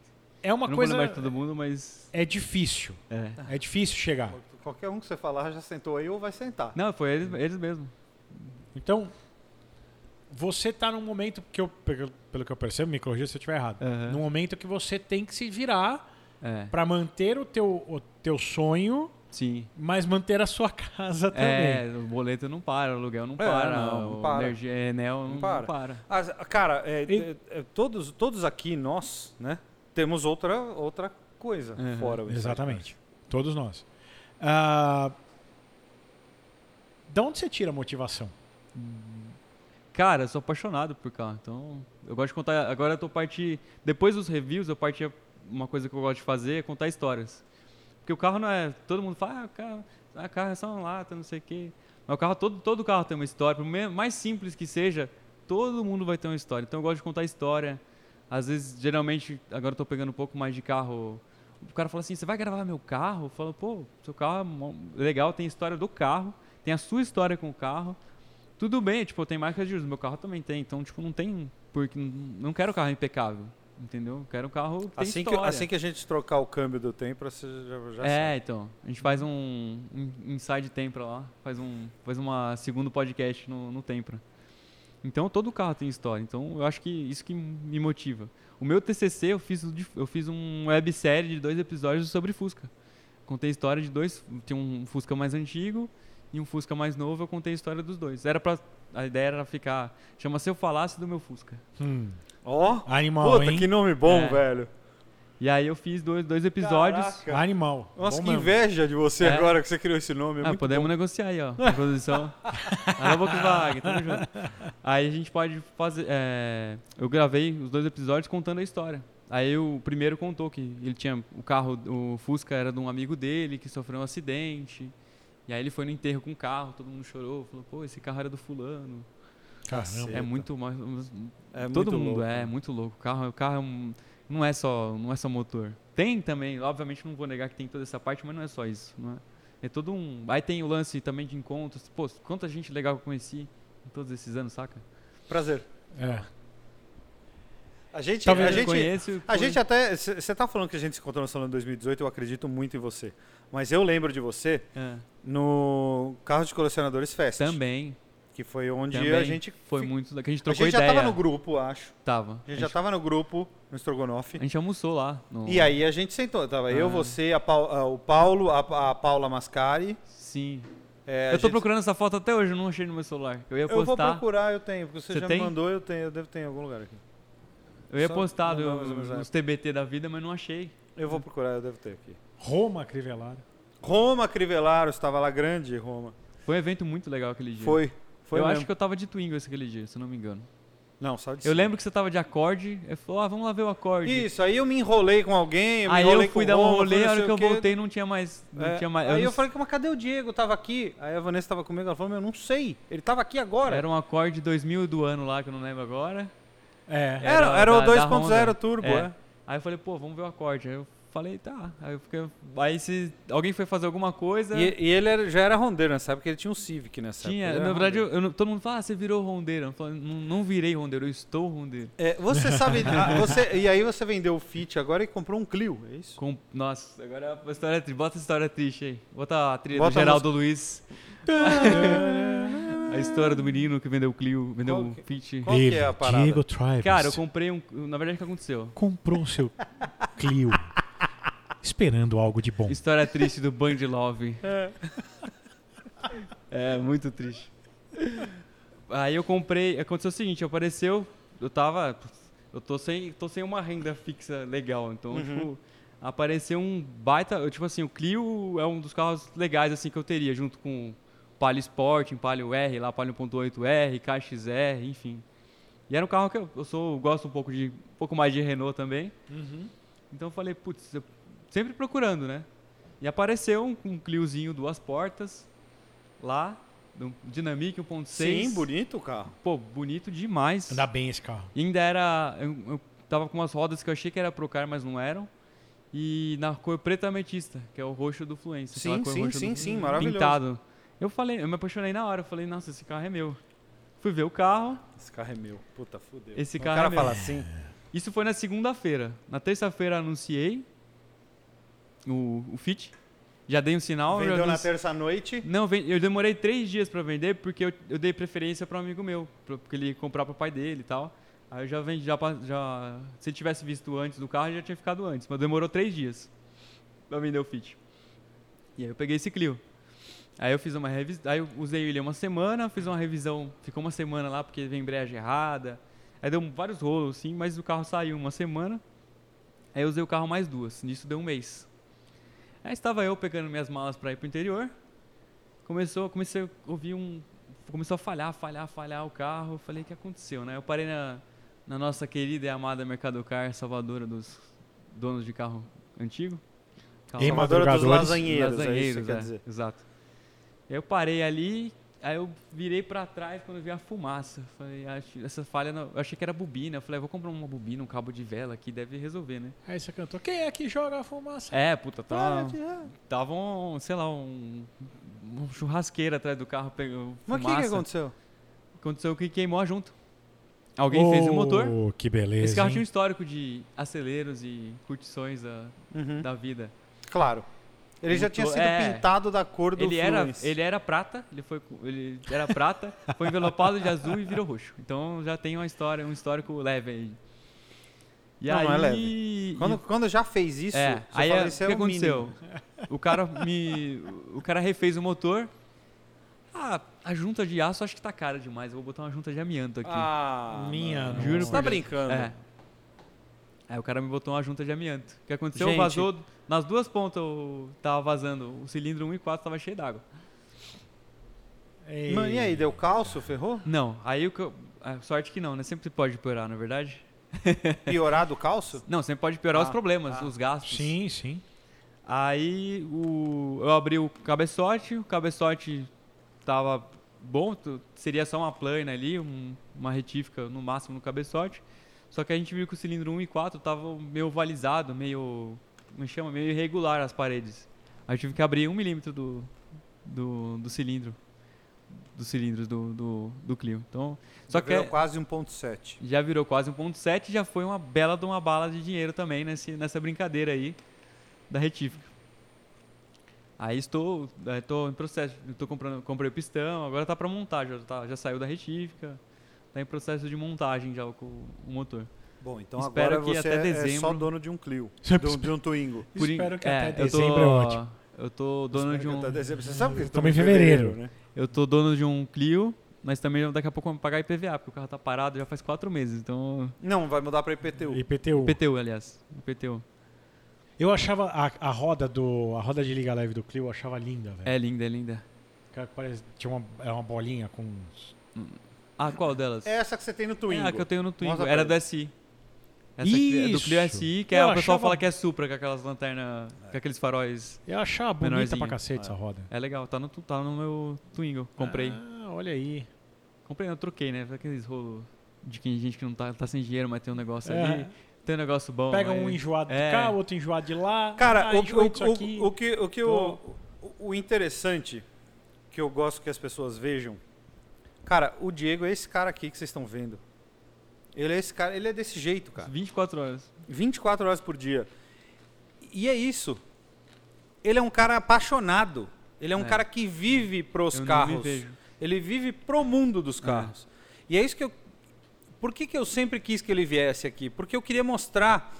é uma
Eu não
coisa
vou lembrar de todo mundo, mas.
é difícil,
É.
é difícil chegar.
Qualquer um que você falar já sentou aí ou vai sentar.
Não, foi eles, eles mesmo.
Então, você está num momento que eu, pelo pelo que eu percebo, me corrija se eu estiver errado,
Aham.
num momento que você tem que se virar
É.
para manter o teu, o teu sonho,
Sim.
mas manter a sua casa também.
É, o boleto não para, o aluguel não
É,
para,
não, não
o
para.
energia, Enel não,
Não
não
para.
para.
Ah, z- cara, é,
E-
é, é, todos, todos aqui, nós, né, temos outra, outra coisa
Uhum.
fora. o
Exatamente. Todos nós. Ah, da onde você tira a motivação?
Cara, eu sou apaixonado por carro, então eu gosto de contar. Agora eu tô parti depois dos reviews, eu parti uma coisa que eu gosto de fazer é contar histórias. Porque o carro não é, todo mundo fala, ah, o carro, ah, carro é só uma lata, não sei o quê. Mas o carro todo, todo carro tem uma história, por me- mais simples que seja, todo mundo vai ter uma história. Então eu gosto de contar história. Às vezes, geralmente, agora eu tô pegando um pouco mais de carro. O cara fala assim: "Você vai gravar meu carro?" Eu falo: "Pô, seu carro é mó- legal, tem a história do carro, tem a sua história com o carro." um Tudo bem, tipo, tem marca de uso, meu um carro também tem, então, tipo, não tem. Porque não quero carro impecável. entendeu? Eu quero um carro que tem
Assim que,
história.
assim que a gente trocar o câmbio do Tempra, você já, já
É, então. A gente faz um, um inside Tempra lá, faz um faz uma segundo podcast no, no Tempra. Então todo carro tem história. Então eu acho que isso que me motiva. O meu TCC eu fiz de- eu fiz um websérie de dois episódios sobre Fusca. Contei a história de dois, tem um Fusca mais antigo e um Fusca mais novo, eu contei a história dos dois. Era para a ideia era ficar, chama se eu falasse do meu Fusca.
Hum,
Ó,
animal,
puta,
hein?
que nome bom,
É.
velho.
E aí eu fiz dois, dois episódios.
Caraca.
Animal.
Nossa,
Bom
que
mesmo.
inveja de você
É.
agora que você criou esse nome. é
Ah,
muito
podemos negociar aí, ó. A produção. Alô, Volkswagen, tamo junto. Aí a gente pode fazer. é, Eu gravei os dois episódios contando a história. Aí o primeiro contou que ele tinha. O carro, o Fusca era de um amigo dele que sofreu um acidente. E aí ele foi no enterro com o carro, todo mundo chorou, falou, pô, esse carro era do fulano.
Caramba.
É muito. mais-
É
todo
muito
mundo
louco.
é, é muito louco. O carro, o carro é um- não é só, não é só motor. Tem também, obviamente não vou negar que tem toda essa parte, mas não é só isso, não é? É todo um, aí tem o lance também de encontros. Pô, quanta gente legal que eu conheci em todos esses anos, saca?
Prazer.
É.
A gente,
Talvez
a
eu
gente,
conheço,
a gente até. Você tá falando que a gente se encontrou no salão em 2018, eu acredito muito em você. Mas eu lembro de você
é,
no Carro de Colecionadores Fest.
também,
Que foi onde
também
Um a gente.
foi muito, que a gente
A
trocou
gente já
ideia.
tava no grupo, acho.
Tava.
A gente já tava no grupo, no Strogonoff.
a gente almoçou lá no-
E aí a gente sentou. Tava eu,
Ah.
você, a Pau- a- o Paulo, a, a Paula Mascari.
Sim.
É, a
eu tô
gente-
procurando essa foto até hoje, eu não achei no meu celular. Eu ia
Eu vou
postar.
procurar, eu tenho. Porque você,
Você
já
tem?
me mandou, eu tenho. Eu devo ter em algum lugar aqui.
Eu ia
Só
postar
mandar
do-
mais ou menos, é.
nos TBT da vida, mas não achei.
Eu vou procurar, eu devo ter aqui.
Roma Crivellaro.
Roma Crivellaro, estava lá grande, Roma.
Foi um evento muito legal aquele dia.
Foi. Foi
eu
mesmo.
acho que eu tava de Twingo esse aquele dia, se eu não me engano.
Não, só de
Eu
cima.
lembro que você tava de acorde, aí falou, ah, vamos lá ver o acorde.
Isso, aí eu me enrolei com alguém, eu me
aí
enrolei
eu fui
com
dar um
Roma,
rolê,
fui não
a hora
sei
que eu
o quê.
voltei não tinha mais. Não
É,
tinha mais
aí eu,
não-
falei, mas cadê o Diego? Tava aqui. Aí a Vanessa tava comigo, ela falou, meu, eu não sei. Ele tava aqui agora.
Era um acorde 2000 do ano lá, que eu não lembro agora.
É.
Era, era,
da-
o
da
2.0
Honda.
turbo,
É.
é.
Aí eu falei, pô, vamos ver o acorde. Aí eu falei, tá. Aí eu fiquei. Aí se alguém foi fazer alguma coisa.
é. E, É, e ele era- já era rondeiro nessa época, ele tinha um Civic nessa
tinha.
época. ele
Na
era
verdade,
rondeiro.
eu- eu não- todo mundo fala, ah, você virou rondeiro. Eu falo, não, não virei rondeiro, eu estou rondeiro.
É, você sabe... ah, você- e aí você vendeu o Fit agora e comprou um Clio, é isso?
Com- Nossa, agora a história é triste. Bota a história triste aí. Bota a trilha
Bota a
do Geraldo Luiz. a história do menino que vendeu o Clio, vendeu
Qual
o
que-
Fit.
Qual que é a parada?
Diego Travis.
Cara, eu comprei um. Na verdade, o que aconteceu?
comprou o seu Clio esperando algo de bom.
História triste do Band Love. É, muito triste. Aí eu comprei. Aconteceu o seguinte: apareceu. Eu tava. Eu tô sem, tô sem uma renda fixa legal. Então, tipo, apareceu um baita. eu, Tipo assim, o Clio é um dos carros legais assim que eu teria, junto com Palio Sport, Palio R, lá, Palio 1.8R, KXR, enfim. E era um carro que eu, eu sou, eu gosto um pouco de. um pouco mais de Renault também. Então eu falei, putz, eu- sempre procurando, né? E apareceu um, um Cliozinho duas portas lá, um Dynamic 1.6.
Sim, bonito o carro.
Pô, bonito demais.
Anda bem esse carro.
E ainda era. Eu, eu tava com umas rodas que eu achei que era Procar, mas não eram. E na cor preta ametista, que é o roxo do Fluence. aquela
Sim,
cor
sim,
roxa do-
sim, sim, maravilhoso.
Pintado. Eu falei, eu me apaixonei na hora, eu falei, nossa, esse carro é meu. Fui ver o carro,
Esse carro é meu. Puta, fudeu.
esse
o
carro
cara
é meu.
fala assim,
Isso foi na segunda-feira. Na terça-feira anunciei o, o fit. Já dei um sinal. já
vendeu na
anunci-
terça-noite.
Não, ven- eu demorei três dias pra vender porque eu, eu dei preferência pra um amigo meu, pra, porque ele ia comprar pro pai dele e tal. Aí eu já vendi, já, pa- já se ele tivesse visto antes do carro, já tinha ficado antes. Mas demorou três dias pra vender o fit. E aí eu peguei esse Clio. Aí eu fiz uma revisão, aí eu usei ele uma semana, fiz uma revisão, ficou uma semana lá porque veio embreagem errada. Aí deu vários rolos, sim, mas o carro saiu uma semana. Aí eu usei o carro mais duas, nisso deu um mês. Aí estava eu pegando minhas malas pra ir pro interior. Começou, comecei a ouvir um, começou a falhar, falhar, falhar o carro. Eu falei o que aconteceu, né? Eu parei na, na nossa querida e amada Mercadocar, salvadora dos donos de carro antigo. Carro
Ei,
Salvadora dos
madrugadores,
lasanheiros, é isso que
Lasanheiros,
quer
é,
dizer.
Exato. Eu parei ali, aí eu virei pra trás quando eu vi a fumaça. Falei, "Acho- essa falha, não- eu achei que era bobina. Eu falei, "Ah, vou comprar uma bobina, um cabo de vela aqui, deve resolver, né?
Aí você cantou. Quem é que joga a fumaça?
É, puta, tava,
é.
tava um, sei lá, um, um churrasqueiro atrás do carro pegando
Mas o
fumaça.
que, que aconteceu?
Aconteceu que queimou a junta. Alguém fez o motor.
Oh, Que beleza.
Esse carro tinha um
hein?
histórico de aceleros e curtições da, da vida.
Tá. Claro. Ele já tinha sido
Uhum. É.
pintado da cor do
Ele era,
Fluence.
ele era prata, ele foi co- ele era prata, foi envelopado de azul e virou roxo. Então já tem uma história, um histórico leve aí. E
Não,
aí,
não é leve. Quando, quando já fez isso,
é,
você
aí
fala,
é-
isso é
o que
o mínimo."
aconteceu? O cara me o cara refez o motor. Ah, a junta de aço acho que tá cara demais. Eu vou botar uma junta de amianto aqui.
Ah,
um
Minha
mano.
Juro
Você tá
por Deus.
brincando.
É. Aí o cara me botou uma junta de amianto. O que aconteceu?
Gente.
Vazou. Nas duas pontas o- tava vazando. O cilindro 1 e 4 tava cheio d'água.
Ei.
Mano, e aí, deu calço, ferrou?
Não, aí o que eu. a sorte que não, né? Sempre pode piorar, na é verdade.
Piorar do calço?
Não, sempre pode piorar
Ah,
os problemas, os gastos.
Sim, sim.
Aí o, eu abri o cabeçote, o cabeçote tava bom, tu- seria só uma plana ali, um- uma retífica no máximo no cabeçote. Só que a gente viu que o cilindro 1 e 4 tava meio ovalizado, meio. me chama, meio irregular as paredes. Aí eu tive que abrir um milímetro do, do, do cilindro. Dos cilindros do, do, do Clio. Então, só que
Virou um
é-
quase 1.7.
já virou quase 1.7, já foi uma bela de uma bala de dinheiro também nesse, nessa brincadeira aí da retífica. Aí estou, eh, tô em processo, estou comprando, comprei o pistão, agora tá para montar, já, tá- já saiu da retífica, tá em processo de montagem já com o motor.
Bom, então
Espero
agora
que
você
até
é- é só
dezembro-
dono de um Clio, de um, de um Twingo.
Por in-
Espero que
é,
até
eu tô-
dezembro é ótimo.
Eu tô dono de um,
Até dezembro, Você sabe que eles
Estamos em
estão
fevereiro.
né?
eu tô dono de um Clio, mas também daqui a pouco vamos pagar IPVA, porque o carro tá parado já faz quatro meses, então
Não, vai mudar para IPTU.
IPTU.
PTU aliás, PTU.
Eu achava a, a roda do a roda de liga leve do Clio eu achava linda, velho.
É linda, é linda.
Cara, parece- tinha uma, é uma bolinha com uns-
Ah, qual delas?
É essa que você tem no Twingo.
É, a que eu tenho no Twingo.
Mostra pra
Era
ele.
do SI. Essa aqui é do Clio
Isso.
SI, que
Eu
é, o pessoal
achava-
fala que é Supra, com aquelas lanternas, com aqueles faróis.
Eu achava bonita
Menorzinho.
pra cacete essa roda.
É legal, tá no, tu- tá no meu Twingo. Comprei.
Ah, olha aí.
Comprei, não, troquei, né? Aqueles rolos de quem, gente que não tá, tá sem dinheiro, mas tem um negócio
É.
ali. Tem um negócio bom.
Pega
aí.
um enjoado de
É.
cá, outro enjoado de lá.
Cara,
ah,
o,
enjoei
o-
disso
o-
aqui.
o que, o, que
Tô.
eu- o, o interessante que eu gosto que as pessoas vejam, cara, o Diego é esse cara aqui que vocês estão vendo. Ele é esse cara, ele é desse jeito, cara.
24 horas.
24 horas por dia. E é isso. Ele é um cara apaixonado. Ele é um
É.
cara que vive pros
Eu não me
carros.
vejo.
Ele vive pro mundo dos carros. E é isso que eu. Por que, que eu sempre quis que ele viesse aqui? Porque eu queria mostrar.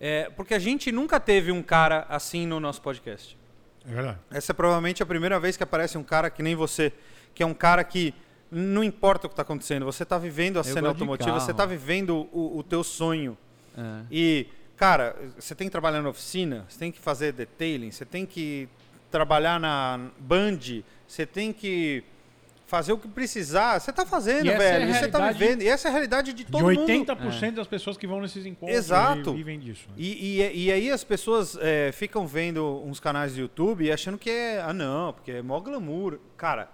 é, porque a gente nunca teve um cara assim no nosso podcast.
É verdade.
Essa é provavelmente a primeira vez que aparece um cara que nem você, que é um cara que não importa o que está acontecendo, você está vivendo a cena
gosto de
automotiva, você
carro.
está vivendo o, o teu sonho.
É.
E, cara, você tem que trabalhar na oficina, você tem que fazer detailing, você tem que trabalhar na band, você tem que fazer o que precisar. Você tá fazendo,
E essa é a
velho. você tá
realidade
vivendo. E essa é a realidade de todo
de
mundo.
80%
É.
das pessoas que vão nesses encontros
Exato.
e vivem disso. né?
E, e, e aí as pessoas é, ficam vendo uns canais do YouTube e achando que é. Ah, não, porque é mó glamour. Cara,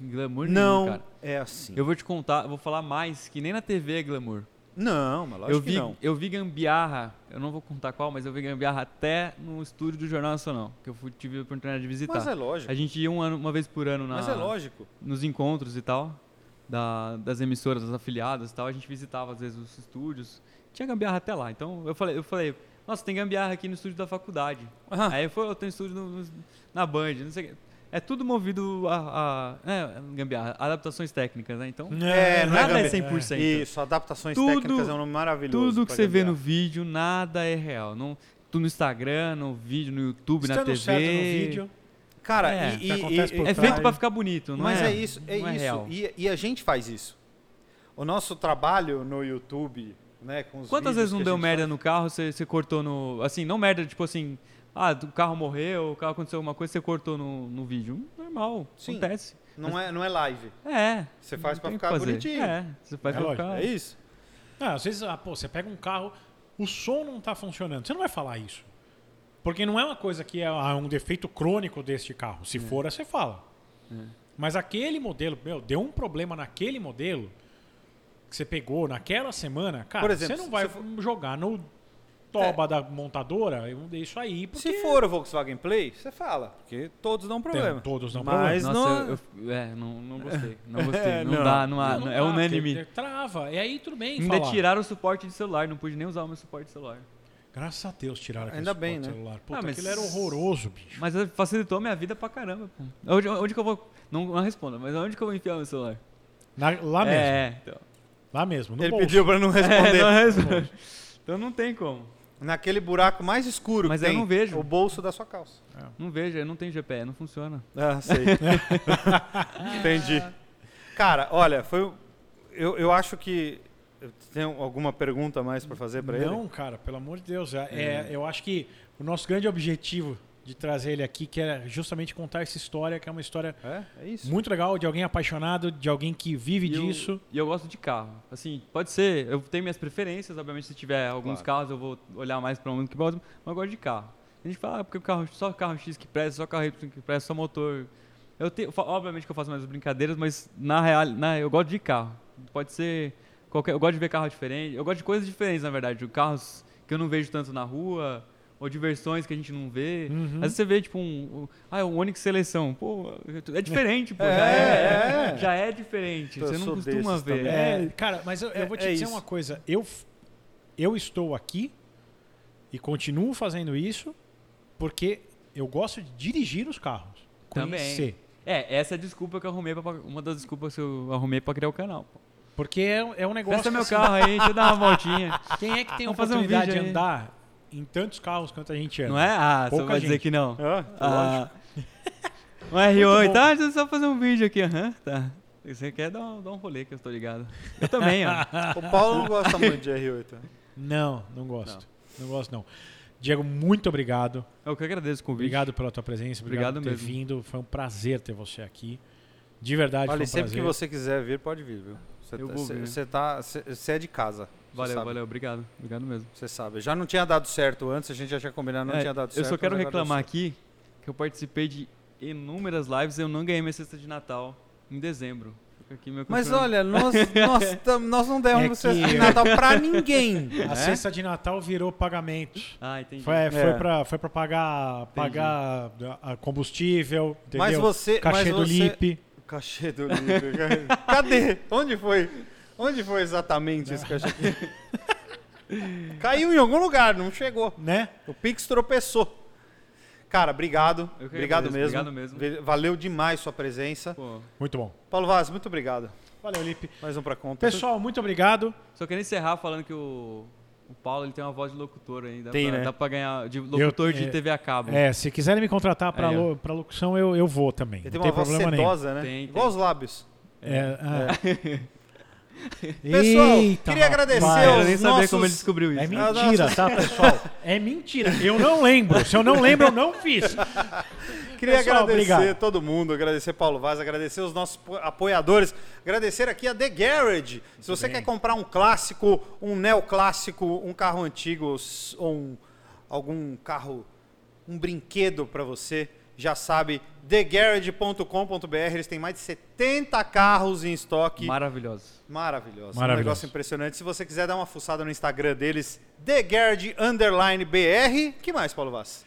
Glamour
não
nenhum, cara.
é assim.
Eu vou te contar, vou falar mais, que nem na TV é glamour.
Não, mas lógico
eu vi,
que não.
Eu vi gambiarra, eu não vou contar qual, mas eu vi gambiarra até no estúdio do Jornal Nacional, que eu fui- tive a oportunidade de visitar.
Mas é lógico.
tá. A gente ia um ano- uma vez por ano na-
Mas é lógico.
nos encontros e tal, da- das emissoras, das afiliadas e tal. A gente visitava às vezes os estúdios. Tinha gambiarra até lá. Então eu falei, eu falei nossa, tem gambiarra aqui no estúdio da faculdade. Aí foi, eu tenho estúdio no- no- na Band, não sei o quê. É tudo movido a, a é, gambiarra, adaptações técnicas, né? Então,
É, não é
nada é
gambi-
100%.
Isso, adaptações
Tudo-
técnicas é um nome maravilhoso.
Tudo que
pra
você vê no
gambiarra.
vídeo, nada é real. Não, tu no Instagram, no vídeo, no YouTube,
tá
na TV.
Estando certo no vídeo.
Cara,
É,
e,
que
e-
acontece
e-
por
É
trás.
feito pra ficar bonito, não
Mas é,
é?
isso, é
não
isso.
real.
e, e a gente faz isso. O nosso trabalho no YouTube, né? Com os
Quantas
vídeos
vezes não
que a
deu
gente
merda
faz-
no carro, você você cortou no. Assim, não merda, tipo assim. Ah, o carro morreu, o carro aconteceu alguma coisa, você cortou no, no vídeo. Normal,
Sim.
acontece.
Não é, não é live.
É.
Você faz
não
pra
tem o que
ficar
fazer.
bonitinho. É,
É, você faz
É
pra
lógico,
ficar.
isso.
Ah, às vezes, ah, pô, você pega um carro, o som não tá funcionando. Você não vai falar isso. Porque não é uma coisa que é ah, um defeito crônico deste carro.
É.
Se for, você fala. Mas aquele modelo, meu, deu um problema naquele modelo que você pegou naquela semana, cara,
Por exemplo,
você não vai
se
jogar no
toba da montadora, eu não dei isso aí porque
Se for o Volkswagen Play, você fala, porque todos dão
tem-
um
problema.
todos não
Mas
Nossa,
não-
eu, eu- é, não, não gostei. Não gostei.
É,
não,
não.
dá, não, há,
Não, não
é
dá,
unânime.
porque Trava. E aí tudo bem.
Ainda
falar.
tiraram o suporte de celular, não pude nem usar o meu suporte de celular.
Graças a Deus tiraram aquele
Ainda
suporte
bem, né?
celular. Puta,
Ah, mas-
aquilo era horroroso, bicho.
Mas eh, facilitou a minha vida pra caramba. pô. Onde, onde que eu vou. Não, não responda, mas onde que eu vou enfiar meu celular?
Na- lá mesmo.
É, então.
Lá mesmo. No
Ele
bolso.
pediu pra não responder.
É, não responde. Então não tem como.
Naquele buraco mais escuro
Mas
que
eu
tem
não vejo.
o bolso da sua calça.
Não vejo, eu não tem GPE, não funciona.
Ah, sei. Entendi. Cara, olha, foi. um- Eu, eu acho que. eu tenho alguma pergunta mais pra fazer pra ele?
Não, cara, pelo amor de Deus. É, é, eu acho que o nosso grande objetivo de trazer ele aqui, que era justamente contar essa história, que é uma história
É, é isso.
muito legal, de alguém apaixonado, de alguém que vive
E eu-
disso.
E eu gosto de carro. Assim, pode ser, eu tenho minhas preferências, obviamente se tiver alguns carros eu vou olhar mais para um que para outro, mas eu gosto de carro. A gente fala, ah, porque o carro, só carro X que presta, só carro Y que presta, só motor. Eu tenho, fa- obviamente que eu faço mais brincadeiras, mas na real, na, eu gosto de carro. Pode ser qualquer, eu gosto de ver carro diferente, eu gosto de coisas diferentes, na verdade, de carros que eu não vejo tanto na rua. Ou de versões que a gente não vê. Às vezes você vê, tipo, um. um- Ah, um Onix Seleção. Pô, é diferente, pô. já, é,
é.
já é diferente.
Eu
Você
sou
não costuma
desses
ver.
também.
É, cara, mas eu, eu
É-
vou te
é
dizer
isso.
uma coisa. Eu, f- eu estou aqui e continuo fazendo isso porque eu gosto de dirigir os carros.
Também.
Conhecer.
É, essa é a desculpa que eu arrumei pra, uma das desculpas que eu arrumei pra criar o canal. pô.
Porque é, é um negócio.
Presta meu
assim,
carro aí, deixa eu dar uma voltinha.
Quem é que tem a
Vamos fazer um
oportunidade
vídeo
de
aí.
andar em tantos carros quanto a gente anda?
Não é? Ah,
Pouca
você vai dizer
gente.
que não.
Ah,
Ah,
Muito bom.
um R8, tá? Deixa eu só fazer um vídeo aqui, aham, tá. Você quer dar, um- dar um rolê que eu tô ligado. Eu também, ó.
o Paulo não gosta muito de R8.
Não, não gosto. Não, gosto, não. Diego, muito obrigado.
Eu que agradeço o convite.
Obrigado pela tua presença. Obrigado,
Obrigado
por ter
mesmo.
vindo. Foi um prazer ter você aqui. De verdade,
Olha,
foi
e
um
sempre
prazer.
que você quiser vir, pode vir, viu? Você,
Eu
tá-
vou
você-
vir.
você tá, você, você é de casa. Você
Valeu,
sabe,
valeu, obrigado. Obrigado mesmo.
Você sabe. Já não tinha dado certo antes, a gente já tinha combinado, não
É,
tinha dado
eu
certo.
só quero
mas agora
reclamar
deu
aqui que eu participei de inúmeras lives e eu não ganhei minha cesta de Natal em dezembro. Fica aqui meu
certo. Mas
confronto.
olha, nós, nós, tam- nós não
É
demos cesta
que-
de Natal pra ninguém.
A cesta de Natal virou pagamento.
Ah, entendi.
Foi,
É.
foi pra, foi pra pagar, pagar a- a combustível, entendeu?
Mas você.
Cachê
mas
do
você,
LIP.
Cachê do livro. Cadê? Onde foi? Onde foi exatamente esse cachê? Caiu em algum lugar, não chegou.
Né?
O Pix tropeçou. Cara, obrigado.
Eu que
Obrigado mesmo.
agradeço, obrigado mesmo.
Ve- Valeu demais sua presença.
Pô,
Muito bom.
Paulo Vaz, muito obrigado.
Valeu, Lipe.
Mais um pra conta.
Pessoal, muito obrigado.
Só quero encerrar falando que o, o Paulo ele tem uma voz de locutor ainda.
Tem,
pra,
né?
Dá pra ganhar de locutor de
é,
TV a cabo.
Uhum.
É, se quiserem me contratar pra,
Aí, ó.
lo- pra locução, eu, eu vou também.
Ele
Não
tem
tem
uma voz
problema nenhum.
sedosa, né?
Tem, tem.
Igual os lábios.
É, ah.
Pessoal,
Eita,
queria agradecer Ah,
Ah,
rapaz.
eu
aos
nem sabia
nossos-
como ele descobriu isso.
É mentira, tá, pessoal? É mentira. Eu não lembro. Se eu não lembro, eu não fiz.
Queria
Pessoal,
agradecer
obrigado.
todo mundo, agradecer Paulo Vaz, agradecer os nossos po- apoiadores, agradecer aqui a The Garage. Se você quer comprar um clássico, um neoclássico, um carro antigo s- ou um- algum carro, um brinquedo para você, já sabe, thegarage.com.br. Eles têm mais de 70 carros em estoque.
Maravilhoso.
Maravilhoso. Um
Maravilhoso.
negócio impressionante. Se você quiser dar uma fuçada no Instagram deles, thegarage_br. que mais, Paulo Vaz?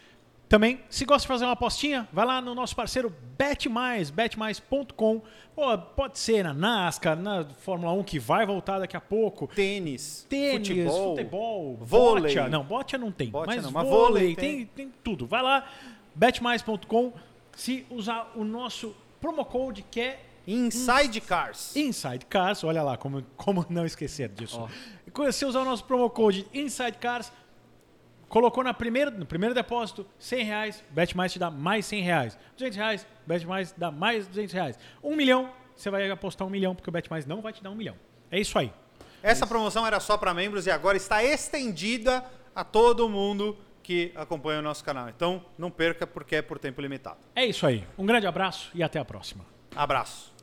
Também, se gosta de fazer uma apostinha, vai lá no nosso parceiro BetMais, betmais.com. Pô, Pode ser na NASCAR, na Fórmula 1 que vai voltar daqui a pouco.
Tênis,
Tênis, futebol,
vôlei.
bocha. Não, bocha não tem.
Bocha
mas
não, mas
vôlei,
vôlei
tem, tem tudo. Vai lá, betmais.com. Se usar o nosso promo code que é
Inside Cars.
Inside Cars, olha lá como, como não esquecer disso. Se usar o nosso promo code Inside Cars, colocou na primeira, no primeiro depósito 100 reais, BetMais te dá mais 100 reais. 200 reais, BetMais dá mais 200 reais. 1 milhão, você vai apostar 1 milhão, porque o BetMais não vai te dar 1 milhão. É isso aí.
Essa promoção era só para membros e agora está estendida a todo mundo que acompanha o nosso canal. Então, não perca porque é por tempo limitado.
É isso aí. Um grande abraço e até a próxima.
Abraço.